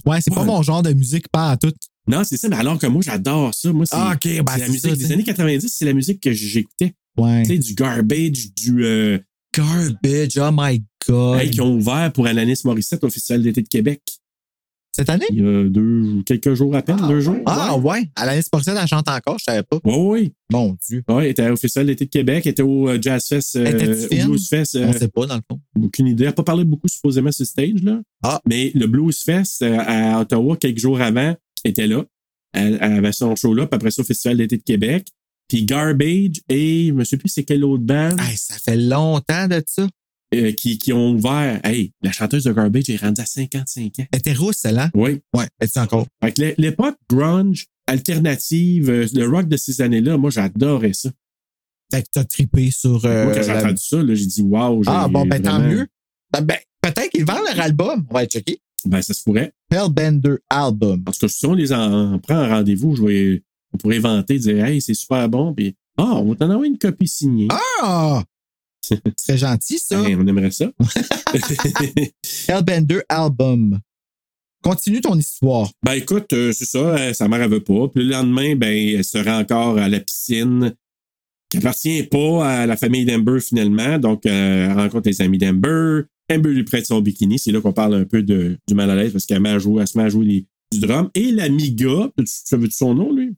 Speaker 3: Ouais, c'est pas
Speaker 4: Ouais.
Speaker 3: mon genre de musique, pas à tout.
Speaker 4: Non, c'est ça, mais alors que moi, j'adore ça. Moi, c'est
Speaker 3: ok, ben,
Speaker 4: c'est la
Speaker 3: c'est
Speaker 4: musique
Speaker 3: ça,
Speaker 4: des
Speaker 3: t'sais.
Speaker 4: années 90, c'est la musique que j'écoutais.
Speaker 3: Ouais.
Speaker 4: Tu sais, du garbage, du. euh,
Speaker 3: Garbage, oh my god.
Speaker 4: hey, qui ont ouvert pour Alanis Morissette au Festival d'été de Québec.
Speaker 3: Cette année?
Speaker 4: Il y a deux, quelques jours à peine, deux jours.
Speaker 3: Ah ouais, Alanis Morissette, elle chante encore, je savais pas.
Speaker 4: Oui, oui.
Speaker 3: Mon Dieu.
Speaker 4: Oui, elle était au Festival d'été de Québec, elle était au euh, Jazz Fest, euh,
Speaker 3: Était-tu
Speaker 4: au
Speaker 3: fine?
Speaker 4: Blues Fest. euh,
Speaker 3: On sait pas, dans le fond.
Speaker 4: aucune idée. Elle n'a pas parlé beaucoup, supposément, sur stage, là.
Speaker 3: Ah.
Speaker 4: Mais le Blues Fest euh, à Ottawa, quelques jours avant, était là. Elle, elle avait son show-là, puis après ça, au Festival d'été de Québec. Puis Garbage et je me sais plus c'est quelle autre band
Speaker 3: Hey, ça fait longtemps de ça.
Speaker 4: euh, qui, qui ont ouvert. Hey, la chanteuse de Garbage est rendue à 55 ans.
Speaker 3: Elle était rousse, celle-là.
Speaker 4: Oui.
Speaker 3: Ouais, elle est encore.
Speaker 4: Fait que l'é- l'époque grunge, alternative, euh, le rock de ces années-là, moi, j'adorais ça.
Speaker 3: Fait que t'as trippé sur. euh,
Speaker 4: moi, quand j'ai
Speaker 3: la-
Speaker 4: entendu ça, là, j'ai dit, wow. j'ai
Speaker 3: Ah, bon, ben, tant
Speaker 4: vraiment-
Speaker 3: mieux. Ben, ben, peut-être qu'ils vendent leur album. On va aller checker.
Speaker 4: Ben, ça se pourrait.
Speaker 3: Hellbender Album.
Speaker 4: En tout cas, si on les en, en prend en rendez-vous, je vais, on pourrait vanter, dire Hey, c'est super bon, puis Ah, on va t'en envoyer une copie signée.
Speaker 3: Ah! C'est très gentil, ça.
Speaker 4: Hey, on aimerait ça.
Speaker 3: Hellbender Album. Continue ton histoire.
Speaker 4: ben écoute, euh, c'est ça, euh, sa mère elle veut pas. Puis le lendemain, ben, elle se rend encore à la piscine. qui appartient pas à la famille d'Amber finalement. Donc, euh, elle rencontre les amis d'Amber. Amber lui prête son bikini. C'est là qu'on parle un peu de, du mal à l'aise parce qu'elle met à jouer, elle se met à jouer des- du drum. Et l'amiga, tu, tu veux son nom, lui?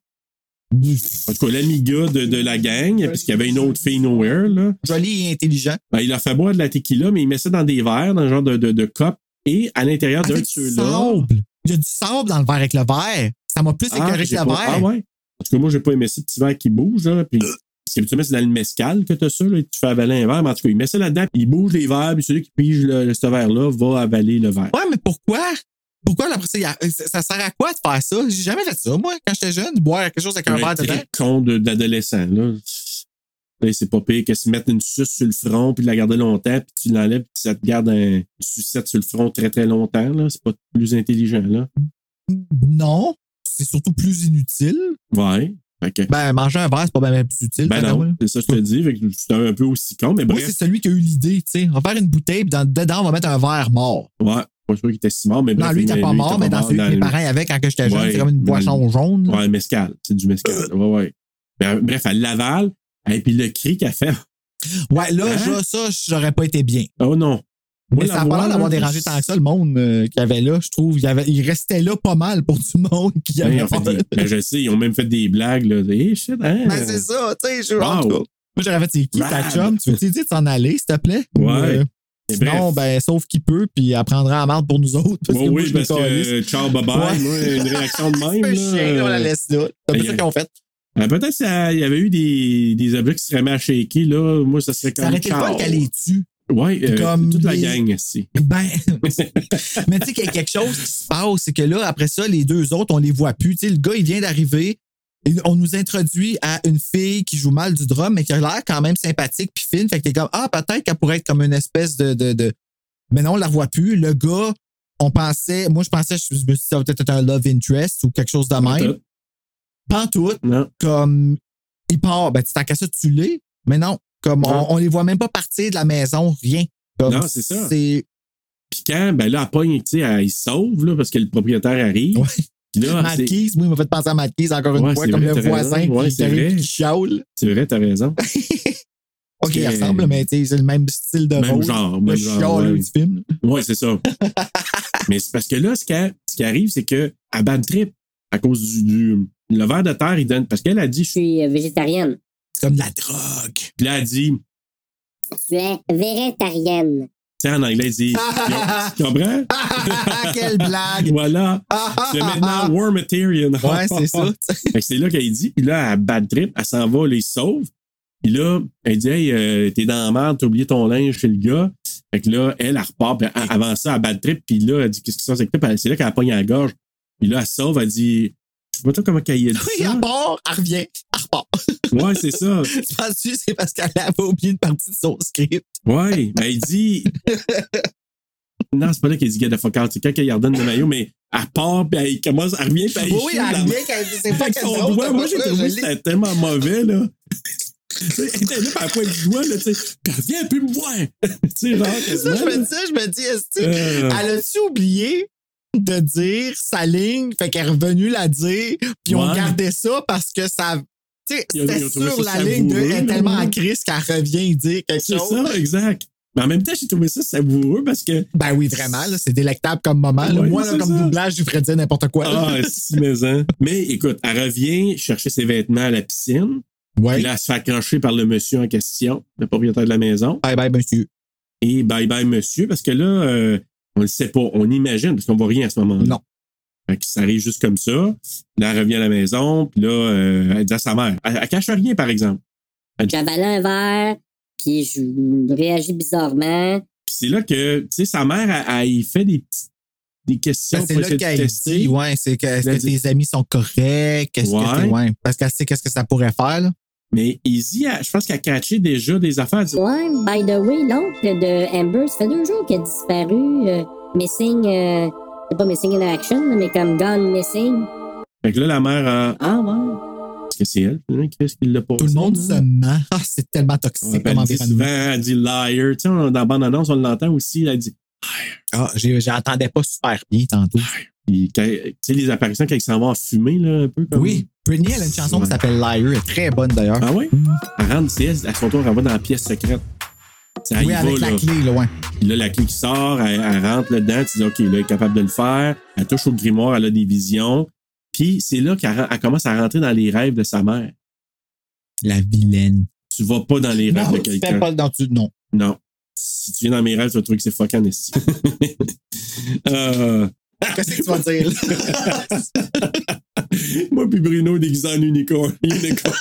Speaker 4: En tout cas, l'amiga de, de la gang, puisqu'il y avait une autre fille nowhere, là.
Speaker 3: Joli et intelligent.
Speaker 4: Ben, il leur fait boire de la tequila, mais il met ça dans des verres, dans un genre de, de, de cup. Et à l'intérieur d'un
Speaker 3: Avec
Speaker 4: de
Speaker 3: Ah, du
Speaker 4: ceux-là.
Speaker 3: sable. Il y a du sable dans le verre avec le verre. Ça m'a plus
Speaker 4: Ah,
Speaker 3: écœuré que
Speaker 4: j'ai
Speaker 3: le verre.
Speaker 4: pas- ah ouais? En tout cas, moi, j'ai pas aimé ça, petit verre qui bouge. Là, puis,
Speaker 3: Euh.
Speaker 4: parce qu'habituellement, c'est dans le mescal que t'as ça. Là, et tu fais avaler un verre. Mais en tout cas, il met ça là-dedans, puis il bouge les verres, puis celui qui pige le, le- ce verre-là va avaler le verre.
Speaker 3: Ouais, mais pourquoi? Pourquoi après ça, il y a- euh, ça, ça sert à quoi de faire ça? J'ai jamais fait ça, moi, quand j'étais jeune, boire quelque chose avec un verre
Speaker 4: C'est
Speaker 3: dedans.
Speaker 4: un con de- d'adolescent. Là. Là, c'est pas pire que se mettre une suce sur le front, puis de la garder longtemps, puis tu l'enlèves, puis ça te garde un une sucette sur le front très, très longtemps. là. C'est pas plus intelligent. là.
Speaker 3: Non, c'est surtout plus inutile.
Speaker 4: Ouais. Fait que-
Speaker 3: Ben, manger un verre, c'est pas bien plus utile.
Speaker 4: ben
Speaker 3: finalement, là.
Speaker 4: non, c'est ça que je te dis. Fait que C'est un peu aussi con, mais
Speaker 3: Moi,
Speaker 4: bref.
Speaker 3: c'est celui qui a eu l'idée, tu sais. On va faire une bouteille, puis dans, dedans, on va mettre un verre mort.
Speaker 4: Ouais, pas sûr qu'il était si mort, Ben, mais
Speaker 3: Non,
Speaker 4: bref,
Speaker 3: lui, il était pas mort, mais dans celui que mes
Speaker 4: le-
Speaker 3: parents avaient quand que j'étais jeune,
Speaker 4: Ouais,
Speaker 3: c'est comme une boisson jaune. là.
Speaker 4: Ouais, mescal. C'est du
Speaker 3: Euh.
Speaker 4: mescal. Ouais, ouais. Ben, bref, elle l'avale, et puis le cri qu'elle fait.
Speaker 3: Ouais, là,
Speaker 4: Hein?
Speaker 3: je- ça, j'aurais pas été bien.
Speaker 4: Oh non. Moi,
Speaker 3: Mais
Speaker 4: la
Speaker 3: ça a pas
Speaker 4: voir,
Speaker 3: l'air d'avoir
Speaker 4: là,
Speaker 3: dérangé tant que ça, le monde euh, qu'il y avait là, je trouve. Il, y avait, il restait là pas mal pour du monde qui
Speaker 4: Ben, ils
Speaker 3: avait
Speaker 4: ont fait des- ben, je sais, ils ont même fait des blagues, là. Hey, shit, hein?
Speaker 3: Ben, c'est ça, tu sais, je
Speaker 4: Wow.
Speaker 3: en tout cas. Moi, j'aurais fait, c'est qui ta
Speaker 4: Rad.
Speaker 3: chum? Tu veux-tu lui dire de s'en aller, s'il te plaît?
Speaker 4: Ouais. Eh
Speaker 3: Ou, euh,
Speaker 4: Mais
Speaker 3: sinon,
Speaker 4: bref.
Speaker 3: ben, sauf qu'il peut, puis elle prendra la marde pour nous autres. Parce
Speaker 4: Ouais,
Speaker 3: que moi,
Speaker 4: oui,
Speaker 3: je
Speaker 4: parce
Speaker 3: me calisse.
Speaker 4: que, euh, ciao, bye bye,
Speaker 3: Ouais.
Speaker 4: moi, une réaction de
Speaker 3: C'est
Speaker 4: même.
Speaker 3: un chien, là, on
Speaker 4: là.
Speaker 3: la laisse là. C'est un peu
Speaker 4: Aïe,
Speaker 3: ça
Speaker 4: aïe.
Speaker 3: qu'ils ont fait.
Speaker 4: Ben, Peut-être qu'il y avait eu des, des objets qui seraient mis à shaker, là. Moi, ça serait
Speaker 3: Ça
Speaker 4: comme
Speaker 3: aurait été le fun
Speaker 4: ciao.
Speaker 3: qu'elle les tue.
Speaker 4: Ouais, euh,
Speaker 3: Comme
Speaker 4: toute la
Speaker 3: les-
Speaker 4: gang, ici.
Speaker 3: Ben, mais tu sais qu'il y a quelque chose qui se passe, c'est que là, après ça, les deux autres, on les voit plus. Tu sais, le gars, il vient d'arriver. et On nous introduit à une fille qui joue mal du drum, mais qui a l'air quand même sympathique puis fine. Fait que t'es comme, ah, peut-être qu'elle pourrait être comme une espèce de, de, de- Mais non, on la voit plus. Le gars, on pensait... Moi, je pensais, je me suis dit, ça va peut-être être un love interest ou quelque chose de même. Pantoute.
Speaker 4: Non.
Speaker 3: comme il part, ben tu t'en qu'à ça, tu l'es, mais non, comme
Speaker 4: Non.
Speaker 3: on, on les voit même pas partir de la maison, rien. Comme
Speaker 4: Non, c'est ça.
Speaker 3: C'est
Speaker 4: Puis quand, ben là, elle pogne, tu sais, elle il se sauve, là, parce que le propriétaire arrive.
Speaker 3: Ouais.
Speaker 4: Puis là,
Speaker 3: Mad
Speaker 4: c'est-
Speaker 3: Keys, moi, il m'a fait penser à Mad Keys encore une
Speaker 4: Ouais,
Speaker 3: fois,
Speaker 4: c'est
Speaker 3: comme
Speaker 4: vrai,
Speaker 3: le
Speaker 4: t'as
Speaker 3: voisin
Speaker 4: raison. Ouais,
Speaker 3: qui
Speaker 4: c'est
Speaker 3: arrive
Speaker 4: vrai.
Speaker 3: qui chiale.
Speaker 4: c'est vrai, t'as raison.
Speaker 3: Ok, il
Speaker 4: C'est-
Speaker 3: ressemble, mais tu sais, c'est le même style de
Speaker 4: Même
Speaker 3: rôle.
Speaker 4: genre,
Speaker 3: le
Speaker 4: même genre.
Speaker 3: chialeux
Speaker 4: Ouais,
Speaker 3: du film.
Speaker 4: Ouais, c'est ça. Mais c'est parce que là, ce, qu'elle- ce qui arrive, c'est que à bad trip, à cause du, du- le verre de terre, il donne. Parce qu'elle a dit, je
Speaker 10: Je
Speaker 4: suis.
Speaker 10: suis euh, végétarienne.
Speaker 3: C'est comme de la drogue.
Speaker 4: Puis là, elle dit, tu
Speaker 2: Tu es végétarienne.
Speaker 4: sais, en anglais, elle dit.
Speaker 3: Ah!
Speaker 4: tu comprends?
Speaker 3: Quelle blague!
Speaker 4: Voilà. C'est maintenant War Material.
Speaker 3: Ah! ouais, c'est ça.
Speaker 4: Fait que c'est là qu'elle dit. Puis là, elle bad trip, elle s'en va, elle les sauve. Puis là, elle dit, hey, euh, t'es dans la merde, t'as oublié ton linge chez le gars. Fait que là, elle, elle repart. Puis a- avant ça, elle bad trip. Puis là, elle dit, qu'est-ce qui se passe avec toi? Puis elle- c'est là qu'elle pogne à la gorge. Puis là, elle sauve, elle dit, je sais pas trop comment qu'elle y a dit
Speaker 3: Oui,
Speaker 4: ça.
Speaker 3: elle part, elle revient, elle repart.
Speaker 4: Ouais, c'est ça.
Speaker 3: Je pense que c'est parce qu'elle avait oublié une partie de son script.
Speaker 4: Ouais. Ben, elle dit, non, c'est pas là qu'elle dit, get the fuck out. C'est quand qu'elle redonne le maillot, mais elle part, puis elle commence, elle revient, puis elle
Speaker 3: Oui,
Speaker 4: chie
Speaker 3: elle
Speaker 4: dans-
Speaker 3: revient quand c'est pas
Speaker 4: Avec
Speaker 3: qu'elle
Speaker 4: son doigt, moi j'ai trouvé que c'était tellement mauvais, là. Elle était là, par elle pointe du doigt, là, tu sais. Puis elle vient, elle peut me voir. tu sais, genre,
Speaker 3: Ça,
Speaker 4: quasiment.
Speaker 3: je me
Speaker 4: là.
Speaker 3: dis, ça, je me dis, est-ce que-
Speaker 4: Euh,
Speaker 3: elle a-tu oublié de dire sa ligne? Fait qu'elle est revenue la dire, puis on
Speaker 4: Ouais. gardait
Speaker 3: gardait ça parce que ça. Tu sais,
Speaker 4: Ils ont- ils
Speaker 3: c'était
Speaker 4: ont trouvé
Speaker 3: sur
Speaker 4: ça
Speaker 3: la ligne de.
Speaker 4: savoureux,
Speaker 3: Elle est
Speaker 4: là,
Speaker 3: tellement
Speaker 4: ouais.
Speaker 3: en crise qu'elle revient dire quelque
Speaker 4: C'est
Speaker 3: chose.
Speaker 4: ça, exact. Mais en même temps, j'ai trouvé ça savoureux parce que.
Speaker 3: Ben oui, vraiment, là, c'est délectable comme moment. là.
Speaker 4: Ouais,
Speaker 3: Moi, là,
Speaker 4: c'est
Speaker 3: comme
Speaker 4: ça.
Speaker 3: doublage, je ferais dire n'importe quoi.
Speaker 4: Ah, si maison. Mais écoute, elle revient chercher ses vêtements à la piscine.
Speaker 3: ouais.
Speaker 4: Puis là, elle se fait accrocher par le monsieur en question, le propriétaire de la maison.
Speaker 3: Bye bye, monsieur.
Speaker 4: et bye bye monsieur, parce que là, euh, on le sait pas, on imagine, parce qu'on voit rien à ce moment-là.
Speaker 3: Non.
Speaker 4: Fait que ça arrive juste comme ça. Là, elle revient à la maison, puis là, euh, elle dit à sa mère. Elle, elle cache rien, par exemple.
Speaker 2: J'avalais un verre, puis je réagis bizarrement.
Speaker 4: Puis c'est là que, tu sais, sa mère, elle, elle y fait des, petits- des questions
Speaker 3: Ben, c'est
Speaker 4: pour
Speaker 3: là
Speaker 4: essayer de
Speaker 3: qu'elle
Speaker 4: tester.
Speaker 3: dit, ouais, c'est que, est-ce
Speaker 4: Elle
Speaker 3: que
Speaker 4: dit-
Speaker 3: tes amis sont corrects? Qu'est-ce
Speaker 4: Ouais.
Speaker 3: que t'es- ouais. Parce qu'elle sait qu'est-ce que ça pourrait faire, là.
Speaker 4: Mais Izzy, elle- je pense qu'elle a catché déjà des affaires. Elle dit,
Speaker 2: Ouais, by the way, l'oncle de Amber, ça fait deux jours qu'il a disparu. euh, missing, euh, c'est pas missing in action, là, mais comme gone missing.
Speaker 4: Fait que là, la mère, euh, ah ouais. Est-ce que c'est elle? finalement, Qu'est-ce qu'il l'a pas
Speaker 3: Tout le monde
Speaker 4: dit,
Speaker 3: se ment. Ah, c'est tellement toxique
Speaker 4: Ouais, puis
Speaker 3: comme
Speaker 4: elle dit
Speaker 3: environnement.
Speaker 4: souvent, elle dit liar. Tu sais, on- dans la bande-annonce, on l'entend aussi. Elle dit
Speaker 3: Ah, j'ai- j'entendais pas super bien tantôt.
Speaker 4: Puis, quand- tu sais, les apparitions quand ils s'en vont en fumée, là, un peu comme.
Speaker 3: Oui, Britney, elle a une chanson
Speaker 4: Ouais.
Speaker 3: qui s'appelle Liar. Elle est très bonne d'ailleurs.
Speaker 4: Ah ouais? Elle rentre, c'est elle, à son tour, elle va dans la pièce secrète. Tu sais, elle y
Speaker 3: oui,
Speaker 4: va,
Speaker 3: avec la
Speaker 4: là.
Speaker 3: clé, là, ouais.
Speaker 4: Puis là, la clé qui sort, elle, elle rentre là-dedans, tu dis, OK, là, elle est capable de le faire. Elle touche au grimoire, elle a des visions. Puis c'est là qu'elle elle commence à rentrer dans les rêves de sa mère.
Speaker 3: La vilaine.
Speaker 4: Tu vas pas dans les rêves
Speaker 3: Non,
Speaker 4: de
Speaker 3: tu
Speaker 4: quelqu'un.
Speaker 3: fais pas dans tu non.
Speaker 4: Non. Si tu viens dans mes rêves, tu vas trouver que c'est fucking ici. euh,
Speaker 3: Qu'est-ce que tu vas dire?
Speaker 4: moi puis Bruno déguisé en unicorn. unicorn.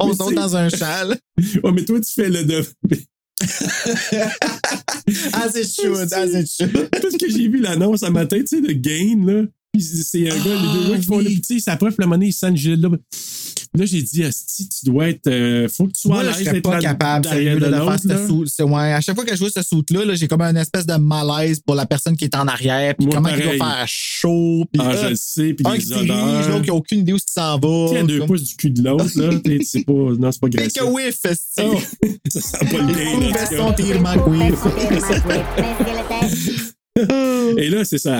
Speaker 3: On
Speaker 4: Mais
Speaker 3: saute
Speaker 4: c'est-
Speaker 3: dans un châle.
Speaker 4: Ouais, mais toi, tu fais le de...
Speaker 3: As it should, as it should.
Speaker 4: Parce que j'ai vu l'annonce à matin, tu sais, de Gain, là. Puis c'est un gars, les deux
Speaker 3: Ah,
Speaker 4: gars qui font
Speaker 3: oui.
Speaker 4: le petit, ça preuve, la monnaie, il sent le gilet, là. Là, j'ai dit, Asti, tu dois être. euh, faut que tu sois
Speaker 3: Moi,
Speaker 4: à
Speaker 3: là,
Speaker 4: l'aise
Speaker 3: je serais
Speaker 4: d'être
Speaker 3: pas
Speaker 4: en-
Speaker 3: capable,
Speaker 4: derrière
Speaker 3: sérieux, là, de
Speaker 4: l'autre,
Speaker 3: faire
Speaker 4: là.
Speaker 3: ce suit. c'est- Ouais, à chaque fois que je joue ce suit-là, là, j'ai comme un espèce de malaise pour la personne qui est en arrière, puis
Speaker 4: Moi,
Speaker 3: comment il doit
Speaker 4: pareil.
Speaker 3: faire chaud, puis
Speaker 4: Ah,
Speaker 3: euh,
Speaker 4: je le sais, puis
Speaker 3: un qui
Speaker 4: les
Speaker 3: dirige, l'autre
Speaker 4: odeurs.
Speaker 3: qui a aucune idée où il s'en
Speaker 4: Tu sais, à
Speaker 3: va.
Speaker 4: deux
Speaker 3: Comme-
Speaker 4: pouces du cul de l'autre, là. t'es- C'est pas. Non, c'est pas grave.
Speaker 3: Take a whiff, esti.
Speaker 4: Oh, ça sent pas le gain,
Speaker 3: Une
Speaker 4: là, en tout cas.
Speaker 3: veston tirement de whiff.
Speaker 4: Et là, c'est ça.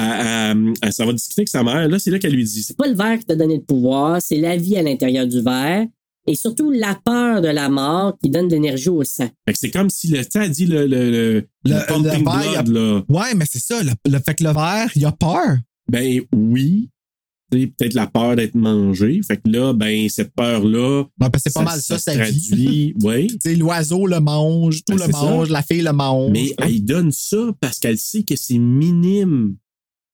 Speaker 4: elle- elle- elle- Ça va discuter avec sa mère. Là, c'est là qu'elle lui dit.
Speaker 10: C'est pas le verre qui t'a donné le pouvoir, c'est la vie à l'intérieur du verre et surtout la peur de la mort qui donne de l'énergie au sang.
Speaker 4: Fait que c'est comme si le temps dit le, le, le, le pumping
Speaker 3: le verre, il a-
Speaker 4: blood, là.
Speaker 3: Ouais, mais c'est ça. Le, le fait que le verre, il a peur.
Speaker 4: Ben oui. C'est peut-être la peur d'être mangé. Fait que là, ben, cette peur-là.
Speaker 3: Ouais, Ben, parce que c'est pas mal ça,
Speaker 4: se
Speaker 3: sa vie.
Speaker 4: traduit. Oui.
Speaker 3: Tu sais, L'oiseau le mange, tout
Speaker 4: Ben,
Speaker 3: le
Speaker 4: c'est ça.
Speaker 3: mange, la fille le mange.
Speaker 4: Mais elle lui donne ça parce qu'elle sait que c'est minime.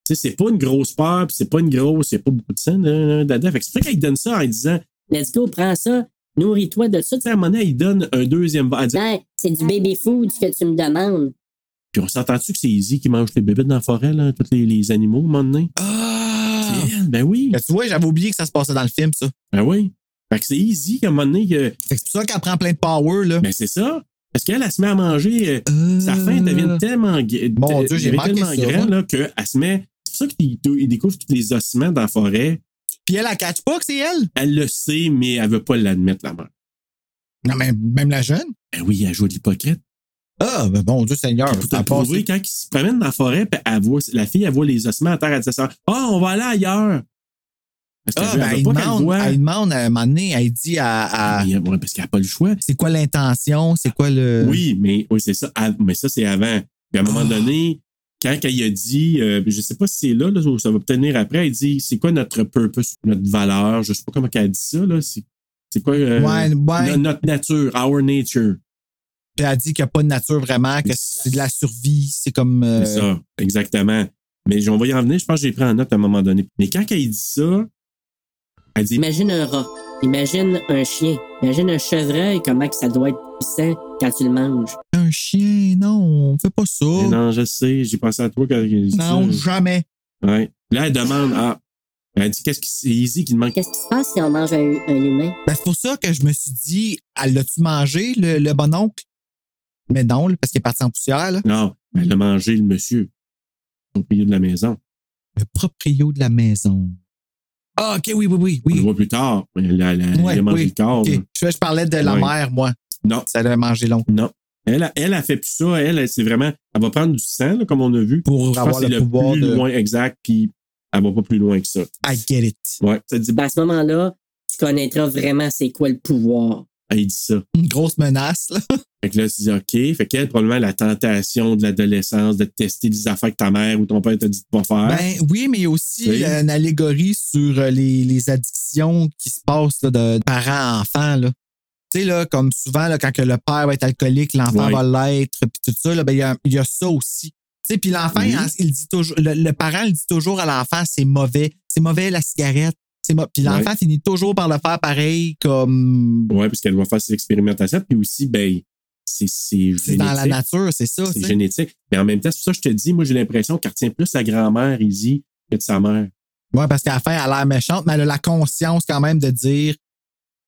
Speaker 4: Tu sais, c'est pas une grosse peur, puis c'est pas une grosse, c'est pas beaucoup de sang, nan, nan, dada. Fait que c'est pour ça qu'elle lui donne ça en lui disant,
Speaker 10: Let's go, prends ça, nourris-toi de ça.
Speaker 4: tu sais, à un moment donné, elle lui donne un deuxième verre. Elle dit,
Speaker 2: Non, c'est du baby food ce que tu me demandes.
Speaker 4: Puis on s'entend-tu que c'est Easy qui mange les bébés dans la forêt, là, tous les, les animaux, à un moment donné?
Speaker 3: Ah!
Speaker 4: C'est elle, ben oui.
Speaker 3: Ben, tu vois, j'avais oublié que ça se passait dans le film, ça.
Speaker 4: Ben oui. Fait que c'est Easy qu'à un moment donné, que-
Speaker 3: Fait que c'est pour ça qu'elle prend plein de power, là.
Speaker 4: ben c'est ça. Parce qu'elle, elle se met à manger. euh,
Speaker 3: Euh,
Speaker 4: Sa faim devient tellement, gra-
Speaker 3: Mon
Speaker 4: te-
Speaker 3: Dieu, j'ai
Speaker 4: devient
Speaker 3: manqué
Speaker 4: tellement
Speaker 3: ça.
Speaker 4: grand là, qu'elle se met. C'est pour ça qu'il il découvre tous les ossements dans la forêt.
Speaker 3: Puis elle, elle catch pas que c'est elle.
Speaker 4: Elle le sait, mais elle veut pas l'admettre, la mère.
Speaker 3: Non, mais même la jeune.
Speaker 4: Ben oui, elle joue de l'hypocrite.
Speaker 3: Ah, ben bon Dieu Seigneur.
Speaker 4: Pour te
Speaker 3: ça passe. hein.
Speaker 4: prouver, quand il se promène dans la forêt, puis elle voit, la fille, elle voit les ossements à terre, elle dit à sa sœur, Ah, on va aller ailleurs. Parce
Speaker 3: Ah,
Speaker 4: qu'elle veut-
Speaker 3: ben,
Speaker 4: elle
Speaker 3: elle
Speaker 4: veut pas qu'elle
Speaker 3: demande,
Speaker 4: voit.
Speaker 3: elle demande à un moment donné, elle dit à. à-
Speaker 4: Mais, ouais, parce qu'elle n'a pas le choix.
Speaker 3: c'est quoi l'intention? C'est quoi le.
Speaker 4: Oui, mais oui, c'est ça. Ah, Mais ça, c'est avant. Puis à un moment
Speaker 3: Euh, Ah.
Speaker 4: donné, quand elle a dit, euh, je sais pas si c'est là, là, ou ça va peut-être venir après, elle dit c'est quoi notre purpose, notre valeur, je sais pas comment elle dit ça, là. C'est, c'est quoi euh,
Speaker 3: Ouais, ouais.
Speaker 4: no- notre nature, our nature.
Speaker 3: Puis elle dit qu'il n'y a pas de nature vraiment, que c'est de la survie. C'est comme. euh,
Speaker 4: C'est ça, exactement. Mais on va y en venir, je pense que j'ai pris en note à un moment donné. Mais quand elle dit ça, elle dit
Speaker 10: Imagine un rat, imagine un chien, imagine un chevreuil, comment que ça doit être puissant quand tu le manges.
Speaker 3: un chien, non, on fait pas ça.
Speaker 4: Mais
Speaker 3: Non,
Speaker 4: Non, je sais, j'ai pensé à toi quand elle dit ça.
Speaker 3: jamais.
Speaker 4: Ouais. Là, elle demande ah, elle dit qu'est-ce qui c'est Easy qui demande
Speaker 2: Qu'est-ce qui se passe si on mange un, un humain?
Speaker 3: Ben, c'est pour ça que je me suis dit, elle l'a-tu mangé, le, le bon oncle? Mais non, là, parce qu'il est parti en poussière, là.
Speaker 4: Non, elle a mangé le monsieur au milieu de la maison.
Speaker 3: Le proprio de la maison. Ah, ok, oui, oui, oui,
Speaker 4: On le
Speaker 3: oui.
Speaker 4: voit plus tard. Elle, elle- elle-
Speaker 3: Ouais,
Speaker 4: elle a mangé
Speaker 3: oui,
Speaker 4: le corps.
Speaker 3: Ok.
Speaker 4: là.
Speaker 3: Je, je parlais de la
Speaker 4: Ouais.
Speaker 3: mère, moi.
Speaker 4: Non,
Speaker 3: Ça l'a mangé l'oncle.
Speaker 4: non. Elle, elle, elle a fait plus ça. Elle, elle, c'est vraiment. Elle va prendre du sang, là, comme on a vu.
Speaker 3: Pour
Speaker 4: Je pense
Speaker 3: avoir
Speaker 4: que c'est
Speaker 3: le
Speaker 4: le,
Speaker 3: pouvoir
Speaker 4: plus
Speaker 3: de.
Speaker 4: loin exact, puis elle va pas plus loin que ça.
Speaker 3: I get it.
Speaker 4: Ouais. Ça dit,
Speaker 10: Ben, à ce moment-là, tu connaîtras vraiment c'est quoi le pouvoir.
Speaker 4: elle dit ça.
Speaker 3: Une grosse menace, là.
Speaker 4: Fait que là, tu dis, OK. Fait qu'elle, probablement, la tentation de l'adolescence de tester des affaires que ta mère ou ton père t'a dit de pas faire.
Speaker 3: Ben oui, mais il y a aussi
Speaker 4: Hein? Oui.
Speaker 3: euh, une allégorie sur euh, les, les addictions qui se passent là, de parents à enfants. là. Tu sais, là, comme souvent, là, quand que le père va être alcoolique, l'enfant
Speaker 4: Ouais.
Speaker 3: va l'être, puis tout ça, là, ben, il y a, il y a ça aussi. Tu sais, puis l'enfant,
Speaker 4: Oui.
Speaker 3: il, il dit toujours, le, le parent le dit toujours à l'enfant, c'est mauvais, c'est mauvais la cigarette. c'est mo- Puis l'enfant finit toujours par le faire pareil comme
Speaker 4: Ouais, parce qu'elle va faire ses expérimentations. Puis aussi, ben, c'est c'est
Speaker 3: c'est dans la
Speaker 4: génétique.
Speaker 3: nature, c'est ça. tu
Speaker 4: C'est
Speaker 3: sais.
Speaker 4: génétique. Mais en même temps, c'est pour ça que je te dis, moi, j'ai l'impression qu'elle retient plus sa grand-mère, Izzy, que de sa mère.
Speaker 3: Ouais, parce qu'à la fin, elle a l'air méchante, mais elle a la conscience quand même de dire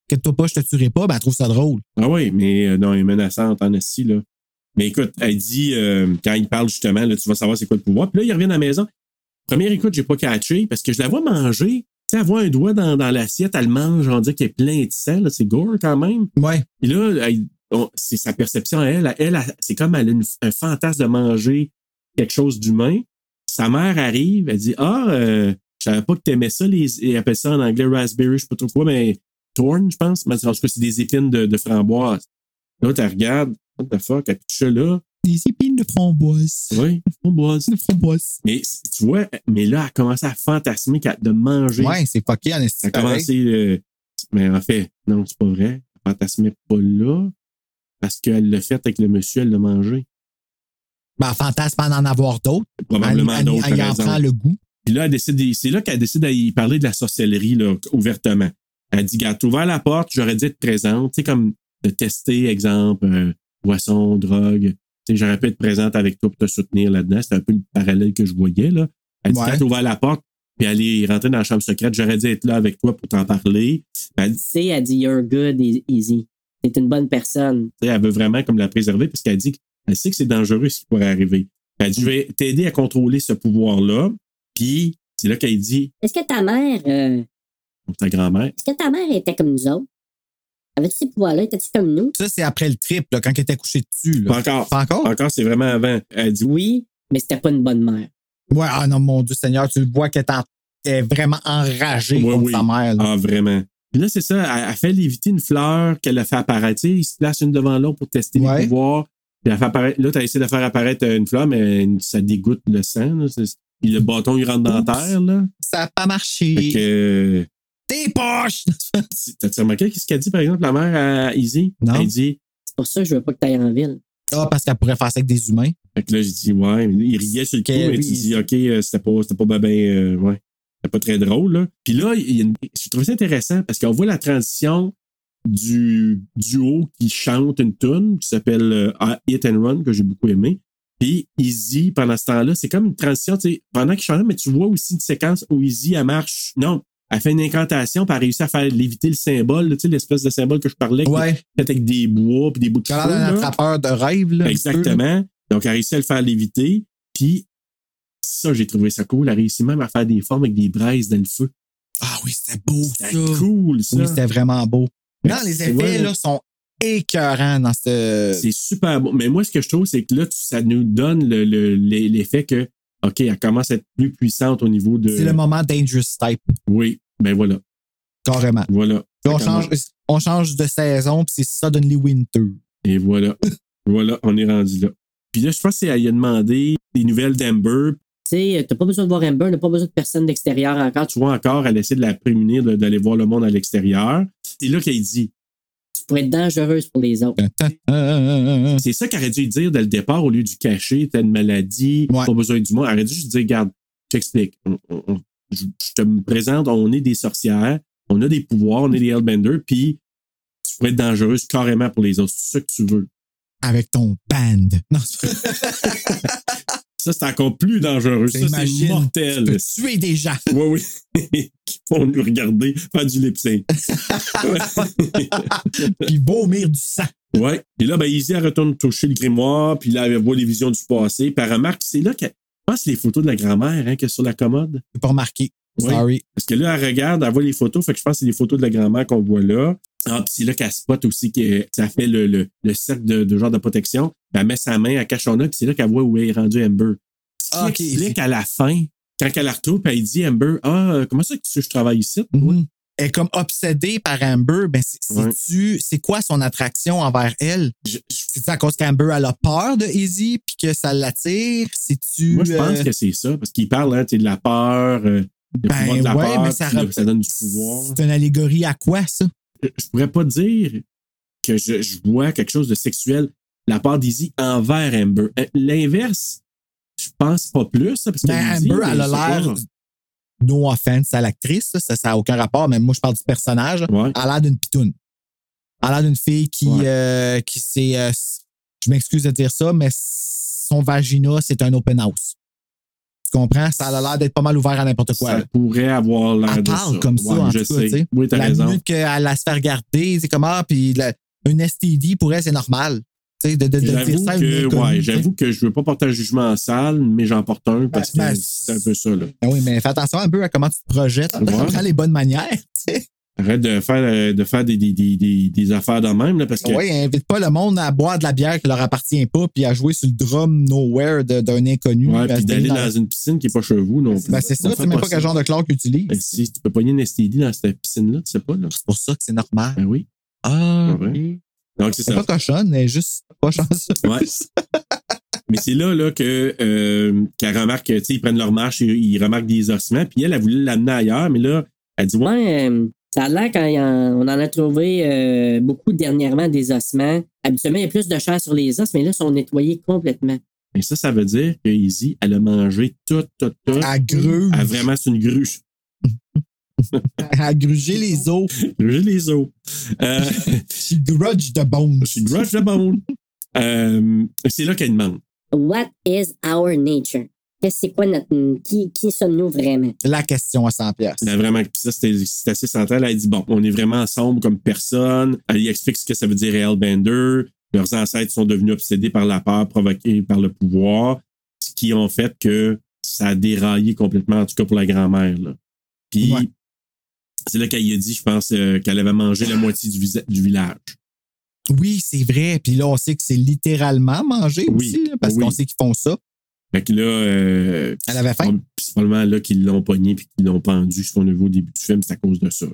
Speaker 3: que toi pas, je te tuerai pas, ben elle trouve ça drôle.
Speaker 4: Ah oui, mais euh, non, elle est menaçante, en esti, là. Mais écoute, elle dit, euh, quand il parle justement, là, tu vas savoir c'est quoi le pouvoir. Puis là, il revient à la maison. Première écoute, j'ai pas catché parce que je la vois manger. Tu sais, elle voit un doigt dans, dans l'assiette, elle mange, on dirait qu'elle est plein de sang, là, c'est gore quand même.
Speaker 3: Ouais.
Speaker 4: Puis là, elle- on- c'est sa perception à elle. Elle, elle, c'est comme elle a une- un fantasme de manger quelque chose d'humain. Sa mère arrive, elle dit Ah, euh, je savais pas que t'aimais ça, les, ils appellent ça en anglais raspberry, je sais pas trop quoi, mais torn, je pense. Mais en tout cas, c'est des épines de, de framboise. Là, tu regardes, what the fuck, elle pitche là.
Speaker 3: Des épines de framboise.
Speaker 4: Oui, framboise.
Speaker 3: De framboise.
Speaker 4: Mais tu vois, mais là, elle a commencé à fantasmer qu'elle- de manger.
Speaker 3: Ouais, c'est fucké en
Speaker 4: Elle a
Speaker 3: estime.
Speaker 4: commencé. euh, mais en fait, non, c'est pas vrai. Elle fantasmait pas là parce qu'elle l'a fait avec le monsieur, elle l'a mangé.
Speaker 3: Ben, fantasme en en avoir d'autres.
Speaker 4: Probablement
Speaker 3: Elle- elle-
Speaker 4: d'autres
Speaker 3: Elle y en
Speaker 4: raisons.
Speaker 3: prend le goût.
Speaker 4: Puis là, elle décide, c'est là qu'elle décide à y parler de la sorcellerie, là, ouvertement. Elle dit, gars, t'as ouvert la porte, j'aurais dû être présente. Tu sais, comme de tester, exemple, euh, boisson, drogue. Tu sais, j'aurais pu être présente avec toi pour te soutenir là-dedans. C'était un peu le parallèle que je voyais, là. Elle dit,
Speaker 3: Ouais.
Speaker 4: quand t'as ouvert la porte, puis aller rentrer dans la chambre secrète, j'aurais dû être là avec toi pour t'en parler. Puis elle dit,
Speaker 10: Tu sais, elle dit You're good, e- easy. T'es une bonne personne.
Speaker 4: tu sais, elle veut vraiment comme la préserver parce qu'elle dit qu'elle sait que c'est dangereux ce qui pourrait arriver. Elle dit, je vais t'aider à contrôler ce pouvoir-là. Puis, c'est là qu'elle dit,
Speaker 2: Est-ce que ta mère, euh,
Speaker 4: ta grand-mère,
Speaker 2: est-ce que ta mère était comme nous autres? Avais-tu ces pouvoirs-là? Étais-tu comme nous?
Speaker 3: Ça, c'est après le trip, là, quand elle était couchée dessus.
Speaker 4: pas
Speaker 3: Là.
Speaker 4: encore.
Speaker 3: Pas encore?
Speaker 4: Encore, c'est vraiment avant. Elle dit,
Speaker 10: Oui, mais c'était pas une bonne mère.
Speaker 3: Ouais, ah non, mon Dieu Seigneur, tu le vois qu'elle est en- elle est vraiment enragée
Speaker 4: Ouais,
Speaker 3: contre
Speaker 4: oui.
Speaker 3: sa mère. là.
Speaker 4: ah, vraiment. Puis là, c'est ça, elle, elle fait léviter une fleur qu'elle a fait apparaître. Tu sais, ils se placent une devant l'autre pour tester
Speaker 3: Ouais.
Speaker 4: les pouvoirs. Puis elle fait apparaître, là, tu as essayé de faire apparaître euh, une fleur, mais une- ça dégoûte le sang. là. C'est- Puis le bâton, il rentre dans
Speaker 3: Oups.
Speaker 4: la terre. Là.
Speaker 3: Ça n'a pas
Speaker 4: Fait
Speaker 3: marché.
Speaker 4: que, euh,
Speaker 3: T'es poche!
Speaker 4: t'as-tu remarqué ce qu'elle dit, par exemple, la mère à Izzy?
Speaker 3: Non.
Speaker 4: Elle dit,
Speaker 10: C'est pour ça que je veux pas que t'ailles en ville.
Speaker 3: Ah, parce qu'elle pourrait faire ça avec des humains.
Speaker 4: fait que là, je dis, ouais, mais il riait sur le coup,
Speaker 3: Que
Speaker 4: mais
Speaker 3: Eh oui,
Speaker 4: tu dis,
Speaker 3: il-
Speaker 4: OK, euh, c'était pas, c'était pas ben, ben, euh, ouais, c'était pas très drôle, là. Puis là, il y a une- je trouve ça intéressant parce qu'on voit la transition du duo qui chante une tune qui s'appelle euh, Ah, Hit and Run, que j'ai beaucoup aimé. Puis Easy, pendant ce temps-là, c'est comme une transition, tu sais, pendant qu'il chante, mais tu vois aussi une séquence où Easy, elle marche, non, elle fait une incantation, puis elle réussit à faire léviter le symbole, là, tu sais, l'espèce de symbole que je parlais, qui
Speaker 3: Ouais.
Speaker 4: est faite avec des bois, puis des bouts de
Speaker 3: Tu as l'air
Speaker 4: feu,
Speaker 3: d'un
Speaker 4: là.
Speaker 3: attrapeur de rêve. Là, un peu, là.
Speaker 4: hein? Exactement. Donc, elle a réussi à le faire léviter. Puis, ça, j'ai trouvé ça cool. Elle a réussi même à faire des formes avec des braises dans le feu.
Speaker 3: Ah oui, c'était beau, ça.
Speaker 4: C'était cool, ça.
Speaker 3: Oui, c'était vraiment beau. Non,
Speaker 4: Fait que
Speaker 3: les
Speaker 4: c'est-
Speaker 3: effets
Speaker 4: ouais,
Speaker 3: là, sont écœurants dans ce.
Speaker 4: C'est super beau. Mais moi, ce que je trouve, c'est que là, tu- ça nous donne le- le- l'e- l'effet que, OK, elle commence à être plus puissante au niveau de.
Speaker 3: C'est le moment Dangerous Type,
Speaker 4: Oui. Ben voilà.
Speaker 3: carrément.
Speaker 4: Voilà.
Speaker 3: Puis on,
Speaker 4: Ça commence.
Speaker 3: change, on change de saison, puis c'est Suddenly Winter.
Speaker 4: Et voilà. voilà, on est rendu là. Puis là, je pense qu'elle a demandé des nouvelles d'Amber.
Speaker 10: Tu sais, t'as pas besoin de voir Amber, t'as pas besoin de personne d'extérieur encore. Tu,
Speaker 4: Tu vois encore, elle essaie de la prémunir de- d'aller voir le monde à l'extérieur. C'est là qu'elle dit
Speaker 10: tu pourrais être dangereuse pour les autres.
Speaker 3: Euh,
Speaker 4: C'est ça qu'elle aurait dû lui dire dès le départ au lieu du cacher, t'as une maladie,
Speaker 3: Ouais.
Speaker 4: pas besoin du monde. Elle aurait dû juste dire, regarde, je t'explique. On- on- on- Je, je te me présente, on est des sorcières, on a des pouvoirs, on est des Hellbenders, puis tu pourrais être dangereuse carrément pour les autres. C'est ça que tu veux.
Speaker 3: Avec ton band. Non, c'est
Speaker 4: Ça, c'est encore plus dangereux. Ça, c'est
Speaker 3: T'imagines,
Speaker 4: mortel.
Speaker 3: peux tuer des gens.
Speaker 4: Oui, oui. Qui font nous regarder faire du lip sync.
Speaker 3: puis vomir du sang.
Speaker 4: Ouais. Puis là, ben, Izzy, elle retourne toucher le grimoire, puis là, elle voit les visions du passé. Puis elle remarque, c'est là qu'elle. Je pense que c'est les photos de la grand-mère hein, qui est sur la commode.
Speaker 3: J'ai pas remarqué.
Speaker 4: Oui.
Speaker 3: Sorry.
Speaker 4: Parce que là, elle regarde, elle voit les photos. Fait que je pense que c'est les photos de la grand-mère qu'on voit là. Ah, puis c'est là qu'elle spot aussi que ça fait le, le, le cercle de, de genre de protection. Puis elle met sa main, elle cache son œil, puis c'est là qu'elle voit où est rendu Amber. Ce qui
Speaker 3: Ah, ok.
Speaker 4: explique à la fin, quand elle la retrouve, puis elle dit Amber, ah, euh, comment ça que tu sais que je travaille ici?
Speaker 3: Mhm. Elle est comme obsédée par Amber. Ben, c'est-
Speaker 4: Ouais.
Speaker 3: c'est-tu- c'est quoi son attraction envers elle?
Speaker 4: Je- je-
Speaker 3: C'est-tu à cause qu'Amber elle a peur de Izzy puis que ça l'attire? C'est-tu.
Speaker 4: moi, je pense
Speaker 3: euh,
Speaker 4: que c'est ça, parce qu'il parle hein, tu sais, de la peur, euh, de,
Speaker 3: Ben
Speaker 4: pouvoir de la
Speaker 3: ouais,
Speaker 4: peur,
Speaker 3: mais ça
Speaker 4: puis là,
Speaker 3: rep-
Speaker 4: ça donne du pouvoir.
Speaker 3: C'est une allégorie à quoi, ça?
Speaker 4: je je pourrais pas dire que je, je vois quelque chose de sexuel de la part d'Izzy envers Amber. Euh, L'inverse, je pense pas plus. là, Parce que
Speaker 3: Ben,
Speaker 4: Izzy,
Speaker 3: Amber, elle a
Speaker 4: je sais hein.
Speaker 3: l'air. No offense à l'actrice, là, ça n'a aucun rapport, mais moi, je parle du personnage.
Speaker 4: pas. Ouais.
Speaker 3: Elle a l'air d'une pitoune. Elle a l'air d'une fille qui,
Speaker 4: Ouais.
Speaker 3: euh, qui s'est. euh, s- je m'excuse de dire ça, mais son vagina, c'est un open house. Tu comprends? Ça a l'air d'être pas mal ouvert à n'importe quoi.
Speaker 4: Ça pourrait avoir l'air
Speaker 3: Elle
Speaker 4: de
Speaker 3: parle
Speaker 4: ça.
Speaker 3: comme ça,
Speaker 4: Ouais,
Speaker 3: en
Speaker 4: je
Speaker 3: tout cas, tu
Speaker 4: sais.
Speaker 3: sais.
Speaker 4: oui, t'as
Speaker 3: la
Speaker 4: raison.
Speaker 3: minute qu'elle a se fait regarder, c'est comme ah, puis la- une STD pour elle, c'est normal. Tu sais, de, de, de dire
Speaker 4: J'avoue
Speaker 3: ça à une
Speaker 4: que,
Speaker 3: inconnue,
Speaker 4: ouais,
Speaker 3: tu sais.
Speaker 4: j'avoue que je veux pas porter un jugement en salle, mais j'en porte un parce que
Speaker 3: ben,
Speaker 4: c'est un peu ça. Là.
Speaker 3: Ben oui, mais fais attention un peu à comment tu te projettes.
Speaker 4: Ouais.
Speaker 3: Prends les bonnes manières. tu sais.
Speaker 4: Arrête de faire, euh, de faire des, des, des, des, des affaires dans même, là, parce que.
Speaker 3: Oui, invite pas le monde à boire de la bière qui leur appartient pas, puis à jouer sur le drum nowhere de- d'un inconnu.
Speaker 4: Ouais,
Speaker 3: puis à
Speaker 4: puis
Speaker 3: se
Speaker 4: d'aller
Speaker 3: tenir
Speaker 4: dans une piscine qui est pas chez vous non plus.
Speaker 3: Ben, c'est ça,
Speaker 4: On
Speaker 3: c'est
Speaker 4: fait
Speaker 3: même
Speaker 4: pas
Speaker 3: pas
Speaker 4: ça.
Speaker 3: quel genre de chlore qu'ils utilisent.
Speaker 4: Ben, si tu peux pogner une STD dans cette piscine-là, tu sais pas, là.
Speaker 3: C'est pour ça que c'est normal.
Speaker 4: Ben oui.
Speaker 3: Ah,
Speaker 4: C'est vrai.
Speaker 3: ok.
Speaker 4: Donc, c'est
Speaker 3: C'est
Speaker 4: ça.
Speaker 3: pas cochonne, elle est juste pas chanceuse.
Speaker 4: Ouais. Mais c'est là, là que, euh, qu'elle remarque, tu sais, ils prennent leur marche, ils, ils remarquent des ossements, puis elle, elle voulait l'amener ailleurs, mais là, elle dit, ouais,
Speaker 10: Ouais, euh, ça a l'air qu'on en a trouvé euh, beaucoup dernièrement des ossements. Habituellement, il y a plus de chair sur les os, mais là, ils sont nettoyés complètement.
Speaker 4: mais ça, ça veut dire que Izzy, elle a mangé tout, tout, tout.
Speaker 3: À gruge.
Speaker 4: Elle a vraiment, c'est une gruche.
Speaker 3: À gruger les os.
Speaker 4: Gruger les os. Euh,
Speaker 3: She grudge de bones.
Speaker 4: c'est une gruche de bone. Euh, c'est là qu'elle demande.
Speaker 2: What is our nature? Qu'est-ce que c'est quoi notre. Qui, qui sommes-nous vraiment?
Speaker 3: La question à 100 pièces.
Speaker 4: Elle a Ben, vraiment, puis ça, c'était c'était assez central. Elle dit, bon, on est vraiment sombre comme personne. Elle lui explique ce que ça veut dire Hellbender. Leurs ancêtres sont devenus obsédés par la peur provoquée par le pouvoir, ce qui ont fait que ça a déraillé complètement, en tout cas pour la grand-mère. là. Puis,
Speaker 3: Ouais.
Speaker 4: c'est là qu'elle lui a dit, je pense, euh, qu'elle avait mangé la moitié du, visa- du village.
Speaker 3: Oui, c'est vrai. Puis là, on sait que c'est littéralement manger
Speaker 4: Oui.
Speaker 3: aussi, là, parce
Speaker 4: Oui.
Speaker 3: qu'on sait qu'ils font ça.
Speaker 4: Fait que là, euh,
Speaker 3: Elle avait faim.
Speaker 4: prob- puis c'est probablement là qu'ils l'ont pogné puis qu'ils l'ont pendu, ce qu'on a vu au début du film, c'est à cause de ça.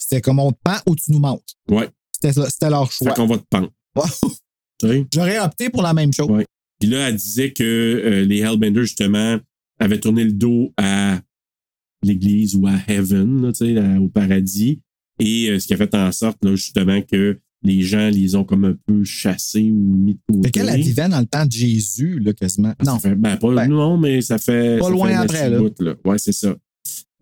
Speaker 3: C'était comme on te pend ou tu nous manques.
Speaker 4: Ouais.
Speaker 3: C'était ça- c'était leur
Speaker 4: Fait
Speaker 3: choix.
Speaker 4: qu'on va te pendre. Tu sais?
Speaker 3: J'aurais opté pour la même chose.
Speaker 4: Ouais. Puis là, elle disait que euh, les Hellbenders, justement, avaient tourné le dos à l'Église ou à Heaven, là, tu sais, à- au paradis. Et euh, ce qui a fait en sorte, là, justement, que les gens les ont comme un peu chassés ou mis de côté.
Speaker 3: Fait qu'elle, elle vivait dans le temps de Jésus, là, quasiment.
Speaker 4: Ça
Speaker 3: Non.
Speaker 4: fait- ben, pas,
Speaker 3: Ben,
Speaker 4: non, mais ça fait.
Speaker 3: pas
Speaker 4: ça
Speaker 3: loin
Speaker 4: fait un
Speaker 3: après,
Speaker 4: petit
Speaker 3: là.
Speaker 4: bout, Ouais, c'est ça.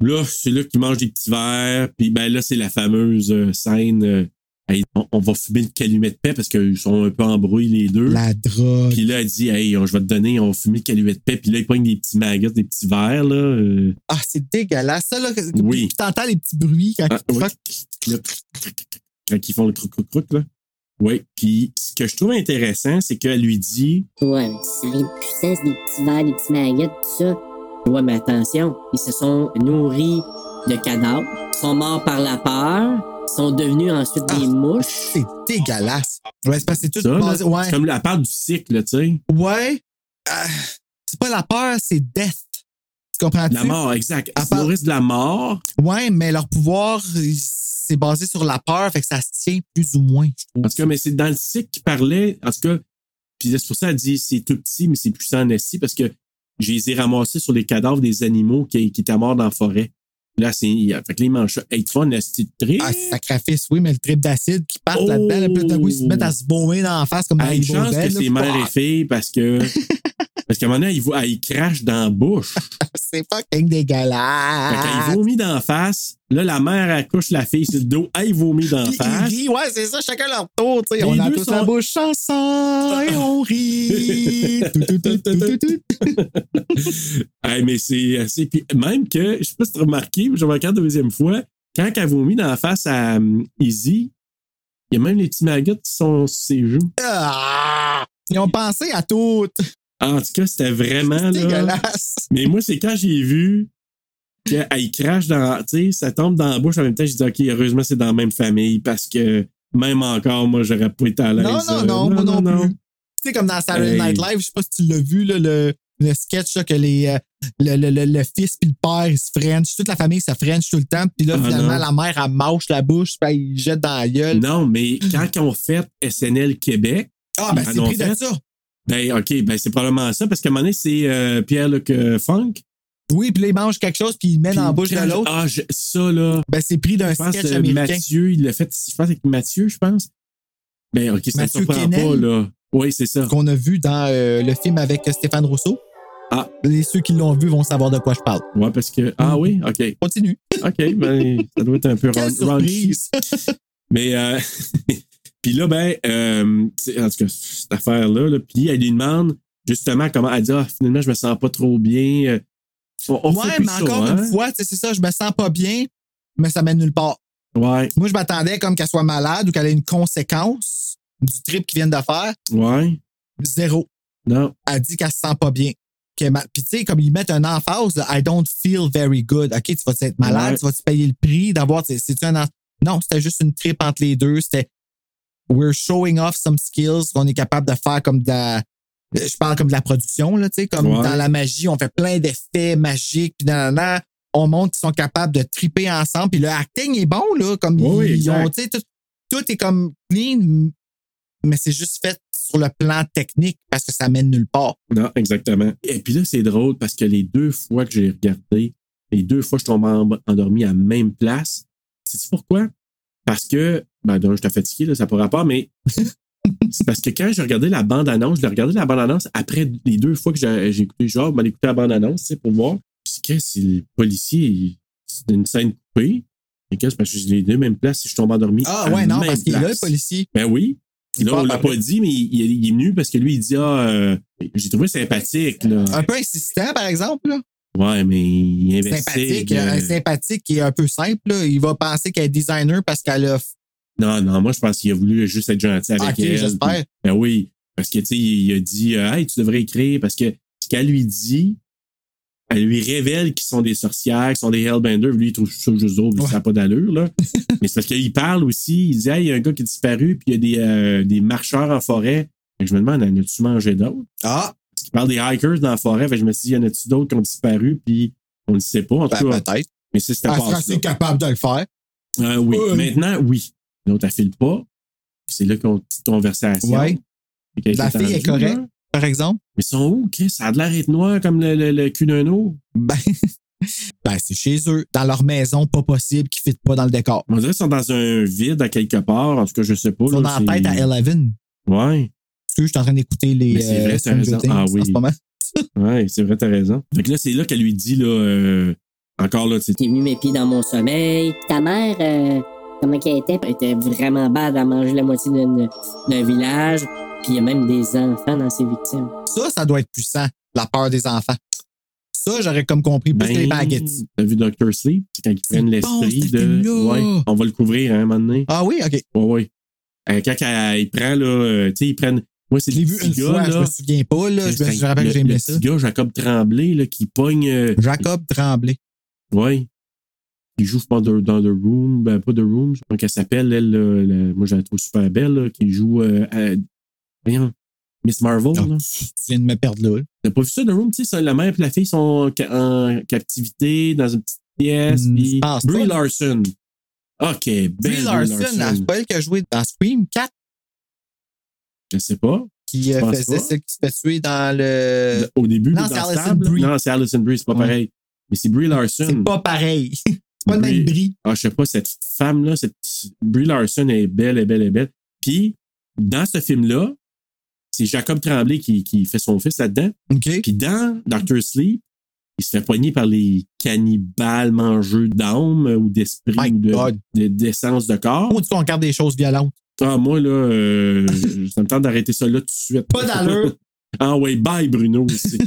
Speaker 4: Là, c'est là qu'ils mangent des petits verres. Puis ben là, c'est la fameuse euh, scène. euh, Hey, on, on va fumer le calumet de paix parce qu'ils sont un peu embrouillés les deux.
Speaker 3: La drogue.
Speaker 4: Puis là, elle dit, hey, on- je vais te donner, on va fumer le calumet de paix. Puis là, il pogne des petits maggots, des petits verres, là. euh,
Speaker 3: Ah, c'est dégueulasse. Ça, là, que-
Speaker 4: Oui.
Speaker 3: tu entends les petits bruits quand
Speaker 4: ah,
Speaker 3: ils
Speaker 4: oui.
Speaker 3: croquent.
Speaker 4: Là, quand ils font le croc, croc, croc, là. Oui. Puis ce que je trouve intéressant, c'est qu'elle lui dit,
Speaker 2: Ouais, mais ça n'a rien de puissance, des petits verres, des petits maggots, tout ça.
Speaker 10: Ouais, mais attention, ils se sont nourris de cadavres, sont morts par la peur, sont devenus ensuite des
Speaker 3: Ah.
Speaker 10: mouches.
Speaker 3: C'est dégueulasse. Ouais, c'est parce que c'est tout
Speaker 4: Ça, là,
Speaker 3: basé- Ouais.
Speaker 4: c'est comme la part du cycle, tu sais.
Speaker 3: Ouais. Ah, c'est pas la peur, c'est death. Tu comprends-tu?
Speaker 4: La mort, exact.
Speaker 3: À
Speaker 4: Elle se
Speaker 3: part-
Speaker 4: nourrissent de la mort.
Speaker 3: Ouais, mais leur pouvoir, euh, c'est basé sur la peur, fait que ça se tient plus ou moins, je trouve.
Speaker 4: En tout cas, mais c'est dans le cycle qu'il parlait. En tout cas, puis c'est pour ça qu'elle dit, c'est tout petit, mais c'est puissant en esti, parce que je les ai ramassés sur les cadavres des animaux qui, qui étaient morts dans la forêt. Là, c'est. Fait que les manches, hey, tu fais un esti de trip.
Speaker 3: Ah, c'est sacrifice, oui, mais le trip d'acide qui part
Speaker 4: Oh!
Speaker 3: là-dedans, là, puis là, d'un coup, ils se mettent à se vomir dans la face comme dans
Speaker 4: a
Speaker 3: les
Speaker 4: Ah, une chance
Speaker 3: bordels,
Speaker 4: que
Speaker 3: Ah, là,
Speaker 4: c'est
Speaker 3: puis-
Speaker 4: mère et
Speaker 3: Ah,
Speaker 4: fille parce que. parce qu'à un moment donné, il, voit, il crache dans la bouche.
Speaker 3: C'est fucking Ah.
Speaker 4: Fait qu'elle
Speaker 3: dégueulasse.
Speaker 4: vomit dans la face. Là, la mère, elle couche la fille sur le dos. Elle vomit dans la
Speaker 3: Puis ils
Speaker 4: face.
Speaker 3: rient, ouais, c'est ça, chacun leur tour, tu sais.
Speaker 4: Les
Speaker 3: On a
Speaker 4: deux
Speaker 3: tous
Speaker 4: sont-
Speaker 3: la bouche chanson et on rit. Tout, tout, tout, tout, tout, tout.
Speaker 4: Hey, mais c'est assez. Puis même que, je sais pas si tu as remarqué, mais j'ai remarqué la deuxième fois, quand elle vomit dans la face à hum, Izzy, il y a même les petits maggots qui sont sur ses joues.
Speaker 3: Ah! Ils ont pensé à tout.
Speaker 4: En tout cas, c'était vraiment. Là,
Speaker 3: C'est dégueulasse.
Speaker 4: Mais moi, c'est quand j'ai vu qu'elle crache dans. Tu sais, ça tombe dans la bouche en même temps. J'ai dit, OK, heureusement, c'est dans la même famille parce que même encore, moi, j'aurais pas été à l'aise.
Speaker 3: Non, non,
Speaker 4: euh,
Speaker 3: non, moi non, plus. Tu sais, comme dans Saturday
Speaker 4: Hey.
Speaker 3: Night Live, je sais pas si tu l'as vu, là, le, le sketch là, que les, euh, le, le, le, le fils puis le père, ils se French. Toute la famille se French tout le temps. Puis là,
Speaker 4: Ah,
Speaker 3: finalement,
Speaker 4: non.
Speaker 3: la mère, elle mâche la bouche, ben, puis elle il jette dans la gueule.
Speaker 4: Non, mais quand ils ont fait SNL Québec,
Speaker 3: Ah, ben
Speaker 4: Ah,
Speaker 3: c'est
Speaker 4: non,
Speaker 3: pris de
Speaker 4: fait.
Speaker 3: ça.
Speaker 4: ben OK, ben c'est probablement ça, parce qu'à un moment donné, c'est euh, Pierre-Luc euh, Funk.
Speaker 3: Oui, puis là, il mange quelque chose, puis il met
Speaker 4: Puis
Speaker 3: dans la bouche de
Speaker 4: quand-
Speaker 3: l'autre.
Speaker 4: Ah, je- ça, là,
Speaker 3: Ben c'est pris d'un
Speaker 4: je pense
Speaker 3: sketch
Speaker 4: euh,
Speaker 3: américain.
Speaker 4: Mathieu, il l'a fait, je pense, avec Mathieu, je pense. Ben OK, ça ne
Speaker 3: Mathieu
Speaker 4: surprend
Speaker 3: Kennel.
Speaker 4: pas, là. Oui, c'est ça.
Speaker 3: qu'on a vu dans euh, le film avec euh, Stéphane Rousseau.
Speaker 4: Ah.
Speaker 3: Les ceux qui l'ont vu vont savoir de quoi je parle.
Speaker 4: Ouais, parce que. Ah oui, OK.
Speaker 3: Continue.
Speaker 4: OK, ben, ça doit être un peu
Speaker 3: Quelle
Speaker 4: raunchy.
Speaker 3: surprise!
Speaker 4: Mais, euh, puis là, ben, euh, c'est- en tout cas, cette affaire-là, là, puis elle lui demande justement comment elle dit, ah, finalement, je me sens pas trop bien. Euh, On, on
Speaker 3: ouais,
Speaker 4: fait plus
Speaker 3: mais
Speaker 4: ça,
Speaker 3: encore
Speaker 4: hein?
Speaker 3: une fois, tu sais, c'est ça, je me sens pas bien, mais ça mène nulle part.
Speaker 4: Ouais,
Speaker 3: Moi, je m'attendais comme qu'elle soit malade ou qu'elle ait une conséquence du trip qu'ils viennent de faire.
Speaker 4: ouais,
Speaker 3: Zéro.
Speaker 4: non,
Speaker 3: Elle dit qu'elle se sent pas bien. Qu'elle ma- Puis tu sais, comme ils mettent un emphase, là, I don't feel very good. OK, tu vas être malade,
Speaker 4: Ouais.
Speaker 3: tu vas te payer le prix d'avoir. tu sais, C'est-tu un. en- Non, c'était juste une trip entre les deux. C'était We're showing off some skills qu'on est capable de faire comme de la. Je parle comme de la production, là, tu sais, comme
Speaker 4: Ouais.
Speaker 3: dans la magie, on fait plein d'effets magiques, puis nanana, on montre qu'ils sont capables de triper ensemble, puis le acting est bon, là, comme
Speaker 4: Oui,
Speaker 3: ils,
Speaker 4: exact.
Speaker 3: ont, tu sais, tout, tout est comme clean, mais c'est juste fait sur le plan technique parce que ça mène nulle part.
Speaker 4: Non, exactement. Et puis là, c'est drôle parce que les deux fois que j'ai regardé, les deux fois, je tombe en- endormi à la même place. Sais-tu pourquoi? Parce que, ben, d'un, j'étais fatigué, là, ça n'a pas rapport, mais c'est parce que quand j'ai regardé la bande-annonce, je l'ai regardé la bande-annonce après les deux fois que j'ai j'ai écouté, genre, ben, écouté la bande-annonce, tu sais, pour voir. Puis que si le policier, il- c'est une scène coupée, et qu'est-ce parce que j'ai les deux mêmes places si je tombe endormi.
Speaker 3: Ah
Speaker 4: à
Speaker 3: ouais, non,
Speaker 4: même
Speaker 3: parce qu'il est là, le
Speaker 4: place.
Speaker 3: policier.
Speaker 4: Ben oui.
Speaker 3: Il
Speaker 4: Là, on
Speaker 3: parle
Speaker 4: l'a
Speaker 3: après.
Speaker 4: pas dit, mais il, il est venu parce que lui, il dit Ah, euh, j'ai trouvé sympathique. Là.
Speaker 3: Un peu insistant, par exemple, là.
Speaker 4: Ouais, mais il investit.
Speaker 3: sympathique,
Speaker 4: euh,
Speaker 3: euh, sympathique et un peu simple. là. Il va penser qu'elle est designer parce qu'elle a.
Speaker 4: Non, non, moi, je pense qu'il a voulu juste être gentil avec
Speaker 3: Ah, Ok,
Speaker 4: elle.
Speaker 3: j'espère.
Speaker 4: Puis, Ben oui. Parce que, tu sais, il a dit euh, Hey, tu devrais écrire. Parce que ce qu'elle lui dit, elle lui révèle qu'ils sont des sorcières, qu'ils sont des Hellbenders. Lui, il trouve ça juste drôle,
Speaker 3: Ouais.
Speaker 4: ça n'a pas d'allure, là. mais c'est parce qu'il parle aussi. Il dit Hey, il y a un gars qui est disparu, puis il y a des, euh, des marcheurs en forêt. Fait que je me demande En as-tu mangé d'autres
Speaker 3: Ah,
Speaker 4: Parce qu'il parle des hikers dans la forêt. Fait que je me suis dit Y en a-tu d'autres qui ont disparu, puis on ne sait pas. En tout cas,
Speaker 3: ben, peut-être. Ah,
Speaker 4: mais c'est cette
Speaker 3: Elle
Speaker 4: passe-là.
Speaker 3: sera assez capable de le faire.
Speaker 4: Euh, oui.
Speaker 3: Oui.
Speaker 4: Maintenant, oui. L'autre, elle file pas. C'est là qu'on petite conversation.
Speaker 3: Ouais.
Speaker 4: Fait qu'elle
Speaker 3: La fille est
Speaker 4: attendue,
Speaker 3: correcte.
Speaker 4: là.
Speaker 3: Par exemple,
Speaker 4: Mais ils sont où, Chris? Ça a de l'air être noir comme le, le- le cul d'un eau.
Speaker 3: ben, ben, c'est chez eux, dans leur maison, pas possible, qui ne fit pas dans le décor.
Speaker 4: On dirait qu'ils sont dans un vide à quelque part. En tout cas, je sais pas.
Speaker 3: Ils sont
Speaker 4: là,
Speaker 3: dans la
Speaker 4: c'est-
Speaker 3: tête à Eleven.
Speaker 4: Ouais.
Speaker 3: Parce que je suis en train d'écouter les.
Speaker 4: Mais c'est vrai,
Speaker 3: euh,
Speaker 4: t'as
Speaker 3: Stranger
Speaker 4: raison.
Speaker 3: Things
Speaker 4: Ah oui.
Speaker 3: En ce moment.
Speaker 4: Ouais, c'est vrai, t'as raison. Fait que là, c'est là qu'elle lui dit, là, euh, encore là, tu sais,
Speaker 10: T'es venu mes pieds dans mon sommeil.
Speaker 2: Ta mère, euh, comment qu'elle était?
Speaker 10: Elle était vraiment bad à manger la moitié d'une- d'un village. Puis il y a même des enfants dans ses victimes.
Speaker 3: Ça, ça doit être puissant, la peur des enfants. Ça, j'aurais comme compris plus que les baguettes.
Speaker 4: Ben, T'as vu Dr. Sleep? C'est quand ils prennent
Speaker 3: C'est bon,
Speaker 4: l'esprit
Speaker 3: ce
Speaker 4: de.
Speaker 3: film-là.
Speaker 4: Ouais, on va le couvrir, hein, un moment donné.
Speaker 3: Ah oui, OK.
Speaker 4: Ouais, ouais. Euh, quand euh, il prend, là, euh, tu sais, ils prennent. Moi, c'est
Speaker 3: Je l'ai
Speaker 4: le
Speaker 3: vu
Speaker 4: petit
Speaker 3: une
Speaker 4: gars,
Speaker 3: fois, je
Speaker 4: là.
Speaker 3: me souviens pas. Là, je, me, je me rappelle
Speaker 4: le,
Speaker 3: que j'aimais
Speaker 4: le
Speaker 3: ça.
Speaker 4: petit gars, Jacob Tremblay, là, qui pogne. euh,
Speaker 3: Jacob Tremblay.
Speaker 4: ouais. Qui joue, je pense, dans, dans The Room. Ben, pas The Room. Je pense qu'elle s'appelle, elle. là, la- moi, je la trouve super belle, là, qui joue. euh, à- voyons, Miss Marvel,
Speaker 3: Ah,
Speaker 4: Oh, là. Ben,
Speaker 3: tu viens de me perdre là. là.
Speaker 4: T'as pas vu ça, The Room? Tu sais, ça, la mère et la fille sont ca- en captivité, dans une petite pièce.
Speaker 3: Hmm,
Speaker 4: puis-
Speaker 3: je pense
Speaker 4: Brie
Speaker 3: pas.
Speaker 4: Larson. OK, ben, belle
Speaker 3: Brie Larson, la- c'est pas elle qui a joué dans Scream 4,
Speaker 4: Je sais pas.
Speaker 3: qui
Speaker 4: Je
Speaker 3: euh,
Speaker 4: pense
Speaker 3: faisait
Speaker 4: pas.
Speaker 3: celle qui se fait tuer dans le.
Speaker 4: Au début,
Speaker 3: non,
Speaker 4: dans
Speaker 3: c'est
Speaker 4: la
Speaker 3: Alison
Speaker 4: table,
Speaker 3: Euh, Brie.
Speaker 4: Non, c'est Alison Brie, c'est pas
Speaker 3: Ouais.
Speaker 4: pareil. Mais c'est Brie Larson.
Speaker 3: C'est pas pareil. c'est pas le
Speaker 4: Brie-
Speaker 3: même bris.
Speaker 4: ah, je sais pas, cette femme-là, cette Brie Larson elle est belle, elle est belle, elle est belle. Puis, dans ce film-là, c'est Jacob Tremblay qui, qui fait son fils là-dedans.
Speaker 3: OK.
Speaker 4: Puis dans Doctor Sleep, il se fait poigner par les cannibales mangeux d'âme euh, ou d'esprit
Speaker 3: My
Speaker 4: ou de-
Speaker 3: God.
Speaker 4: de- d'essence de, corps.
Speaker 3: Comment tu qu'on regarde des choses violentes?
Speaker 4: Ah, moi, là, euh, ça me tente d'arrêter ça là tout de suite.
Speaker 3: Pas d'allure.
Speaker 4: ah ouais, bye Bruno aussi.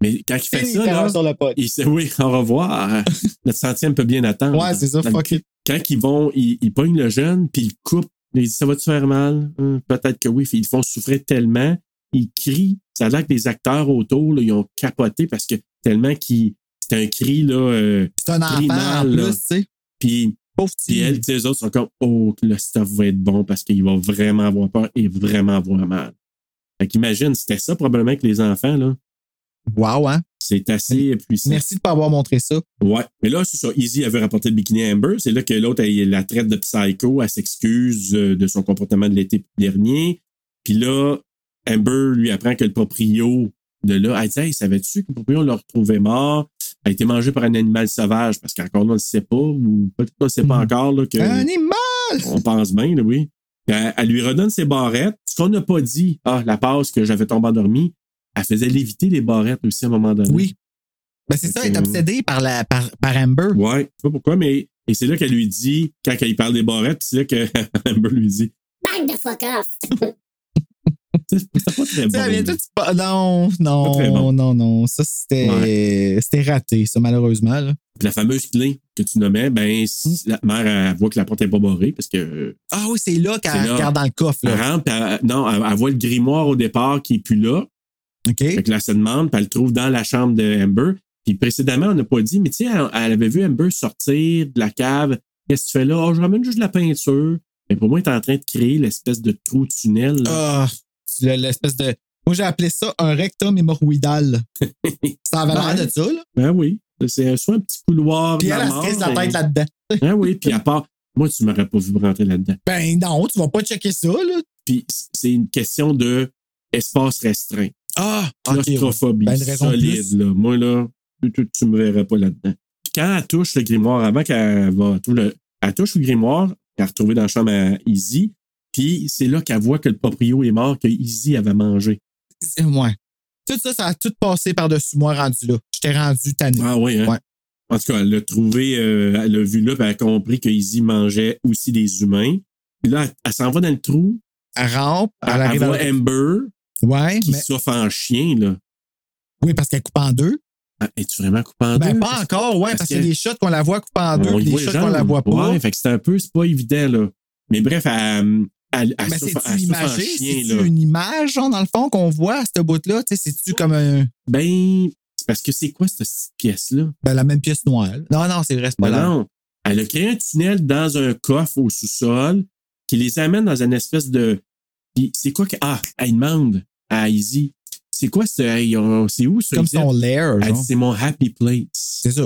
Speaker 4: Mais quand il fait
Speaker 3: Fini
Speaker 4: ça,
Speaker 3: terreur
Speaker 4: là,
Speaker 3: sur le pod.
Speaker 4: il sait, oui, au revoir. Notre centième peut bien attendre.
Speaker 3: Ouais, c'est ça,
Speaker 4: Dans le
Speaker 3: fuck it.
Speaker 4: quand ils vont, ils, ils pognent le jeune, puis ils le coupent. Ils disent, ça va te faire mal? Hum, Peut-être que oui. Puis ils le font souffrir tellement. Ils crient. Ça a l'air que les acteurs autour, là, ils ont capoté parce que tellement qu'ils. C'était un cri, là. euh,
Speaker 3: C'est un enfant en
Speaker 4: Primal, là.
Speaker 3: plus, tu sais.
Speaker 4: puis,
Speaker 3: Pauvre
Speaker 4: puis
Speaker 3: petit.
Speaker 4: elles, tu sais, les autres sont comme, oh, le stuff va être bon parce qu'il va vraiment avoir peur et vraiment avoir mal. Fait qu'imagine, c'était ça probablement que les enfants, là.
Speaker 3: Wow, hein?
Speaker 4: C'est assez puissant.
Speaker 3: Merci de ne pas avoir montré ça.
Speaker 4: Ouais. Mais là, c'est ça. Easy avait rapporté le bikini à Amber. C'est là que l'autre, elle la traite de psycho. Elle s'excuse euh, de son comportement de l'été dernier. Puis là, Amber lui apprend que le proprio de là, elle dit Hey, savais-tu que le proprio, on l'a retrouvé mort A été mangé par un animal sauvage Parce qu'encore là, on ne sait pas, ou peut-être qu'on ne sait pas
Speaker 3: Mhm.
Speaker 4: encore, là, que
Speaker 3: Un immense.
Speaker 4: on pense bien, là, oui. Puis Elle, elle lui redonne ses barrettes. Ce qu'on n'a pas dit, ah, la passe que j'avais tombé endormi, elle faisait léviter les barrettes aussi à un moment donné.
Speaker 3: Oui. Ben, c'est ça, elle est
Speaker 4: Ok.
Speaker 3: obsédée par, la, par, par Amber.
Speaker 4: Ouais, je sais pas pourquoi, mais et c'est là qu'elle lui dit, quand il parle des barrettes, c'est là que Amber lui dit,
Speaker 2: Bang the fuck off!
Speaker 4: c'est c'est pas très
Speaker 3: Tu sais, elle vient
Speaker 4: bon.
Speaker 3: tout- pas- Non, non,
Speaker 4: Pas très bon.
Speaker 3: non, non. Ça, c'était c'était raté, ça, malheureusement. là.
Speaker 4: Puis la fameuse clé que tu nommais, ben, si
Speaker 3: Mm.
Speaker 4: la mère, elle voit que la porte est pas barrée parce que euh,
Speaker 3: Ah oui, c'est là
Speaker 4: C'est
Speaker 3: qu'elle
Speaker 4: là.
Speaker 3: regarde dans le coffre.
Speaker 4: elle
Speaker 3: Là.
Speaker 4: rentre, puis elle- non, elle, elle voit le grimoire au départ qui est plus là.
Speaker 3: OK.
Speaker 4: Hein? Fait que là, elle se demande, puis elle le trouve dans la chambre de Amber. Puis précédemment, on n'a pas dit, mais tu sais, elle, elle avait vu Amber sortir de la cave Qu'est-ce que tu fais là? Oh, je ramène juste de la peinture. Mais pour moi, il est en train de créer l'espèce de trou tunnel. là.
Speaker 3: Ah, le- l'espèce de. Moi, j'ai appelé ça un rectum hémorroïdal. ça avait l'air de ça, là.
Speaker 4: Ben oui. C'est soit un petit couloir.
Speaker 3: Puis
Speaker 4: de la
Speaker 3: elle, elle se
Speaker 4: mort,
Speaker 3: crisse la
Speaker 4: mais-
Speaker 3: tête là-dedans.
Speaker 4: Ah oui, puis à part, moi, tu m'aurais pas vu rentrer là-dedans.
Speaker 3: Ben non, tu vas pas checker ça, là.
Speaker 4: Puis c- c'est une question de espace restreint.
Speaker 3: Ah, ok.
Speaker 4: Claustrophobie
Speaker 3: Ben, une raison de
Speaker 4: solide,
Speaker 3: plus.
Speaker 4: là. Moi, là, tu, tu, tu me verrais pas là-dedans. Puis quand elle touche le grimoire, avant qu'elle va, tout le, elle touche le grimoire, qu'elle a retrouvé dans la chambre à Izzy, puis c'est là qu'elle voit que le proprio est mort, que Izzy avait mangé.
Speaker 3: C'est- Ouais. Tout ça, ça a tout passé par-dessus moi rendu là. J'étais rendu tanné.
Speaker 4: Ah oui, hein?
Speaker 3: Ouais.
Speaker 4: En tout cas, elle l'a trouvé, euh, elle l'a vu là, puis elle a compris que Izzy mangeait aussi des humains. Puis là, elle, elle s'en va dans le trou,
Speaker 3: Elle rampe, elle,
Speaker 4: elle, elle
Speaker 3: arrive à...
Speaker 4: voit Amber,
Speaker 3: Ouais,
Speaker 4: qui
Speaker 3: mais...
Speaker 4: s'offre en chien, là.
Speaker 3: Oui, parce qu'elle coupe en deux.
Speaker 4: Ah, Es-tu vraiment coupé en deux?
Speaker 3: Ben pas encore, ouais,
Speaker 4: parce
Speaker 3: parce
Speaker 4: que-
Speaker 3: qu'il y a des shots qu'on la voit coupée en deux,
Speaker 4: On
Speaker 3: puis
Speaker 4: y
Speaker 3: des
Speaker 4: voit les
Speaker 3: shots
Speaker 4: jambes.
Speaker 3: qu'on la voit pas.
Speaker 4: Ouais, fait que c'est un peu, c'est pas évident, là. Mais bref, elle, elle, elle
Speaker 3: Ah, Mais
Speaker 4: souffre-
Speaker 3: c'est-tu
Speaker 4: elle souffre en
Speaker 3: imagé?
Speaker 4: chien,
Speaker 3: C'est-tu
Speaker 4: là. Oh.
Speaker 3: une image, genre, dans le fond, qu'on voit à ce bout-là? Tu sais, C'est-tu comme un-
Speaker 4: Ben, c'est parce que c'est quoi cette pièce-là?
Speaker 3: ben, la même pièce noire? Non, non, c'est vrai, c'est pas
Speaker 4: Ben
Speaker 3: là.
Speaker 4: non. Elle a créé un tunnel dans un coffre au sous-sol qui les amène dans une espèce de. Puis c'est quoi que. Ah, elle demande à Izzy. C'est quoi ce. hey, on- C'est où ce.
Speaker 3: Comme
Speaker 4: resort?
Speaker 3: son lair,
Speaker 4: Elle dit,
Speaker 3: genre.
Speaker 4: c'est mon happy place.
Speaker 3: C'est ça.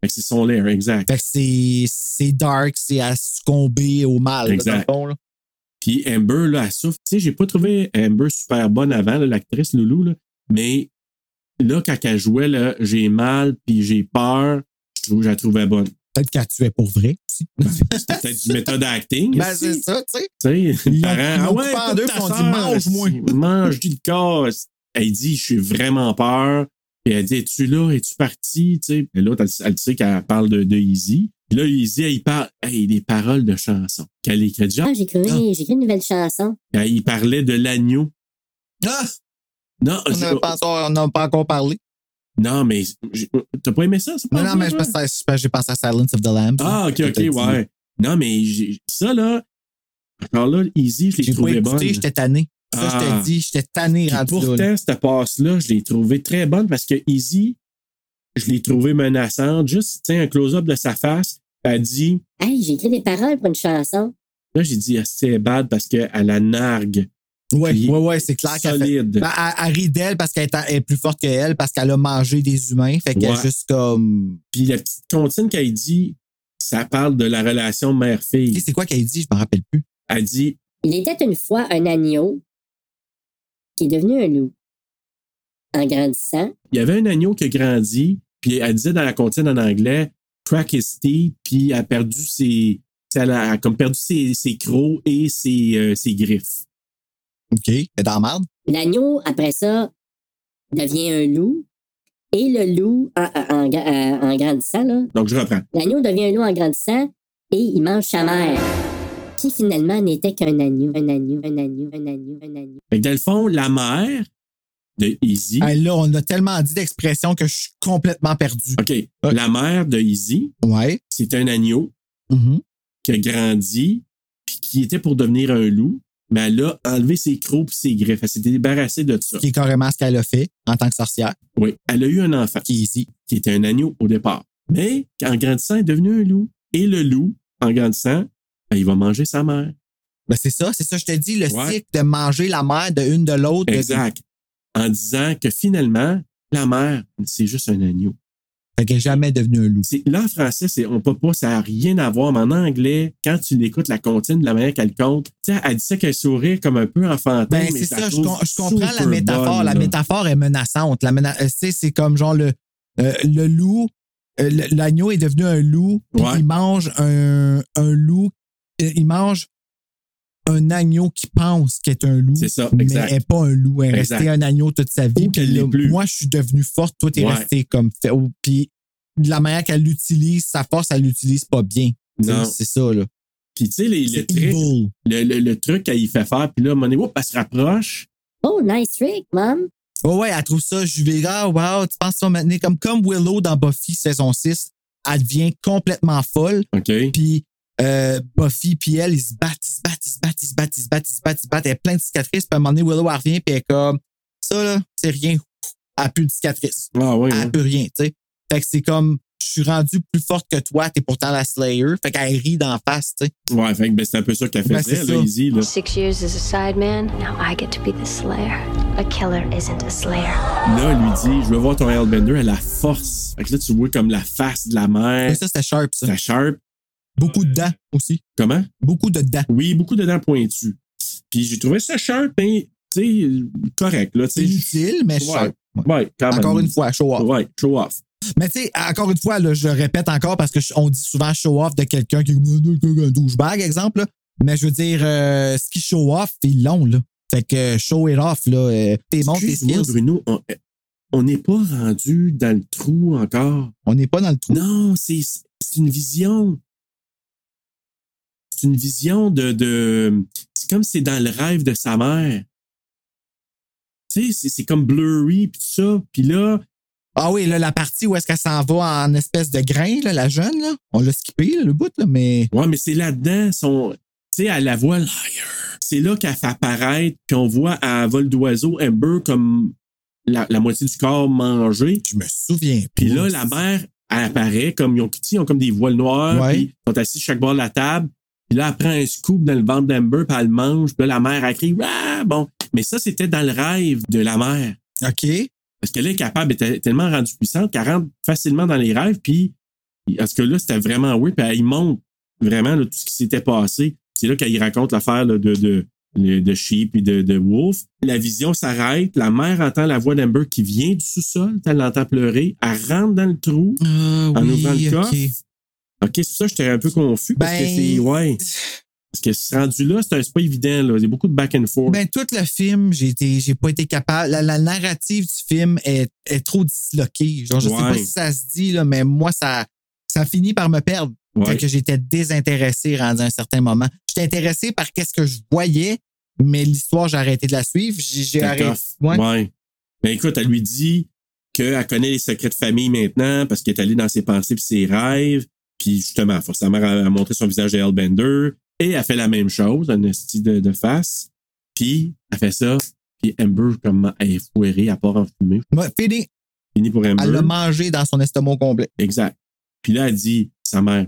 Speaker 4: Fait que c'est son lair, exact.
Speaker 3: Fait que c'est, c'est dark, c'est à succomber au mal, là, dans le
Speaker 4: Exact.
Speaker 3: fond. Là.
Speaker 4: Puis Amber, là, elle souffre. Tu sais, j'ai pas trouvé Amber super bonne avant, là, l'actrice Loulou, là. Mais là, quand elle jouait, là, j'ai mal, puis j'ai peur. Je trouve que je la trouvais bonne.
Speaker 3: Peut-être qu'elle tuait pour vrai aussi.
Speaker 4: C'était peut-être du méthode acting.
Speaker 3: Ben,
Speaker 4: si,
Speaker 3: c'est ça, tu sais.
Speaker 4: Tu sais, les
Speaker 3: Ils l'ont-
Speaker 4: parents,
Speaker 3: ils l'ont
Speaker 4: ah ouais,
Speaker 3: coupé en
Speaker 4: écoute
Speaker 3: deux,
Speaker 4: ta
Speaker 3: puis ils ont dit,
Speaker 4: sœur,
Speaker 3: mange-moi.
Speaker 4: si, Mange du corps. Elle dit, je suis vraiment peur. Puis elle dit, es-tu là? Es-tu parti? Tu sais, puis l'autre, elle, elle sait qu'elle parle de, de Izzy. Puis là, Izzy, elle, il parle, hey, des paroles de chansons qu'elle écrit. Genre,
Speaker 2: Ah, j'ai écrit, j'ai écrit une nouvelle chanson.
Speaker 4: Ben, il parlait de l'agneau.
Speaker 3: Ah,
Speaker 4: Non,
Speaker 3: on
Speaker 4: c'est-
Speaker 3: n'a pas, encore- on n'a pas encore parlé.
Speaker 4: Non, mais j'ai- t'as pas aimé ça? ça
Speaker 3: Non,
Speaker 4: passe
Speaker 3: non, mais je
Speaker 4: bien,
Speaker 3: pense
Speaker 4: toi?
Speaker 3: que c'est- j'ai pensé à Silence of the Lambs.
Speaker 4: Ah, ok,
Speaker 3: là,
Speaker 4: ok,
Speaker 3: peut-être dit.
Speaker 4: ouais. Non, mais j'ai- ça, là, encore là, Easy, je l'ai
Speaker 3: J'ai pas
Speaker 4: trouvé
Speaker 3: écouté,
Speaker 4: bonne.
Speaker 3: j'étais tanné. Ça, je
Speaker 4: Ah.
Speaker 3: t'ai dit, j'étais tanné
Speaker 4: Puis
Speaker 3: rendu là, là.
Speaker 4: pourtant, cette passe-là, je l'ai trouvée très bonne parce que Easy, je l'ai trouvée menaçante. Juste, tu sais, un close-up de sa face, puis elle dit,
Speaker 2: Hey, j'ai écrit des paroles pour une chanson.
Speaker 4: là, j'ai dit, Ah, c'est bad parce qu'elle a nargue
Speaker 3: Ouais,
Speaker 4: Puis-
Speaker 3: ouais, ouais, c'est clair qu'elle fait.
Speaker 4: solide.
Speaker 3: Ben, elle, elle rit d'elle parce qu'elle est, elle est plus forte que elle, parce qu'elle a mangé des humains. Fait qu'elle
Speaker 4: Ouais.
Speaker 3: est juste comme.
Speaker 4: Puis la petite comptine qu'elle dit, ça parle de la relation
Speaker 3: Tu
Speaker 4: mère-fille.
Speaker 3: sais, C'est quoi qu'elle dit? Je m'en rappelle plus.
Speaker 4: Elle dit,
Speaker 2: Il était une fois un agneau qui est devenu un loup. En grandissant,
Speaker 4: il y avait un agneau qui a grandi, puis elle disait dans la comptine en anglais, crack his teeth, puis elle a perdu ses, elle a, elle a comme perdu ses, ses crocs et ses, euh, ses griffes.
Speaker 3: OK. Elle est dans la merde.
Speaker 2: l'agneau, après ça, devient un loup. Et le loup, en, en- en- euh, en grandissant, là,
Speaker 4: Donc, je reprends.
Speaker 2: l'agneau devient un loup en grandissant et il mange sa mère, qui finalement n'était qu'un agneau, un agneau, un agneau, un agneau, un agneau.
Speaker 4: Fait que dans le fond, la mère de Izzy,
Speaker 3: Hey, là, on a tellement dit d'expressions que je suis complètement perdu.
Speaker 4: OK, la mère de Izzy,
Speaker 3: Ouais.
Speaker 4: c'est un agneau
Speaker 3: Mhm.
Speaker 4: qui a grandi, puis qui était pour devenir un loup, mais elle a enlevé ses crocs et ses griffes. Elle s'est débarrassée de ça.
Speaker 3: Qui est carrément ce qu'elle a fait en tant que sorcière.
Speaker 4: Oui, elle a eu un enfant.
Speaker 3: Qui est ici.
Speaker 4: qui était un agneau au départ. Mais en grandissant, il est devenu un loup. Et le loup, en grandissant, ben, il va manger sa mère.
Speaker 3: Ben, c'est ça, c'est ça, je te dis, le
Speaker 4: Ouais.
Speaker 3: cycle de manger la mère de une de l'autre. de-
Speaker 4: Exact. En disant que finalement, la mère, c'est juste un agneau.
Speaker 3: Fait qu'elle est jamais devenue un loup.
Speaker 4: C'est- Là, en français, c'est on peut pas, ça n'a rien à voir, mais en anglais, quand tu l'écoutes, la comptine, de la manière qu'elle compte, tu sais, elle dit ça qu'elle sourit comme un peu enfantin.
Speaker 3: Ben,
Speaker 4: mais
Speaker 3: c'est
Speaker 4: je la
Speaker 3: ça, je,
Speaker 4: trouve
Speaker 3: com- je comprends la
Speaker 4: super
Speaker 3: métaphore.
Speaker 4: bonne,
Speaker 3: la
Speaker 4: là.
Speaker 3: métaphore est menaçante. La mena- euh, tu sais, c'est comme genre le, euh, le loup, euh, le- l'agneau est devenu un loup, puis
Speaker 4: Ouais.
Speaker 3: il mange un, un loup, euh, il mange un agneau qui pense qu'il est un loup,
Speaker 4: C'est ça,
Speaker 3: mais
Speaker 4: exact.
Speaker 3: n'est pas un loup, elle est
Speaker 4: Exact.
Speaker 3: resté un agneau toute sa vie.
Speaker 4: Ou qu'elle
Speaker 3: puis
Speaker 4: l'est
Speaker 3: là,
Speaker 4: plus.
Speaker 3: Moi, je suis devenu forte, toi, t'es
Speaker 4: Ouais.
Speaker 3: resté comme. fait- ou- Puis la manière qu'elle l'utilise, sa force, elle l'utilise pas bien. Tu sais,
Speaker 4: Non.
Speaker 3: C'est ça, là.
Speaker 4: Puis tu sais, les- le
Speaker 3: C'est
Speaker 4: truc,
Speaker 3: evil.
Speaker 4: le, le- le truc qu'elle y fait faire, puis là, à un moment donné, oups, elle se rapproche.
Speaker 2: Oh, nice trick, mom!
Speaker 3: Oh ouais, elle trouve ça juvénile. Ah, wow, tu penses ça maintenant? Comme, comme Willow dans Buffy saison 6, elle devient complètement folle.
Speaker 4: OK.
Speaker 3: Puis euh, Buffy puis elle, ils se battent, ils se battent, ils se battent, ils se battent, ils se battent, ils se battent, ils se battent. Elle est pleine de cicatrices. Puis à un moment donné, Willow, elle revient, puis elle est comme, ça là, c'est rien. Elle n'a plus de cicatrices.
Speaker 4: Ah oui.
Speaker 3: Elle n'a
Speaker 4: hein.
Speaker 3: plus rien, tu sais. Fait que c'est comme, je suis rendue plus forte que toi, t'es pourtant la Slayer. Fait qu'elle rit d'en face, tu sais.
Speaker 4: Ouais, fait que ben, c'est un peu ça qu'elle
Speaker 3: Ben,
Speaker 4: faisait,
Speaker 3: c'est
Speaker 4: là,
Speaker 3: ça.
Speaker 4: Izzy, là.
Speaker 11: Six years as a sideman, now I get to be the slayer. A killer isn't a slayer.
Speaker 4: Là, elle lui dit Je veux voir ton Hellbender à la force. Fait que là, tu vois comme la face de la mer.
Speaker 3: Oui, ça, c'était sharp, ça.
Speaker 4: C'était sharp.
Speaker 3: Beaucoup de dents aussi.
Speaker 4: Comment
Speaker 3: Beaucoup de dents.
Speaker 4: Oui, beaucoup de dents pointues. Puis j'ai trouvé ça sharp, hein, tu sais, correct, là.
Speaker 3: C'est
Speaker 4: tu sais.
Speaker 3: inutile, mais sharp. Ouais. ah,
Speaker 4: Ouais, quand même.
Speaker 3: Encore une fois, show off.
Speaker 4: Ouais, show off.
Speaker 3: Mais tu sais, encore une fois, là, je le répète encore parce que je- on dit souvent show off de quelqu'un qui est un euh, douchebag, exemple. là. Mais je veux dire, euh, ce qui show off, ils l'ont, là. Fait que show it off, là. euh, T'es bon, t'es
Speaker 4: Excuse-moi,
Speaker 3: skills.
Speaker 4: Bruno, on- on n'est pas rendu dans le trou encore.
Speaker 3: On n'est pas dans le trou.
Speaker 4: Non, c'est c'est une vision. C'est une vision de. de c'est comme c'est dans le rêve de sa mère. Tu sais, c'est- c'est comme blurry, puis tout ça. Puis là,
Speaker 3: Ah oui, là, la partie où est-ce qu'elle s'en va en espèce de grain, là, la jeune, là. On l'a skippé, là, le bout, là, mais.
Speaker 4: ouais, mais c'est là-dedans, son. Tu sais, elle la voit liar. C'est là qu'elle fait apparaître, puis on voit à vol d'oiseau Amber comme la, la moitié du corps mangé.
Speaker 3: Je me souviens
Speaker 4: Puis
Speaker 3: pas.
Speaker 4: là, la mère, elle apparaît comme ils ont, tu sais, ils ont comme des voiles noires,
Speaker 3: Ouais.
Speaker 4: puis ils sont assis chaque bord de la table. Puis là, elle prend un scoop dans le ventre d'Amber, puis elle le mange. Puis là, la mère, elle crie Ah, bon. Mais ça, c'était dans le rêve de la mère.
Speaker 3: OK.
Speaker 4: Parce qu'elle est capable, elle était tellement rendue puissante qu'elle rentre facilement dans les rêves. Puis, parce que là, c'était vraiment weird. Puis elle y montre vraiment là, tout ce qui s'était passé. C'est là qu'elle y raconte l'affaire là, de, de, de, de Sheep et de, de Wolf. La vision s'arrête. La mère entend la voix d'Amber qui vient du sous-sol. Elle l'entend pleurer. Elle rentre dans le trou.
Speaker 3: Ah
Speaker 4: En ouvrant le
Speaker 3: oui,
Speaker 4: coffre.
Speaker 3: OK.
Speaker 4: OK, c'est ça, j'étais un peu confus parce que
Speaker 3: Ben-
Speaker 4: c'est. Ouais. Parce que ce rendu-là, c'est un- c'est pas évident, là. Il y a beaucoup de back and forth.
Speaker 3: Ben, tout le film, j'ai été, j'ai pas été capable. La, la narrative du film est, est trop disloquée. Genre, je sais
Speaker 4: Ouais.
Speaker 3: pas si ça se dit, là, mais moi, ça, ça finit par me perdre.
Speaker 4: Ouais.
Speaker 3: Fait que j'étais désintéressé rendu à un certain moment. J'étais intéressé par qu'est-ce que je voyais, mais l'histoire, j'ai arrêté de la suivre. J'ai, j'ai
Speaker 4: C'était
Speaker 3: arrêté.
Speaker 4: tough. Ouais. Ben, écoute, elle lui dit qu'elle connaît les secrets de famille maintenant parce qu'elle est allée dans ses pensées et ses rêves. Puis justement, forcément, elle a montré son visage de Hellbender et elle fait la même chose, un style de, de face. Puis elle fait ça. Puis Amber, comme elle est foirée, à part en fumée.
Speaker 3: Ouais, fini.
Speaker 4: Fini pour Amber.
Speaker 3: Elle l'a mangé dans son estomac au complet.
Speaker 4: Exact. Puis là, elle dit, sa mère,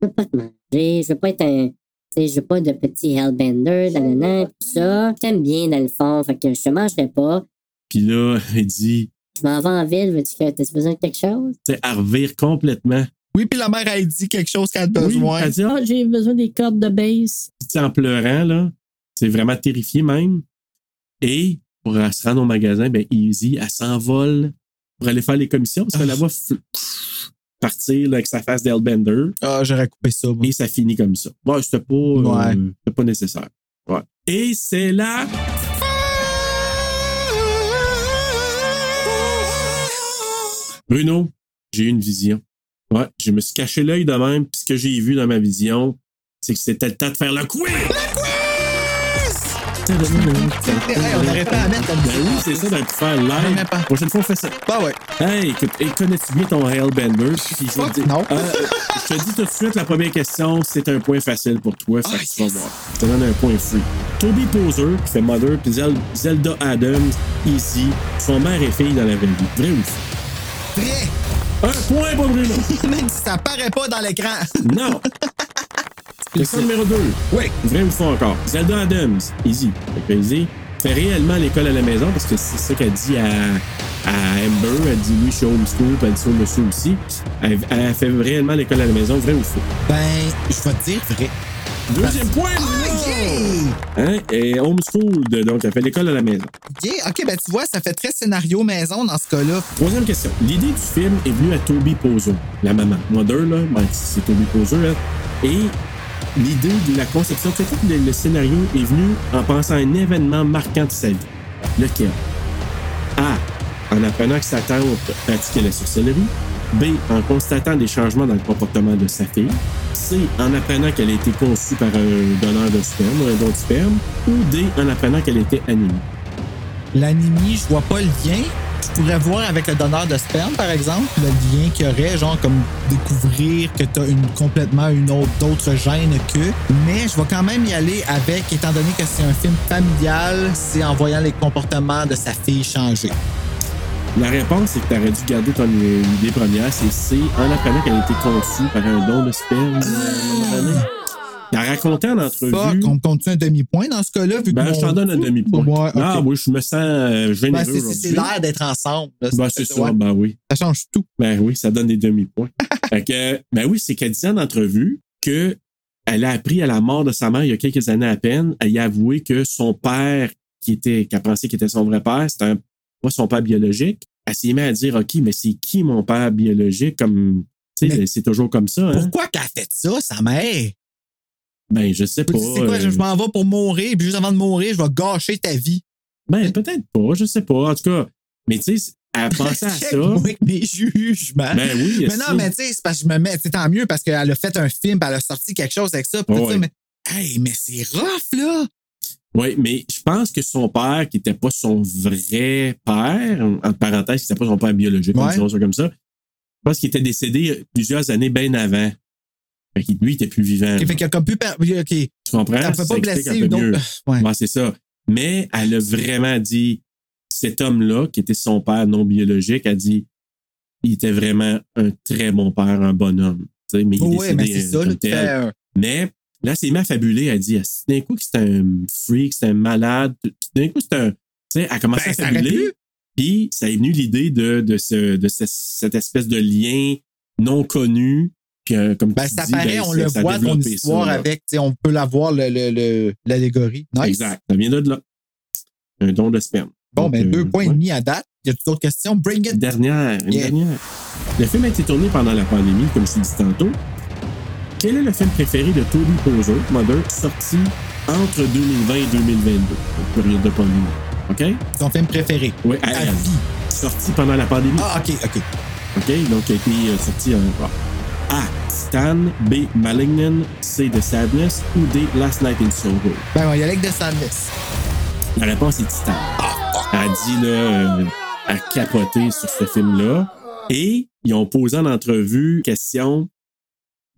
Speaker 2: Je veux pas te manger, je veux pas être un. tu sais, Je veux pas de petit Hellbender, nanana, tout ça. Je t'aime bien dans le fond, fait que je te mangerai pas.
Speaker 4: Puis là, elle dit,
Speaker 2: Je m'en vais en ville, veux-tu que t'as besoin de quelque chose?
Speaker 4: tu sais, elle revire complètement.
Speaker 3: Oui, puis la mère, elle dit quelque chose qu'elle a
Speaker 4: Oui,
Speaker 3: besoin.
Speaker 4: elle dit, Ah,
Speaker 10: Ah, j'ai besoin des cordes de base.
Speaker 4: tu sais, en pleurant, là. C'est vraiment terrifié, même. Et pour euh, se rendre au magasin, ben, Easy, elle s'envole pour aller faire les commissions parce qu'on
Speaker 3: Ah.
Speaker 4: la voit fl- pff, partir là, avec sa face d'Hellbender
Speaker 3: Ah, j'aurais coupé ça. moi.
Speaker 4: et ça finit comme ça. Ouais, c'était pas, euh,
Speaker 3: Ouais.
Speaker 4: c'était pas nécessaire. Ouais. Et c'est là. Bruno, j'ai eu une vision. Ouais, je me suis caché l'œil de même, puis ce que j'ai vu dans ma vision, c'est que c'était le temps de faire le quiz!
Speaker 3: Eh, Hey, on n'aurait pas à mettre la
Speaker 4: Ben
Speaker 3: musique.
Speaker 4: oui, c'est ça, d'être faire
Speaker 3: On
Speaker 4: live.
Speaker 3: n'aime pas.
Speaker 4: Prochaine fois, on fait ça.
Speaker 3: Bah ouais.
Speaker 4: Hey, écoute, et connais-tu bien ton Hellbender? Puis je vais te dire-
Speaker 3: Non.
Speaker 4: Euh, je te dis tout de suite, la première question, c'est un point facile pour toi. Fait
Speaker 3: Ah,
Speaker 4: que tu vas
Speaker 3: yes.
Speaker 4: voir. Je te donne un point free. Toby Poser, qui fait Mother, puis Zel- Zelda Adams, Easy, sont mère et fille dans la vraie vie. Vrai ou faux?
Speaker 3: Vrai.
Speaker 4: Un point pour Bruno!
Speaker 3: Même si ça paraît pas dans l'écran.
Speaker 4: Non! Question numéro 2.
Speaker 3: Oui.
Speaker 4: Vrai ou faux encore? Zelda Adams, Easy. Fait que Easy fait réellement l'école à la maison parce que c'est ça qu'elle dit à, à Amber. Elle dit oui, je suis homeschool, puis elle dit ça au monsieur aussi. Elle, elle fait réellement l'école à la maison, vrai ou faux?
Speaker 3: Ben, je vais te dire vrai.
Speaker 4: Deuxième point!
Speaker 3: Ah, yeah!
Speaker 4: Hein? Et homeschool, donc elle fait l'école à la maison.
Speaker 3: Yeah, ok, ben tu vois, ça fait très scénario maison dans ce cas-là.
Speaker 4: Troisième question. L'idée du film est venue à Toby Poser, la maman. Mother, là, ben, c'est Toby Poser, elle. Et l'idée de la conception, c'est tout le, le scénario est venu en pensant à un événement marquant de sa vie. Lequel? A. En apprenant que sa tante pratiquait la sorcellerie. B. En constatant des changements dans le comportement de sa fille. C. En apprenant qu'elle a été conçue par un donneur de sperme, un don de sperme. Ou D. En apprenant qu'elle était animée.
Speaker 3: L'anémie, je vois pas le lien. Je pourrais voir avec le donneur de sperme, par exemple, le lien qu'il y aurait, genre comme découvrir que t'as une, complètement une autre, d'autres gènes que. Mais je vais quand même y aller avec, étant donné que c'est un film familial, c'est en voyant les comportements de sa fille changer.
Speaker 4: La réponse, c'est que t'aurais dû garder ton euh, idée première, c'est C, en apprenant qu'elle a été conçue par un don de sperme. Elle racontait en entrevue.
Speaker 3: Fuck, on me compte un demi-point dans ce cas-là? Vu que
Speaker 4: Ben, je t'en
Speaker 3: mon-
Speaker 4: donne un demi-point.
Speaker 3: Ouais, ok.
Speaker 4: Ah oui, je me sens euh,
Speaker 3: Ben,
Speaker 4: généreux
Speaker 3: c'est- c'est c'est
Speaker 4: aujourd'hui.
Speaker 3: l'air d'être ensemble. là.
Speaker 4: Ben, c'est ça,
Speaker 3: ouais.
Speaker 4: ben oui.
Speaker 3: Ça change tout.
Speaker 4: Ben oui, ça donne des demi-points. fait que, ben oui, c'est qu'elle disait en entrevue que elle a appris à la mort de sa mère il y a quelques années à peine. Elle y a avoué que son père, qui était, qu'elle pensait qu'il était son vrai père, c'était un- pas son père biologique. Elle s'est aimée à dire, OK, mais c'est qui mon père biologique? Comme, tu sais,
Speaker 3: Mais-
Speaker 4: c'est toujours comme ça, hein?
Speaker 3: Pourquoi qu'elle a fait ça, sa mère?
Speaker 4: Ben, je sais pas.
Speaker 3: Tu sais quoi,
Speaker 4: euh,
Speaker 3: je je m'en vais pour mourir, puis juste avant de mourir, je vais gâcher ta vie.
Speaker 4: Ben, peut-être pas, je sais pas. En tout cas, mais tu sais, elle pensait à ça.
Speaker 3: Check-moi Avec mes jugements.
Speaker 4: Ben oui,
Speaker 3: Mais non,
Speaker 4: si.
Speaker 3: mais tu sais, c'est parce que je me mets, c'est tant mieux parce qu'elle a fait un film, puis elle a sorti quelque chose avec ça, puis tout
Speaker 4: Ouais.
Speaker 3: ça, mais hey, mais c'est rough là.
Speaker 4: Oui, mais je pense que son père, qui n'était pas son vrai père, en parenthèse, qui n'était pas son père biologique,
Speaker 3: Ouais.
Speaker 4: disons ça comme ça, je pense qu'il était décédé plusieurs années bien avant. Fait que lui, il était plus vivant.
Speaker 3: Fait qu'il a comme pu per- OK,
Speaker 4: Tu comprends?
Speaker 3: elle peut
Speaker 4: Ben, Ça
Speaker 3: pas
Speaker 4: explique
Speaker 3: blesser
Speaker 4: un peu
Speaker 3: une
Speaker 4: mieux.
Speaker 3: autre. Ouais.
Speaker 4: Ouais, c'est ça. Mais elle a vraiment dit, cet homme-là, qui était son père non biologique, a dit, il était vraiment un très bon père, un bon homme. Tu sais, mais il est
Speaker 3: Ouais, mais
Speaker 4: décédé,
Speaker 3: c'est
Speaker 4: euh,
Speaker 3: ça
Speaker 4: comme
Speaker 3: là, tu
Speaker 4: tel.
Speaker 3: fais un-
Speaker 4: Mais là, c'est ma fabulée. Elle dit, tout d'un coup, que c'est un freak, c'est un malade. Tout d'un coup, c'est un. Tu sais, elle commence
Speaker 3: Ben,
Speaker 4: à
Speaker 3: ça aurait
Speaker 4: fabuler.
Speaker 3: pu.
Speaker 4: Puis, ça est venu l'idée de, de, ce, de ce- cette espèce de lien non connu. Puis, euh, comme
Speaker 3: Ben,
Speaker 4: tu
Speaker 3: ça
Speaker 4: dis,
Speaker 3: paraît,
Speaker 4: ben,
Speaker 3: on
Speaker 4: c'est-
Speaker 3: le
Speaker 4: ça a
Speaker 3: voit ton
Speaker 4: développé ça,
Speaker 3: histoire
Speaker 4: là.
Speaker 3: avec, tu sais, on peut la voir, le- le- le- l'allégorie. Nice.
Speaker 4: Exact. Ça vient de là. Un don de sperme.
Speaker 3: Bon,
Speaker 4: Donc,
Speaker 3: ben,
Speaker 4: euh,
Speaker 3: deux points et
Speaker 4: ouais.
Speaker 3: demi à date. Y a-tu d'autres questions? Bring it!
Speaker 4: Dernière, une
Speaker 3: Yeah.
Speaker 4: dernière. Le film a été tourné pendant la pandémie, comme je l'ai dit tantôt. Quel est le film préféré de Toby Poser, Mother, sorti entre 2020 et 2022, donc période de pandémie? OK?
Speaker 3: Ton film préféré.
Speaker 4: Oui, à-
Speaker 3: Ta
Speaker 4: à-
Speaker 3: vie.
Speaker 4: sorti pendant la pandémie.
Speaker 3: Ah, ok, ok.
Speaker 4: OK? Donc, il a été euh, sorti en. A. Stan. B. Malignant. C. The Sadness. Ou D. Last Night in Soho.
Speaker 3: Ben, on y a avec de Sandness.
Speaker 4: La réponse est Titan. Elle dit là, euh, à capoter sur ce film-là. Et ils ont posé en entrevue question.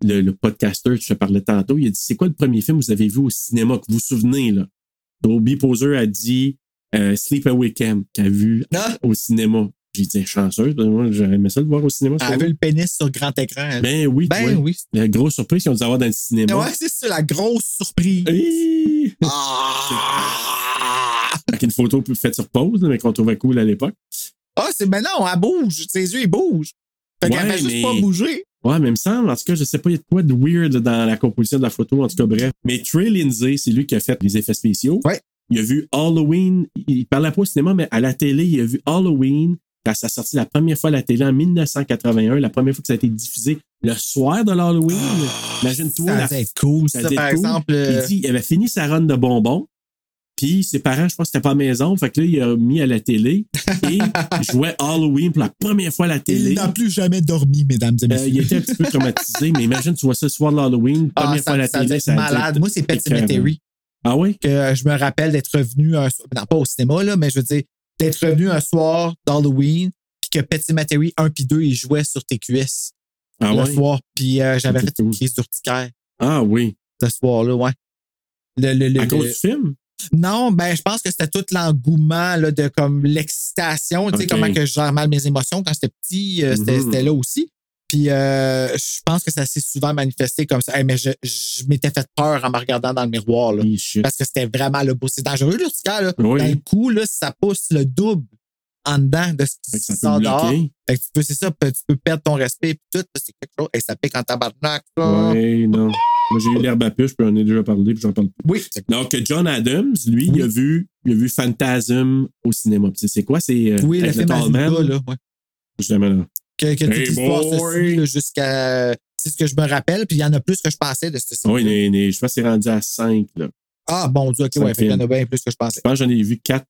Speaker 4: Le, le podcaster que je te parlais tantôt, il a dit C'est quoi le premier film que vous avez vu au cinéma que vous vous souvenez là? Toby Poser a dit euh, Sleepaway Camp qu'elle a vu
Speaker 3: Ah!
Speaker 4: au cinéma. J'ai dit chanceuse, parce que moi, j'aurais aimé ça le voir au cinéma. ça.
Speaker 3: Elle a vu le pénis sur grand écran.
Speaker 4: Ben oui,
Speaker 3: Ben
Speaker 4: toi.
Speaker 3: oui.
Speaker 4: La grosse surprise qu'ils ont dû avoir dans le cinéma.
Speaker 3: Ouais, c'est ça, la grosse surprise.
Speaker 4: Hi!
Speaker 3: Ah,
Speaker 4: Avec une photo faite sur pause, là, mais qu'on trouvait cool à l'époque.
Speaker 3: Ah, c'est ben non, elle bouge. Ses yeux, ils bougent. Fait qu'elle
Speaker 4: Ouais,
Speaker 3: fait juste
Speaker 4: mais-
Speaker 3: pas bouger.
Speaker 4: Ouais, mais il me semble, en tout cas, je sais pas, il y a de quoi de weird dans la composition de la photo, en tout cas, bref. Mais Trey Lindsay, c'est lui qui a fait les effets spéciaux.
Speaker 3: Ouais.
Speaker 4: Il a vu Halloween, il parlait pas au cinéma, mais à la télé, il a vu Halloween, quand ça a sorti la première fois à la télé en 1981, la première fois que ça a été diffusé le soir de l'Halloween. Imagine-toi,
Speaker 3: Ah, ça
Speaker 4: la-
Speaker 3: devait être cool, ça,
Speaker 4: devait
Speaker 3: par
Speaker 4: être cool.
Speaker 3: exemple. euh,
Speaker 4: Il dit, il avait fini sa run de bonbons. Puis ses parents, je pense que c'était pas à la maison. Fait que là, il a mis à la télé et jouait Halloween pour la première fois à la télé.
Speaker 3: Il n'a plus jamais dormi, mesdames et
Speaker 4: Euh,
Speaker 3: messieurs.
Speaker 4: il était un petit peu traumatisé, mais imagine, tu vois ça le soir de l'Halloween,
Speaker 3: Ah,
Speaker 4: première
Speaker 3: ça-
Speaker 4: fois à la
Speaker 3: ça
Speaker 4: télé,
Speaker 3: devait être
Speaker 4: ça a dû
Speaker 3: malade.
Speaker 4: être-
Speaker 3: Moi, c'est Pet
Speaker 4: écœurant.
Speaker 3: Cemetery.
Speaker 4: Ah oui?
Speaker 3: que je me rappelle d'être revenu un soir, non, pas au cinéma, là, mais je veux dire, d'être revenu un soir d'Halloween, puis que Petit Materi 1 puis 2, ils jouaient sur tes cuisses
Speaker 4: Ah
Speaker 3: le
Speaker 4: oui?
Speaker 3: soir, puis euh, j'avais
Speaker 4: C'est
Speaker 3: fait une
Speaker 4: cool.
Speaker 3: crise d'urticaire
Speaker 4: Ah oui.
Speaker 3: ce soir-là, ouais. Le, le- le-
Speaker 4: À cause
Speaker 3: le-
Speaker 4: du film?
Speaker 3: Non, ben, je pense que c'était tout l'engouement là, de comme l'excitation, tu sais,
Speaker 4: Ok.
Speaker 3: comment que je gère mal mes émotions quand j'étais petit, euh, c'était
Speaker 4: Mhm.
Speaker 3: c'était là aussi. Puis euh, je pense que ça s'est souvent manifesté comme ça. Hey, mais je, je m'étais fait peur en me regardant dans le miroir. Là.
Speaker 4: Oui, shit.
Speaker 3: Parce que c'était vraiment le beau. C'est dangereux, l'urticaire. Là.
Speaker 4: Oui.
Speaker 3: Dans Ben, le coup, là, ça pousse le double en dedans de ce
Speaker 4: Fait que
Speaker 3: qui
Speaker 4: ça peut
Speaker 3: sort dehors.
Speaker 4: bloquer.
Speaker 3: Fait que tu peux, c'est ça, pe- tu peux perdre ton respect et tout. puis C'est quelque chose. Et ça pique en tabarnak. là.
Speaker 4: Ouais, non. Moi, j'ai eu l'herbe à puce, puis j'en ai déjà parlé, puis j'en parle plus.
Speaker 3: Oui.
Speaker 4: Donc, John Adams, lui, il, a vu, il a vu Phantasm au cinéma. Puis C'est quoi? C'est euh,
Speaker 3: Oui, le
Speaker 4: avec
Speaker 3: film
Speaker 4: tall
Speaker 3: Azuka,
Speaker 4: man?
Speaker 3: là. Ouais.
Speaker 4: Justement, là.
Speaker 3: Que, que toute
Speaker 4: Hey,
Speaker 3: l'histoire se
Speaker 4: boy.
Speaker 3: suit là, jusqu'à. C'est ce que je me rappelle. Puis il y en a plus que je pensais de ce
Speaker 4: Ah Oui, il est- il est- je pense que c'est rendu à 5. Là.
Speaker 3: Ah, bon Dieu, OK,
Speaker 4: Cinq
Speaker 3: ouais. Fait qu'il y en a
Speaker 4: films.
Speaker 3: bien plus que je
Speaker 4: Je
Speaker 3: pensais.
Speaker 4: pense que j'en ai vu 4,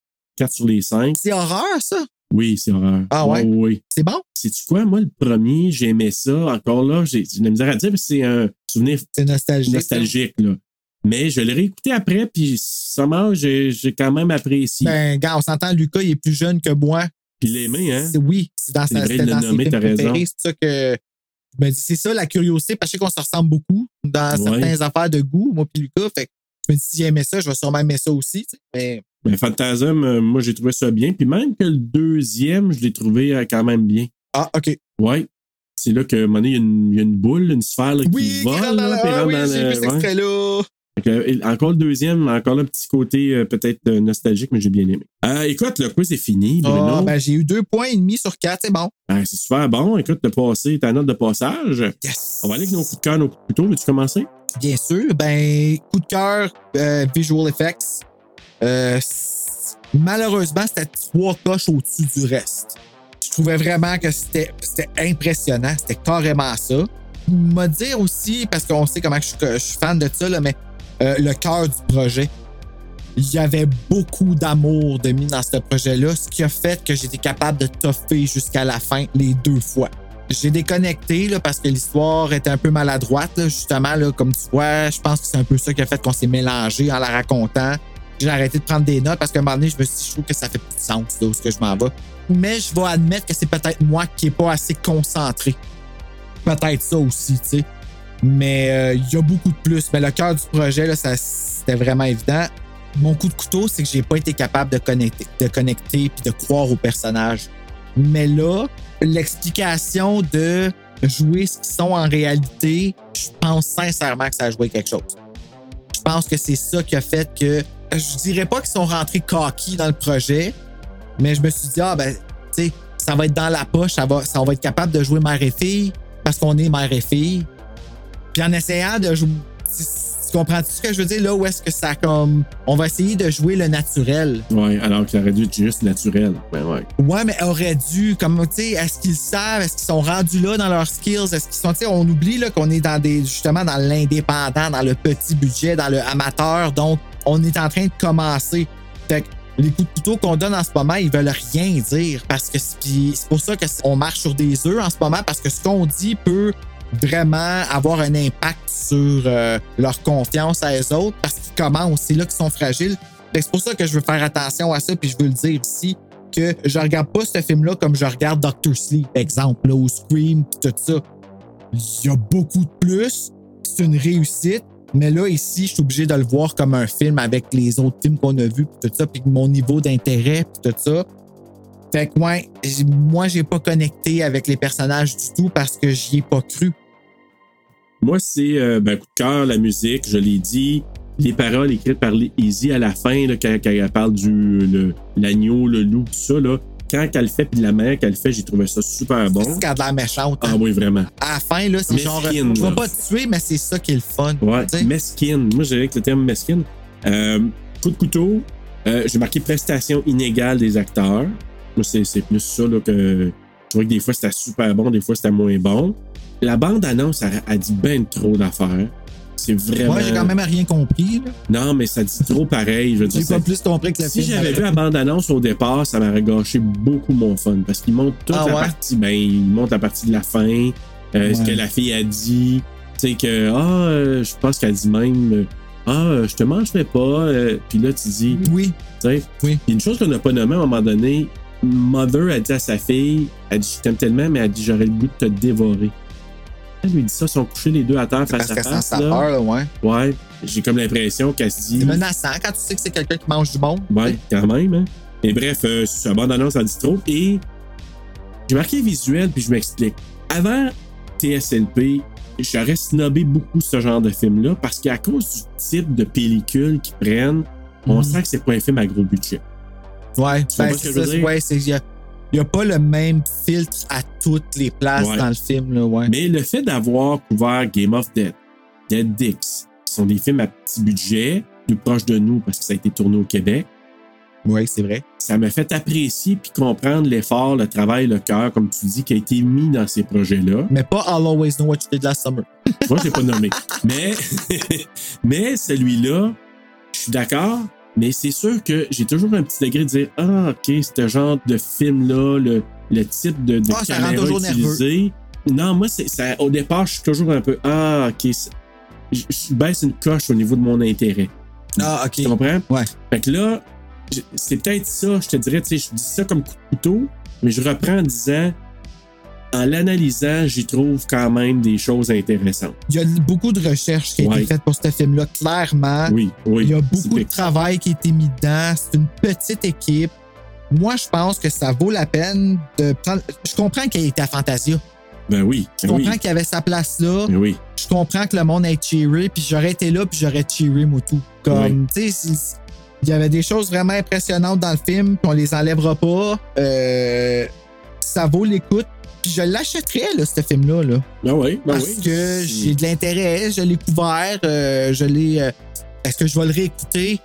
Speaker 4: sur les 5.
Speaker 3: C'est horreur, ça.
Speaker 4: Oui, c'est horreur.
Speaker 3: Ah ouais?
Speaker 4: Oui, oui.
Speaker 3: C'est bon.
Speaker 4: Sais-tu quoi? Moi, le premier, j'aimais ça. Encore là, j'ai j'ai de la misère à dire, parce que c'est un souvenir
Speaker 3: C'est nostalgique. hein?
Speaker 4: nostalgique. Là. Mais je l'ai réécouté après, puis sûrement, j'ai j'ai quand même apprécié.
Speaker 3: Ben, gars, on s'entend, Lucas, il est plus jeune que moi.
Speaker 4: puis l'aimer, hein?
Speaker 3: C'est- Oui, c'est dans,
Speaker 4: C'est
Speaker 3: sa,
Speaker 4: vrai
Speaker 3: c'était
Speaker 4: de le
Speaker 3: dans ses
Speaker 4: nommer,
Speaker 3: films
Speaker 4: t'as raison.
Speaker 3: préférés. C'est ça que. je me dis, c'est ça la curiosité, parce que je sais qu'on se ressemble beaucoup dans
Speaker 4: Ouais.
Speaker 3: certaines affaires de goût, moi puis Lucas. Fait que je me dis, si j'aimais ça, je vais sûrement aimer ça aussi. tu sais. Mais
Speaker 4: Mais Phantasm, euh, moi, j'ai trouvé ça bien. Puis même que le deuxième, je l'ai trouvé euh, quand même bien.
Speaker 3: Ah, OK.
Speaker 4: Ouais. C'est là que, à un moment donné, il y, a une- il y a une boule, une sphère là, qui
Speaker 3: Oui,
Speaker 4: vole.
Speaker 3: grand dans
Speaker 4: là,
Speaker 3: la-
Speaker 4: puis
Speaker 3: ah
Speaker 4: rentre
Speaker 3: oui,
Speaker 4: dans
Speaker 3: j'ai
Speaker 4: le-
Speaker 3: vu cet
Speaker 4: ouais.
Speaker 3: extrait-là.
Speaker 4: Fait que, et encore le deuxième, encore le petit côté euh, peut-être euh, nostalgique, mais j'ai bien aimé. Euh, écoute, le quiz est fini, Bruno.
Speaker 3: Ah, ben, j'ai eu deux points et demi sur quatre, c'est bon.
Speaker 4: Ah, c'est super bon. Écoute, le passé, ta note de passage.
Speaker 3: Yes.
Speaker 4: On va aller avec nos coups de cœur, nos coups de couteau. Veux-tu commencer?
Speaker 3: Bien sûr, ben, coup de cœur, euh, visual effects. Euh, s- malheureusement, c'était trois coches au-dessus du reste. Je trouvais vraiment que c'était c'était impressionnant. C'était carrément ça. Me dire aussi, parce qu'on sait comment je, suis- que je suis fan de ça, là, mais euh, le cœur du projet. Il y avait beaucoup d'amour de mis dans ce projet-là, ce qui a fait que j'étais capable de toffer jusqu'à la fin les deux fois. J'ai déconnecté là, parce que l'histoire était un peu maladroite, là, justement, là, comme tu vois. Je pense que c'est un peu ça qui a fait qu'on s'est mélangé en la racontant. J'ai arrêté de prendre des notes parce qu'à un moment donné, je me suis dit, je trouve que ça fait plus de sens là, où ce que je m'en vais. Mais je vais admettre que c'est peut-être moi qui n'ai pas assez concentré. Peut-être ça aussi, tu sais. Mais euh, il y a beaucoup de plus. Mais le cœur du projet, là, ça, c'était vraiment évident. Mon coup de couteau, c'est que j'ai pas été capable de connecter, de connecter puis de croire au personnage. Mais là, l'explication de jouer ce qu'ils sont en réalité, je pense sincèrement que ça a joué quelque chose. Je pense que c'est ça qui a fait que je dirais pas qu'ils sont rentrés coquilles dans le projet, mais je me suis dit ah ben tu sais ça va être dans la poche, ça va, ça on va être capable de jouer mère et fille parce qu'on est mère et fille. Puis en essayant de jouer. Tu tu comprends-tu ce que je veux dire? Là où est-ce que ça comme. On va essayer de jouer le naturel.
Speaker 4: Ouais, alors qu'il aurait dû être juste naturel. Ben ouais.
Speaker 3: Ouais, mais aurait dû, comme, tu sais, est-ce qu'ils savent, est-ce qu'ils sont rendus là dans leurs skills, est-ce qu'ils sont, tu sais, on oublie là qu'on est dans des, justement, dans l'indépendant, dans le petit budget, dans le amateur, donc on est en train de commencer. Fait que les coups de couteau qu'on donne en ce moment, ils veulent rien dire parce que c'est puis c'est pour ça que on marche sur des œufs en ce moment parce que ce qu'on dit peut vraiment avoir un impact sur euh, leur confiance à eux autres parce qu'ils commencent, c'est là qu'ils sont fragiles. Fait que c'est pour ça que je veux faire attention à ça puis je veux le dire ici que je regarde pas ce film-là comme je regarde Doctor Sleep, exemple, là, ou Scream, pis tout ça. Il y a beaucoup de plus. C'est une réussite. Mais là, ici, je suis obligé de le voir comme un film avec les autres films qu'on a vus, pis tout ça, puis mon niveau d'intérêt, puis tout ça. Fait que, ouais, j- moi, j'ai pas connecté avec les personnages du tout parce que j'y ai pas cru.
Speaker 4: Moi, c'est euh, ben, coup de cœur, la musique, je l'ai dit. Les paroles écrites par Easy à la fin, là, quand, quand elle parle du le- l'agneau, le, loup, tout ça, là, quand elle le fait, puis de la manière qu'elle le fait, j'ai trouvé ça super bon.
Speaker 3: Parce qu'elle a de l'air méchante.
Speaker 4: Ah oui, vraiment.
Speaker 3: À la fin, là, c'est genre. Je
Speaker 4: Mesquine,
Speaker 3: vais
Speaker 4: là.
Speaker 3: pas te tuer, mais c'est ça qui est le fun.
Speaker 4: Ouais,
Speaker 3: Tu sais.
Speaker 4: mesquine. Moi, je dirais que le terme mesquine. Euh, coup de couteau, euh, j'ai marqué prestation inégale des acteurs. Moi, c'est c'est plus ça là, que je trouvais que des fois c'était super bon, des fois c'était moins bon. La bande-annonce, elle, elle dit ben trop d'affaires. C'est vraiment.
Speaker 3: Moi, j'ai quand même rien compris. là.
Speaker 4: Non, mais ça dit trop pareil. Je veux dire,
Speaker 3: J'ai pas
Speaker 4: ça-
Speaker 3: plus compris que le
Speaker 4: si
Speaker 3: film.
Speaker 4: j'avais vu la bande-annonce au départ, ça m'aurait gâché beaucoup mon fun. Parce qu'ils montrent toute
Speaker 3: Ah
Speaker 4: la
Speaker 3: ouais?
Speaker 4: partie. Ben, ils montrent la partie de la fin, euh, ce
Speaker 3: Ouais.
Speaker 4: que la fille a dit. Tu sais que, ah, euh, je pense qu'elle dit même, euh, ah, euh, je te mangerai pas. euh, Puis là, tu dis, tu
Speaker 3: Oui.
Speaker 4: sais.
Speaker 3: Mm-hmm. Oui.
Speaker 4: Puis une chose qu'on n'a pas nommée à un moment donné, Mother a dit à sa fille, elle dit, je t'aime tellement, mais elle dit, j'aurais le goût de te dévorer. Elle lui dit ça, ils sont couchés les deux à terre face
Speaker 3: Parce
Speaker 4: à
Speaker 3: que sans
Speaker 4: face.
Speaker 3: sa
Speaker 4: là. Mm.
Speaker 3: peur, là, ouais.
Speaker 4: Ouais, j'ai comme l'impression qu'elle se dit.
Speaker 3: C'est menaçant quand tu sais que c'est quelqu'un qui mange du monde.
Speaker 4: Ouais, quand même. Hein? Et bref, euh, c'est une bande annonce en dit trop. Et j'ai marqué visuel, puis je m'explique. Avant TSLP, j'aurais snobé beaucoup ce genre de film-là parce qu'à cause du type de pellicule qu'ils prennent, on
Speaker 3: Mhm.
Speaker 4: sent que c'est pas un film à gros budget.
Speaker 3: Ouais,
Speaker 4: Tu
Speaker 3: ben,
Speaker 4: comprends ce que
Speaker 3: c'est
Speaker 4: je veux
Speaker 3: ça,
Speaker 4: dire?
Speaker 3: ouais, c'est. Il y a, y a pas le même filtre à toutes les places
Speaker 4: Ouais.
Speaker 3: dans le film, là, ouais.
Speaker 4: Mais le fait d'avoir couvert Game of Death, Dead Dicks, qui sont des films à petit budget, plus proches de nous parce que ça a été tourné au Québec,
Speaker 3: Ouais, c'est vrai.
Speaker 4: ça m'a fait apprécier puis comprendre l'effort, le travail, le cœur, comme tu dis, qui a été mis dans ces projets-là.
Speaker 3: Mais pas I'll Always Know What You Did Last Summer.
Speaker 4: Moi, je l'ai pas nommé. Mais, mais celui-là, je suis d'accord, mais c'est sûr que j'ai toujours un petit degré de dire Ah, OK, ce genre de film-là, le, le type de, de
Speaker 3: Ah, ça rend
Speaker 4: caméra
Speaker 3: toujours
Speaker 4: utilisée. Non, moi, c'est, ça, au départ, je suis toujours un peu Ah, OK, c'est- je je baisse une coche au niveau de mon intérêt.
Speaker 3: Ah, ok.
Speaker 4: Tu comprends?
Speaker 3: Ouais.
Speaker 4: Fait que là, je- c'est peut-être ça, je te dirais, tu sais, je dis ça comme coup de couteau, mais je reprends en disant en l'analysant, j'y trouve quand même des choses intéressantes.
Speaker 3: Il y a beaucoup de recherches qui ont
Speaker 4: Ouais.
Speaker 3: été faites pour ce film-là, clairement.
Speaker 4: Oui, oui.
Speaker 3: Il y a
Speaker 4: c'est
Speaker 3: beaucoup de
Speaker 4: vrai.
Speaker 3: travail qui a été mis dedans. C'est une petite équipe. Moi, je pense que ça vaut la peine de prendre. Je comprends qu'il était à Fantasia.
Speaker 4: Ben oui,
Speaker 3: Je
Speaker 4: ben oui,
Speaker 3: comprends qu'il avait sa place là.
Speaker 4: ben oui.
Speaker 3: Je comprends que le monde ait cheeré, puis j'aurais été là, puis j'aurais cheeré, moi, tout. Comme, tu sais, c'est- il y avait des choses vraiment impressionnantes dans le film, puis on les enlèvera pas. Euh, ça vaut l'écoute. Puis je l'achèterais, là, ce film-là. Là.
Speaker 4: Ben oui, ben
Speaker 3: Parce
Speaker 4: oui.
Speaker 3: que j'ai de l'intérêt, je l'ai couvert, euh, je l'ai. euh, Est-ce que je vais le réécouter?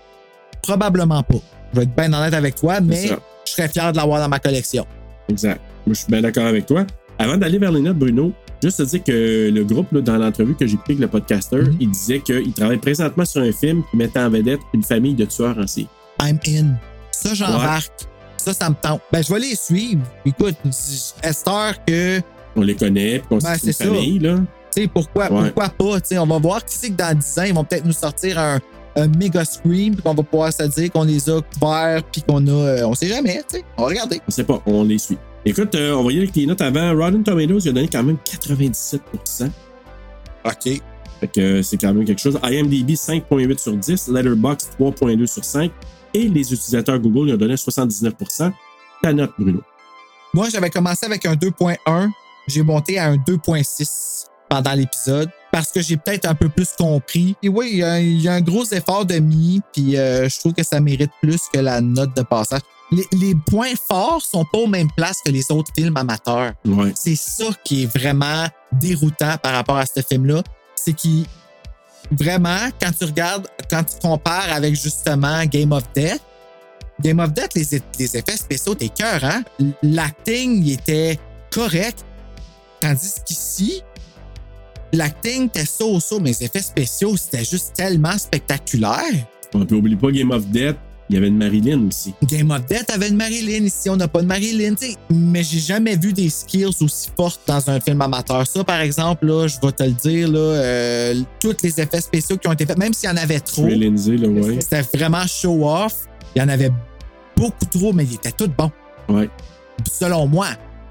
Speaker 3: Probablement pas. Je vais être bien honnête avec toi, mais
Speaker 4: ça.
Speaker 3: je serais fier de l'avoir dans ma collection.
Speaker 4: Exact. Moi, je suis bien d'accord avec toi. Avant d'aller vers les notes, Bruno, juste te dire que le groupe, là, dans l'entrevue que j'ai pris avec le podcaster,
Speaker 3: Mhm.
Speaker 4: il disait qu'il travaille présentement sur un film qui mettait en vedette une famille de tueurs en série.
Speaker 3: I'm in. Ça,
Speaker 4: Ouais.
Speaker 3: j'embarque. Ça, ça me tente. Ben, je vais les suivre. Écoute, j'espère que.
Speaker 4: On les connaît, puis qu'on sait
Speaker 3: Ben,
Speaker 4: que c'est une
Speaker 3: c'est ça.
Speaker 4: famille, là.
Speaker 3: Tu sais, pourquoi,
Speaker 4: Ouais.
Speaker 3: pourquoi pas? Tu sais, on va voir qui c'est que dans 10 ans, ils vont peut-être nous sortir un, un méga scream, puis qu'on va pouvoir se dire qu'on les a couverts, puis qu'on a. euh, on sait jamais, tu sais. On va regarder.
Speaker 4: On sait pas, on les suit. Écoute, euh, on va y aller avec les notes avant. Rotten Tomatoes, il a donné quand même 97
Speaker 3: OK.
Speaker 4: Fait que euh, c'est quand même quelque chose. IMDb 5.8 sur 10, Letterboxd 3.2 sur 5 et les utilisateurs Google lui ont donné 79 Ta note, Bruno.
Speaker 3: Moi, j'avais commencé avec un 2.1. J'ai monté à un 2.6 pendant l'épisode parce que j'ai peut-être un peu plus compris. Et oui, il y a- il y, a un gros effort de mis, puis euh, je trouve que ça mérite plus que la note de passage. Les, les points forts sont pas aux mêmes places que les autres films amateurs.
Speaker 4: Ouais.
Speaker 3: C'est ça qui est vraiment déroutant par rapport à ce film-là. C'est qu'il. Vraiment, quand tu regardes, quand tu compares avec justement Game of Death, Game of Death, les, les effets spéciaux, t'es cœur, hein? L'acting, il était correct. Tandis qu'ici, l'acting était ça au mais les effets spéciaux, c'était juste tellement spectaculaire.
Speaker 4: On peut oublier pas Game of Death, il y avait une Marilyn aussi.
Speaker 3: Game of Death avait une Marilyn, ici on n'a pas de Marilyn, tu sais. Mais j'ai jamais vu des skills aussi fortes dans un film amateur. Ça, par exemple, là, je vais te le dire, là, euh, tous les effets spéciaux qui ont été faits, même s'il y en avait trop,
Speaker 4: Trey Lindsay, là, ouais.
Speaker 3: c'était vraiment show-off. Il y en avait beaucoup trop, mais ils étaient tous bons.
Speaker 4: Ouais.
Speaker 3: Selon moi.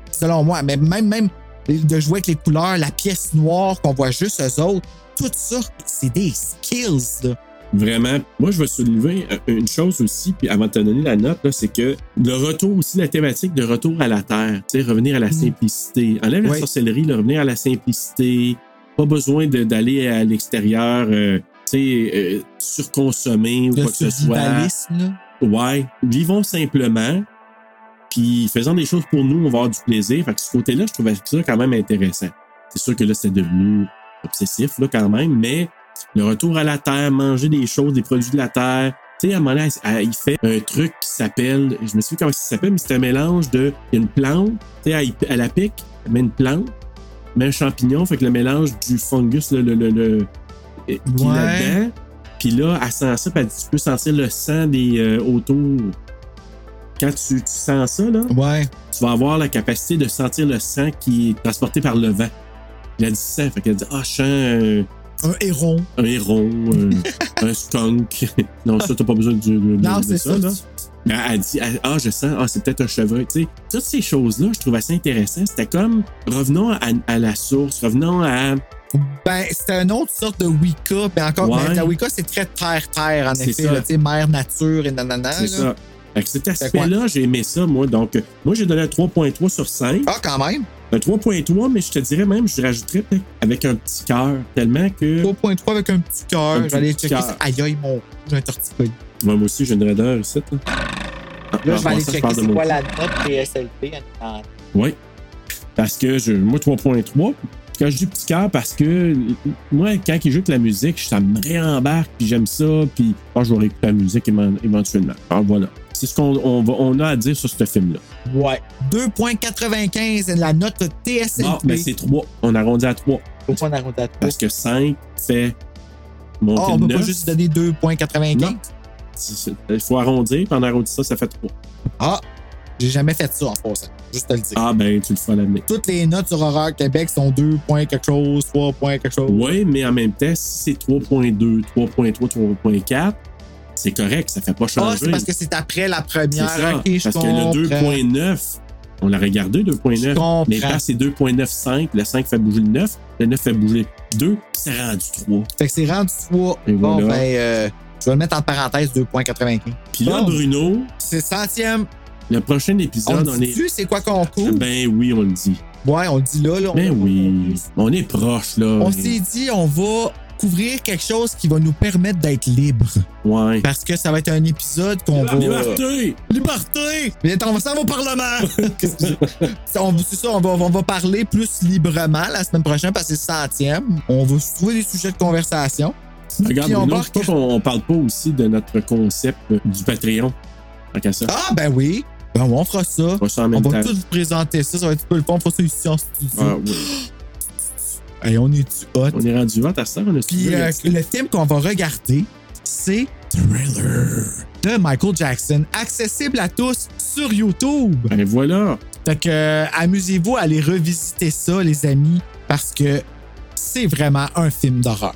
Speaker 3: Selon moi. Mais même, même de jouer avec les couleurs, la pièce noire qu'on voit juste eux autres, tout ça, c'est des skills, là.
Speaker 4: Vraiment. Moi, je veux soulever euh, une chose aussi, puis avant de te donner la note, là, c'est que le retour aussi, la thématique de retour à la terre, tu sais, revenir à
Speaker 3: Mm.
Speaker 4: la simplicité. Enlève la
Speaker 3: Ouais.
Speaker 4: sorcellerie, là, revenir à la simplicité. Pas besoin de- d'aller à l'extérieur, euh, tu sais, euh, surconsommer ou
Speaker 3: Le
Speaker 4: quoi que ce soit.
Speaker 3: survivalisme, là.
Speaker 4: Ouais. Vivons simplement, puis faisons des choses pour nous, on va avoir du plaisir. Fait que ce côté-là, je trouvais ça quand même intéressant. C'est sûr que là, c'est devenu obsessif, là, quand même, mais le retour à la terre, manger des choses, des produits de la terre. Tu sais, à un moment donné, elle- elle- il fait un truc qui s'appelle, je me souviens comment ça s'appelle, mais c'est un mélange de, il y a une plante, tu sais, elle, elle la pique, elle met une plante, elle met un champignon, fait que le mélange du fungus, le, le, le, le- euh, qui est
Speaker 3: Ouais.
Speaker 4: là-dedans. Puis là, elle sent ça, puis elle dit, tu peux sentir le sang des euh, autour. Quand tu, tu sens ça, là,
Speaker 3: Ouais.
Speaker 4: tu vas avoir la capacité de sentir le sang qui est transporté par le vent. Il a dit sang, fait qu'elle dit, ah, je sens euh,
Speaker 3: Un héron.
Speaker 4: un héron, un, un skunk. non, ça, t'as pas besoin de, de- de-
Speaker 3: Non,
Speaker 4: de
Speaker 3: c'est ça.
Speaker 4: là.
Speaker 3: tu-
Speaker 4: Mais elle dit, elle- ah, je sens, ah, c'est peut-être un chevreuil. Tu sais, toutes ces choses-là, je trouve assez intéressant. C'était comme, revenons à, à la source, revenons à.
Speaker 3: Ben, c'est une autre sorte de Wicca. mais encore,
Speaker 4: Ouais.
Speaker 3: mais la Wicca, c'est très terre-terre, en
Speaker 4: C'est
Speaker 3: effet.
Speaker 4: ça.
Speaker 3: là, Tu sais, mère nature et nanana.
Speaker 4: C'est
Speaker 3: Hein, là.
Speaker 4: ça. Fait que cet
Speaker 3: que
Speaker 4: aspect-là, j'ai aimé ça, moi. Donc, euh, moi, j'ai donné un 3.3 sur 5.
Speaker 3: Ah, quand même.
Speaker 4: Un 3.3, mais je te dirais même, je rajouterais peut-être avec un petit cœur, tellement que.
Speaker 3: 3.3 avec un petit
Speaker 4: Un
Speaker 3: cœur.
Speaker 4: petit
Speaker 3: J'allais checker
Speaker 4: cœur.
Speaker 3: ça. Aïe, aïe, mon. J'ai un torticolis.
Speaker 4: Ouais, moi aussi, j'ai une raideur ici. hein. Là, Ah,
Speaker 3: Là,
Speaker 4: en
Speaker 3: je vais aller
Speaker 4: passant,
Speaker 3: checker
Speaker 4: parle de
Speaker 3: c'est
Speaker 4: mon-
Speaker 3: quoi la note PSLP. en- en-
Speaker 4: Oui. Parce que je, moi, 3.3, quand je dis petit cœur, parce que euh, moi, quand il joue avec la musique, ça me réembarque, puis j'aime ça, puis oh, je vais réécouter la musique éman- éventuellement. Alors voilà. C'est ce qu'on on va- on a à dire sur ce film-là.
Speaker 3: Ouais. 2.95, la note TSLP.
Speaker 4: Bon, mais Ah, ben, c'est 3. On arrondit à 3.
Speaker 3: Pourquoi on arrondit à trois?
Speaker 4: Parce que 5 fait monter
Speaker 3: Ah, on peut pas
Speaker 4: 9.
Speaker 3: juste donner 2.95.
Speaker 4: Non. C'est- c'est- Il faut arrondir, puis en arrondissant, ça fait 3.
Speaker 3: Ah, j'ai jamais fait ça en passant. Juste te le dire.
Speaker 4: Ah, ben, tu le feras l'année.
Speaker 3: Toutes les notes sur Horreur Québec sont 2. points quelque chose, 3. points quelque chose.
Speaker 4: Oui, mais en même temps, si c'est 3.2, 3.3, 3.4, c'est correct, ça fait pas
Speaker 3: Ah,
Speaker 4: changer.
Speaker 3: c'est parce que c'est après la
Speaker 4: C'est
Speaker 3: première.
Speaker 4: ça,
Speaker 3: Ok, je
Speaker 4: parce que le
Speaker 3: comprends.
Speaker 4: 2.9, On l'a regardé, 2.9. Mais là, c'est 2.95. Le 5 fait bouger le 9. Le 9 fait bouger le 2. C'est rendu 3.
Speaker 3: Fait que c'est rendu 3.
Speaker 4: Et
Speaker 3: bon,
Speaker 4: voilà.
Speaker 3: ben, euh, je vais le mettre en parenthèse 2.95.
Speaker 4: Puis là,
Speaker 3: Bon,
Speaker 4: Bruno,
Speaker 3: C'est centième.
Speaker 4: le prochain
Speaker 3: On
Speaker 4: épisode, on,
Speaker 3: dit
Speaker 4: est.
Speaker 3: tu c'est quoi qu'on
Speaker 4: Ah,
Speaker 3: couvre?
Speaker 4: Ben oui, on le dit.
Speaker 3: Ouais, on le dit là. là on
Speaker 4: Ben oui. On est proche, là.
Speaker 3: on s'est dit, on va couvrir quelque chose qui va nous permettre d'être libre.
Speaker 4: Ouais.
Speaker 3: Parce que ça va être un épisode qu'on va.
Speaker 4: Liberté!
Speaker 3: Liberté! Mais on s'en va au Parlement! Qu'est-ce que j'ai- on, c'est ça, on va, on va parler plus librement la semaine prochaine parce que c'est le centième. On va se trouver des sujets de conversation.
Speaker 4: Regarde,
Speaker 3: Puis on
Speaker 4: Bruno,
Speaker 3: va
Speaker 4: je sais pas qu'on on parle pas aussi de notre concept euh, du Patreon. Tant qu'à ça.
Speaker 3: Ah, ben oui! Ben oui, on fera ça.
Speaker 4: On va ça en
Speaker 3: On
Speaker 4: même temps.
Speaker 3: va tout vous présenter ça. Ça va être un peu le fun. On fera ça ici en studio.
Speaker 4: Ah, oui.
Speaker 3: Hey, on est-tu hot?
Speaker 4: On est rendu hot à ça, on a
Speaker 3: Puis euh, le film qu'on va regarder, c'est Thriller de Michael Jackson, accessible à tous sur YouTube.
Speaker 4: Ben voilà.
Speaker 3: Fait que euh, amusez-vous à aller revisiter ça, les amis, parce que c'est vraiment un film d'horreur.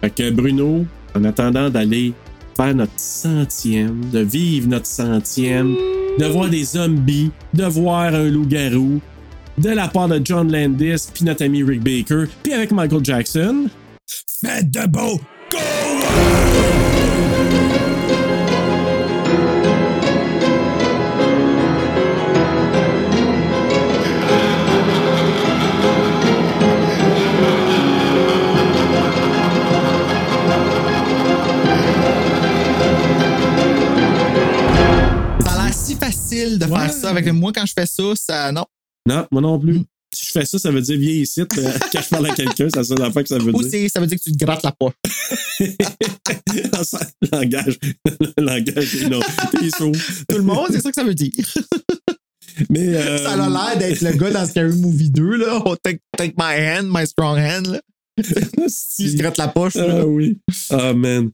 Speaker 4: Fait que Bruno, en attendant d'aller faire notre centième, de vivre notre centième, de voir des zombies, de voir un loup-garou, de la part de John Landis, puis notre ami Rick Baker, puis avec Michael Jackson.
Speaker 3: Faites de beau! Ça a l'air si facile de
Speaker 4: Ouais.
Speaker 3: faire ça. Avec moi, quand je fais ça, ça. Non.
Speaker 4: Non, moi non plus. Si je fais ça, ça veut dire vieillissite, euh, quand je parle à quelqu'un, c'est la seule affaire que ça veut
Speaker 3: Ou
Speaker 4: dire.
Speaker 3: c'est- ça veut dire que tu te grattes la poche.
Speaker 4: langage, langage, non, t'es sourd.
Speaker 3: Tout le monde, c'est ça que ça veut dire.
Speaker 4: Mais, euh,
Speaker 3: Ça a l'air d'être le gars dans Scary Movie 2, là. Oh, take, take my hand, my strong hand, là.
Speaker 4: si-
Speaker 3: Il se gratte la poche, là.
Speaker 4: Ah oui. Ah man.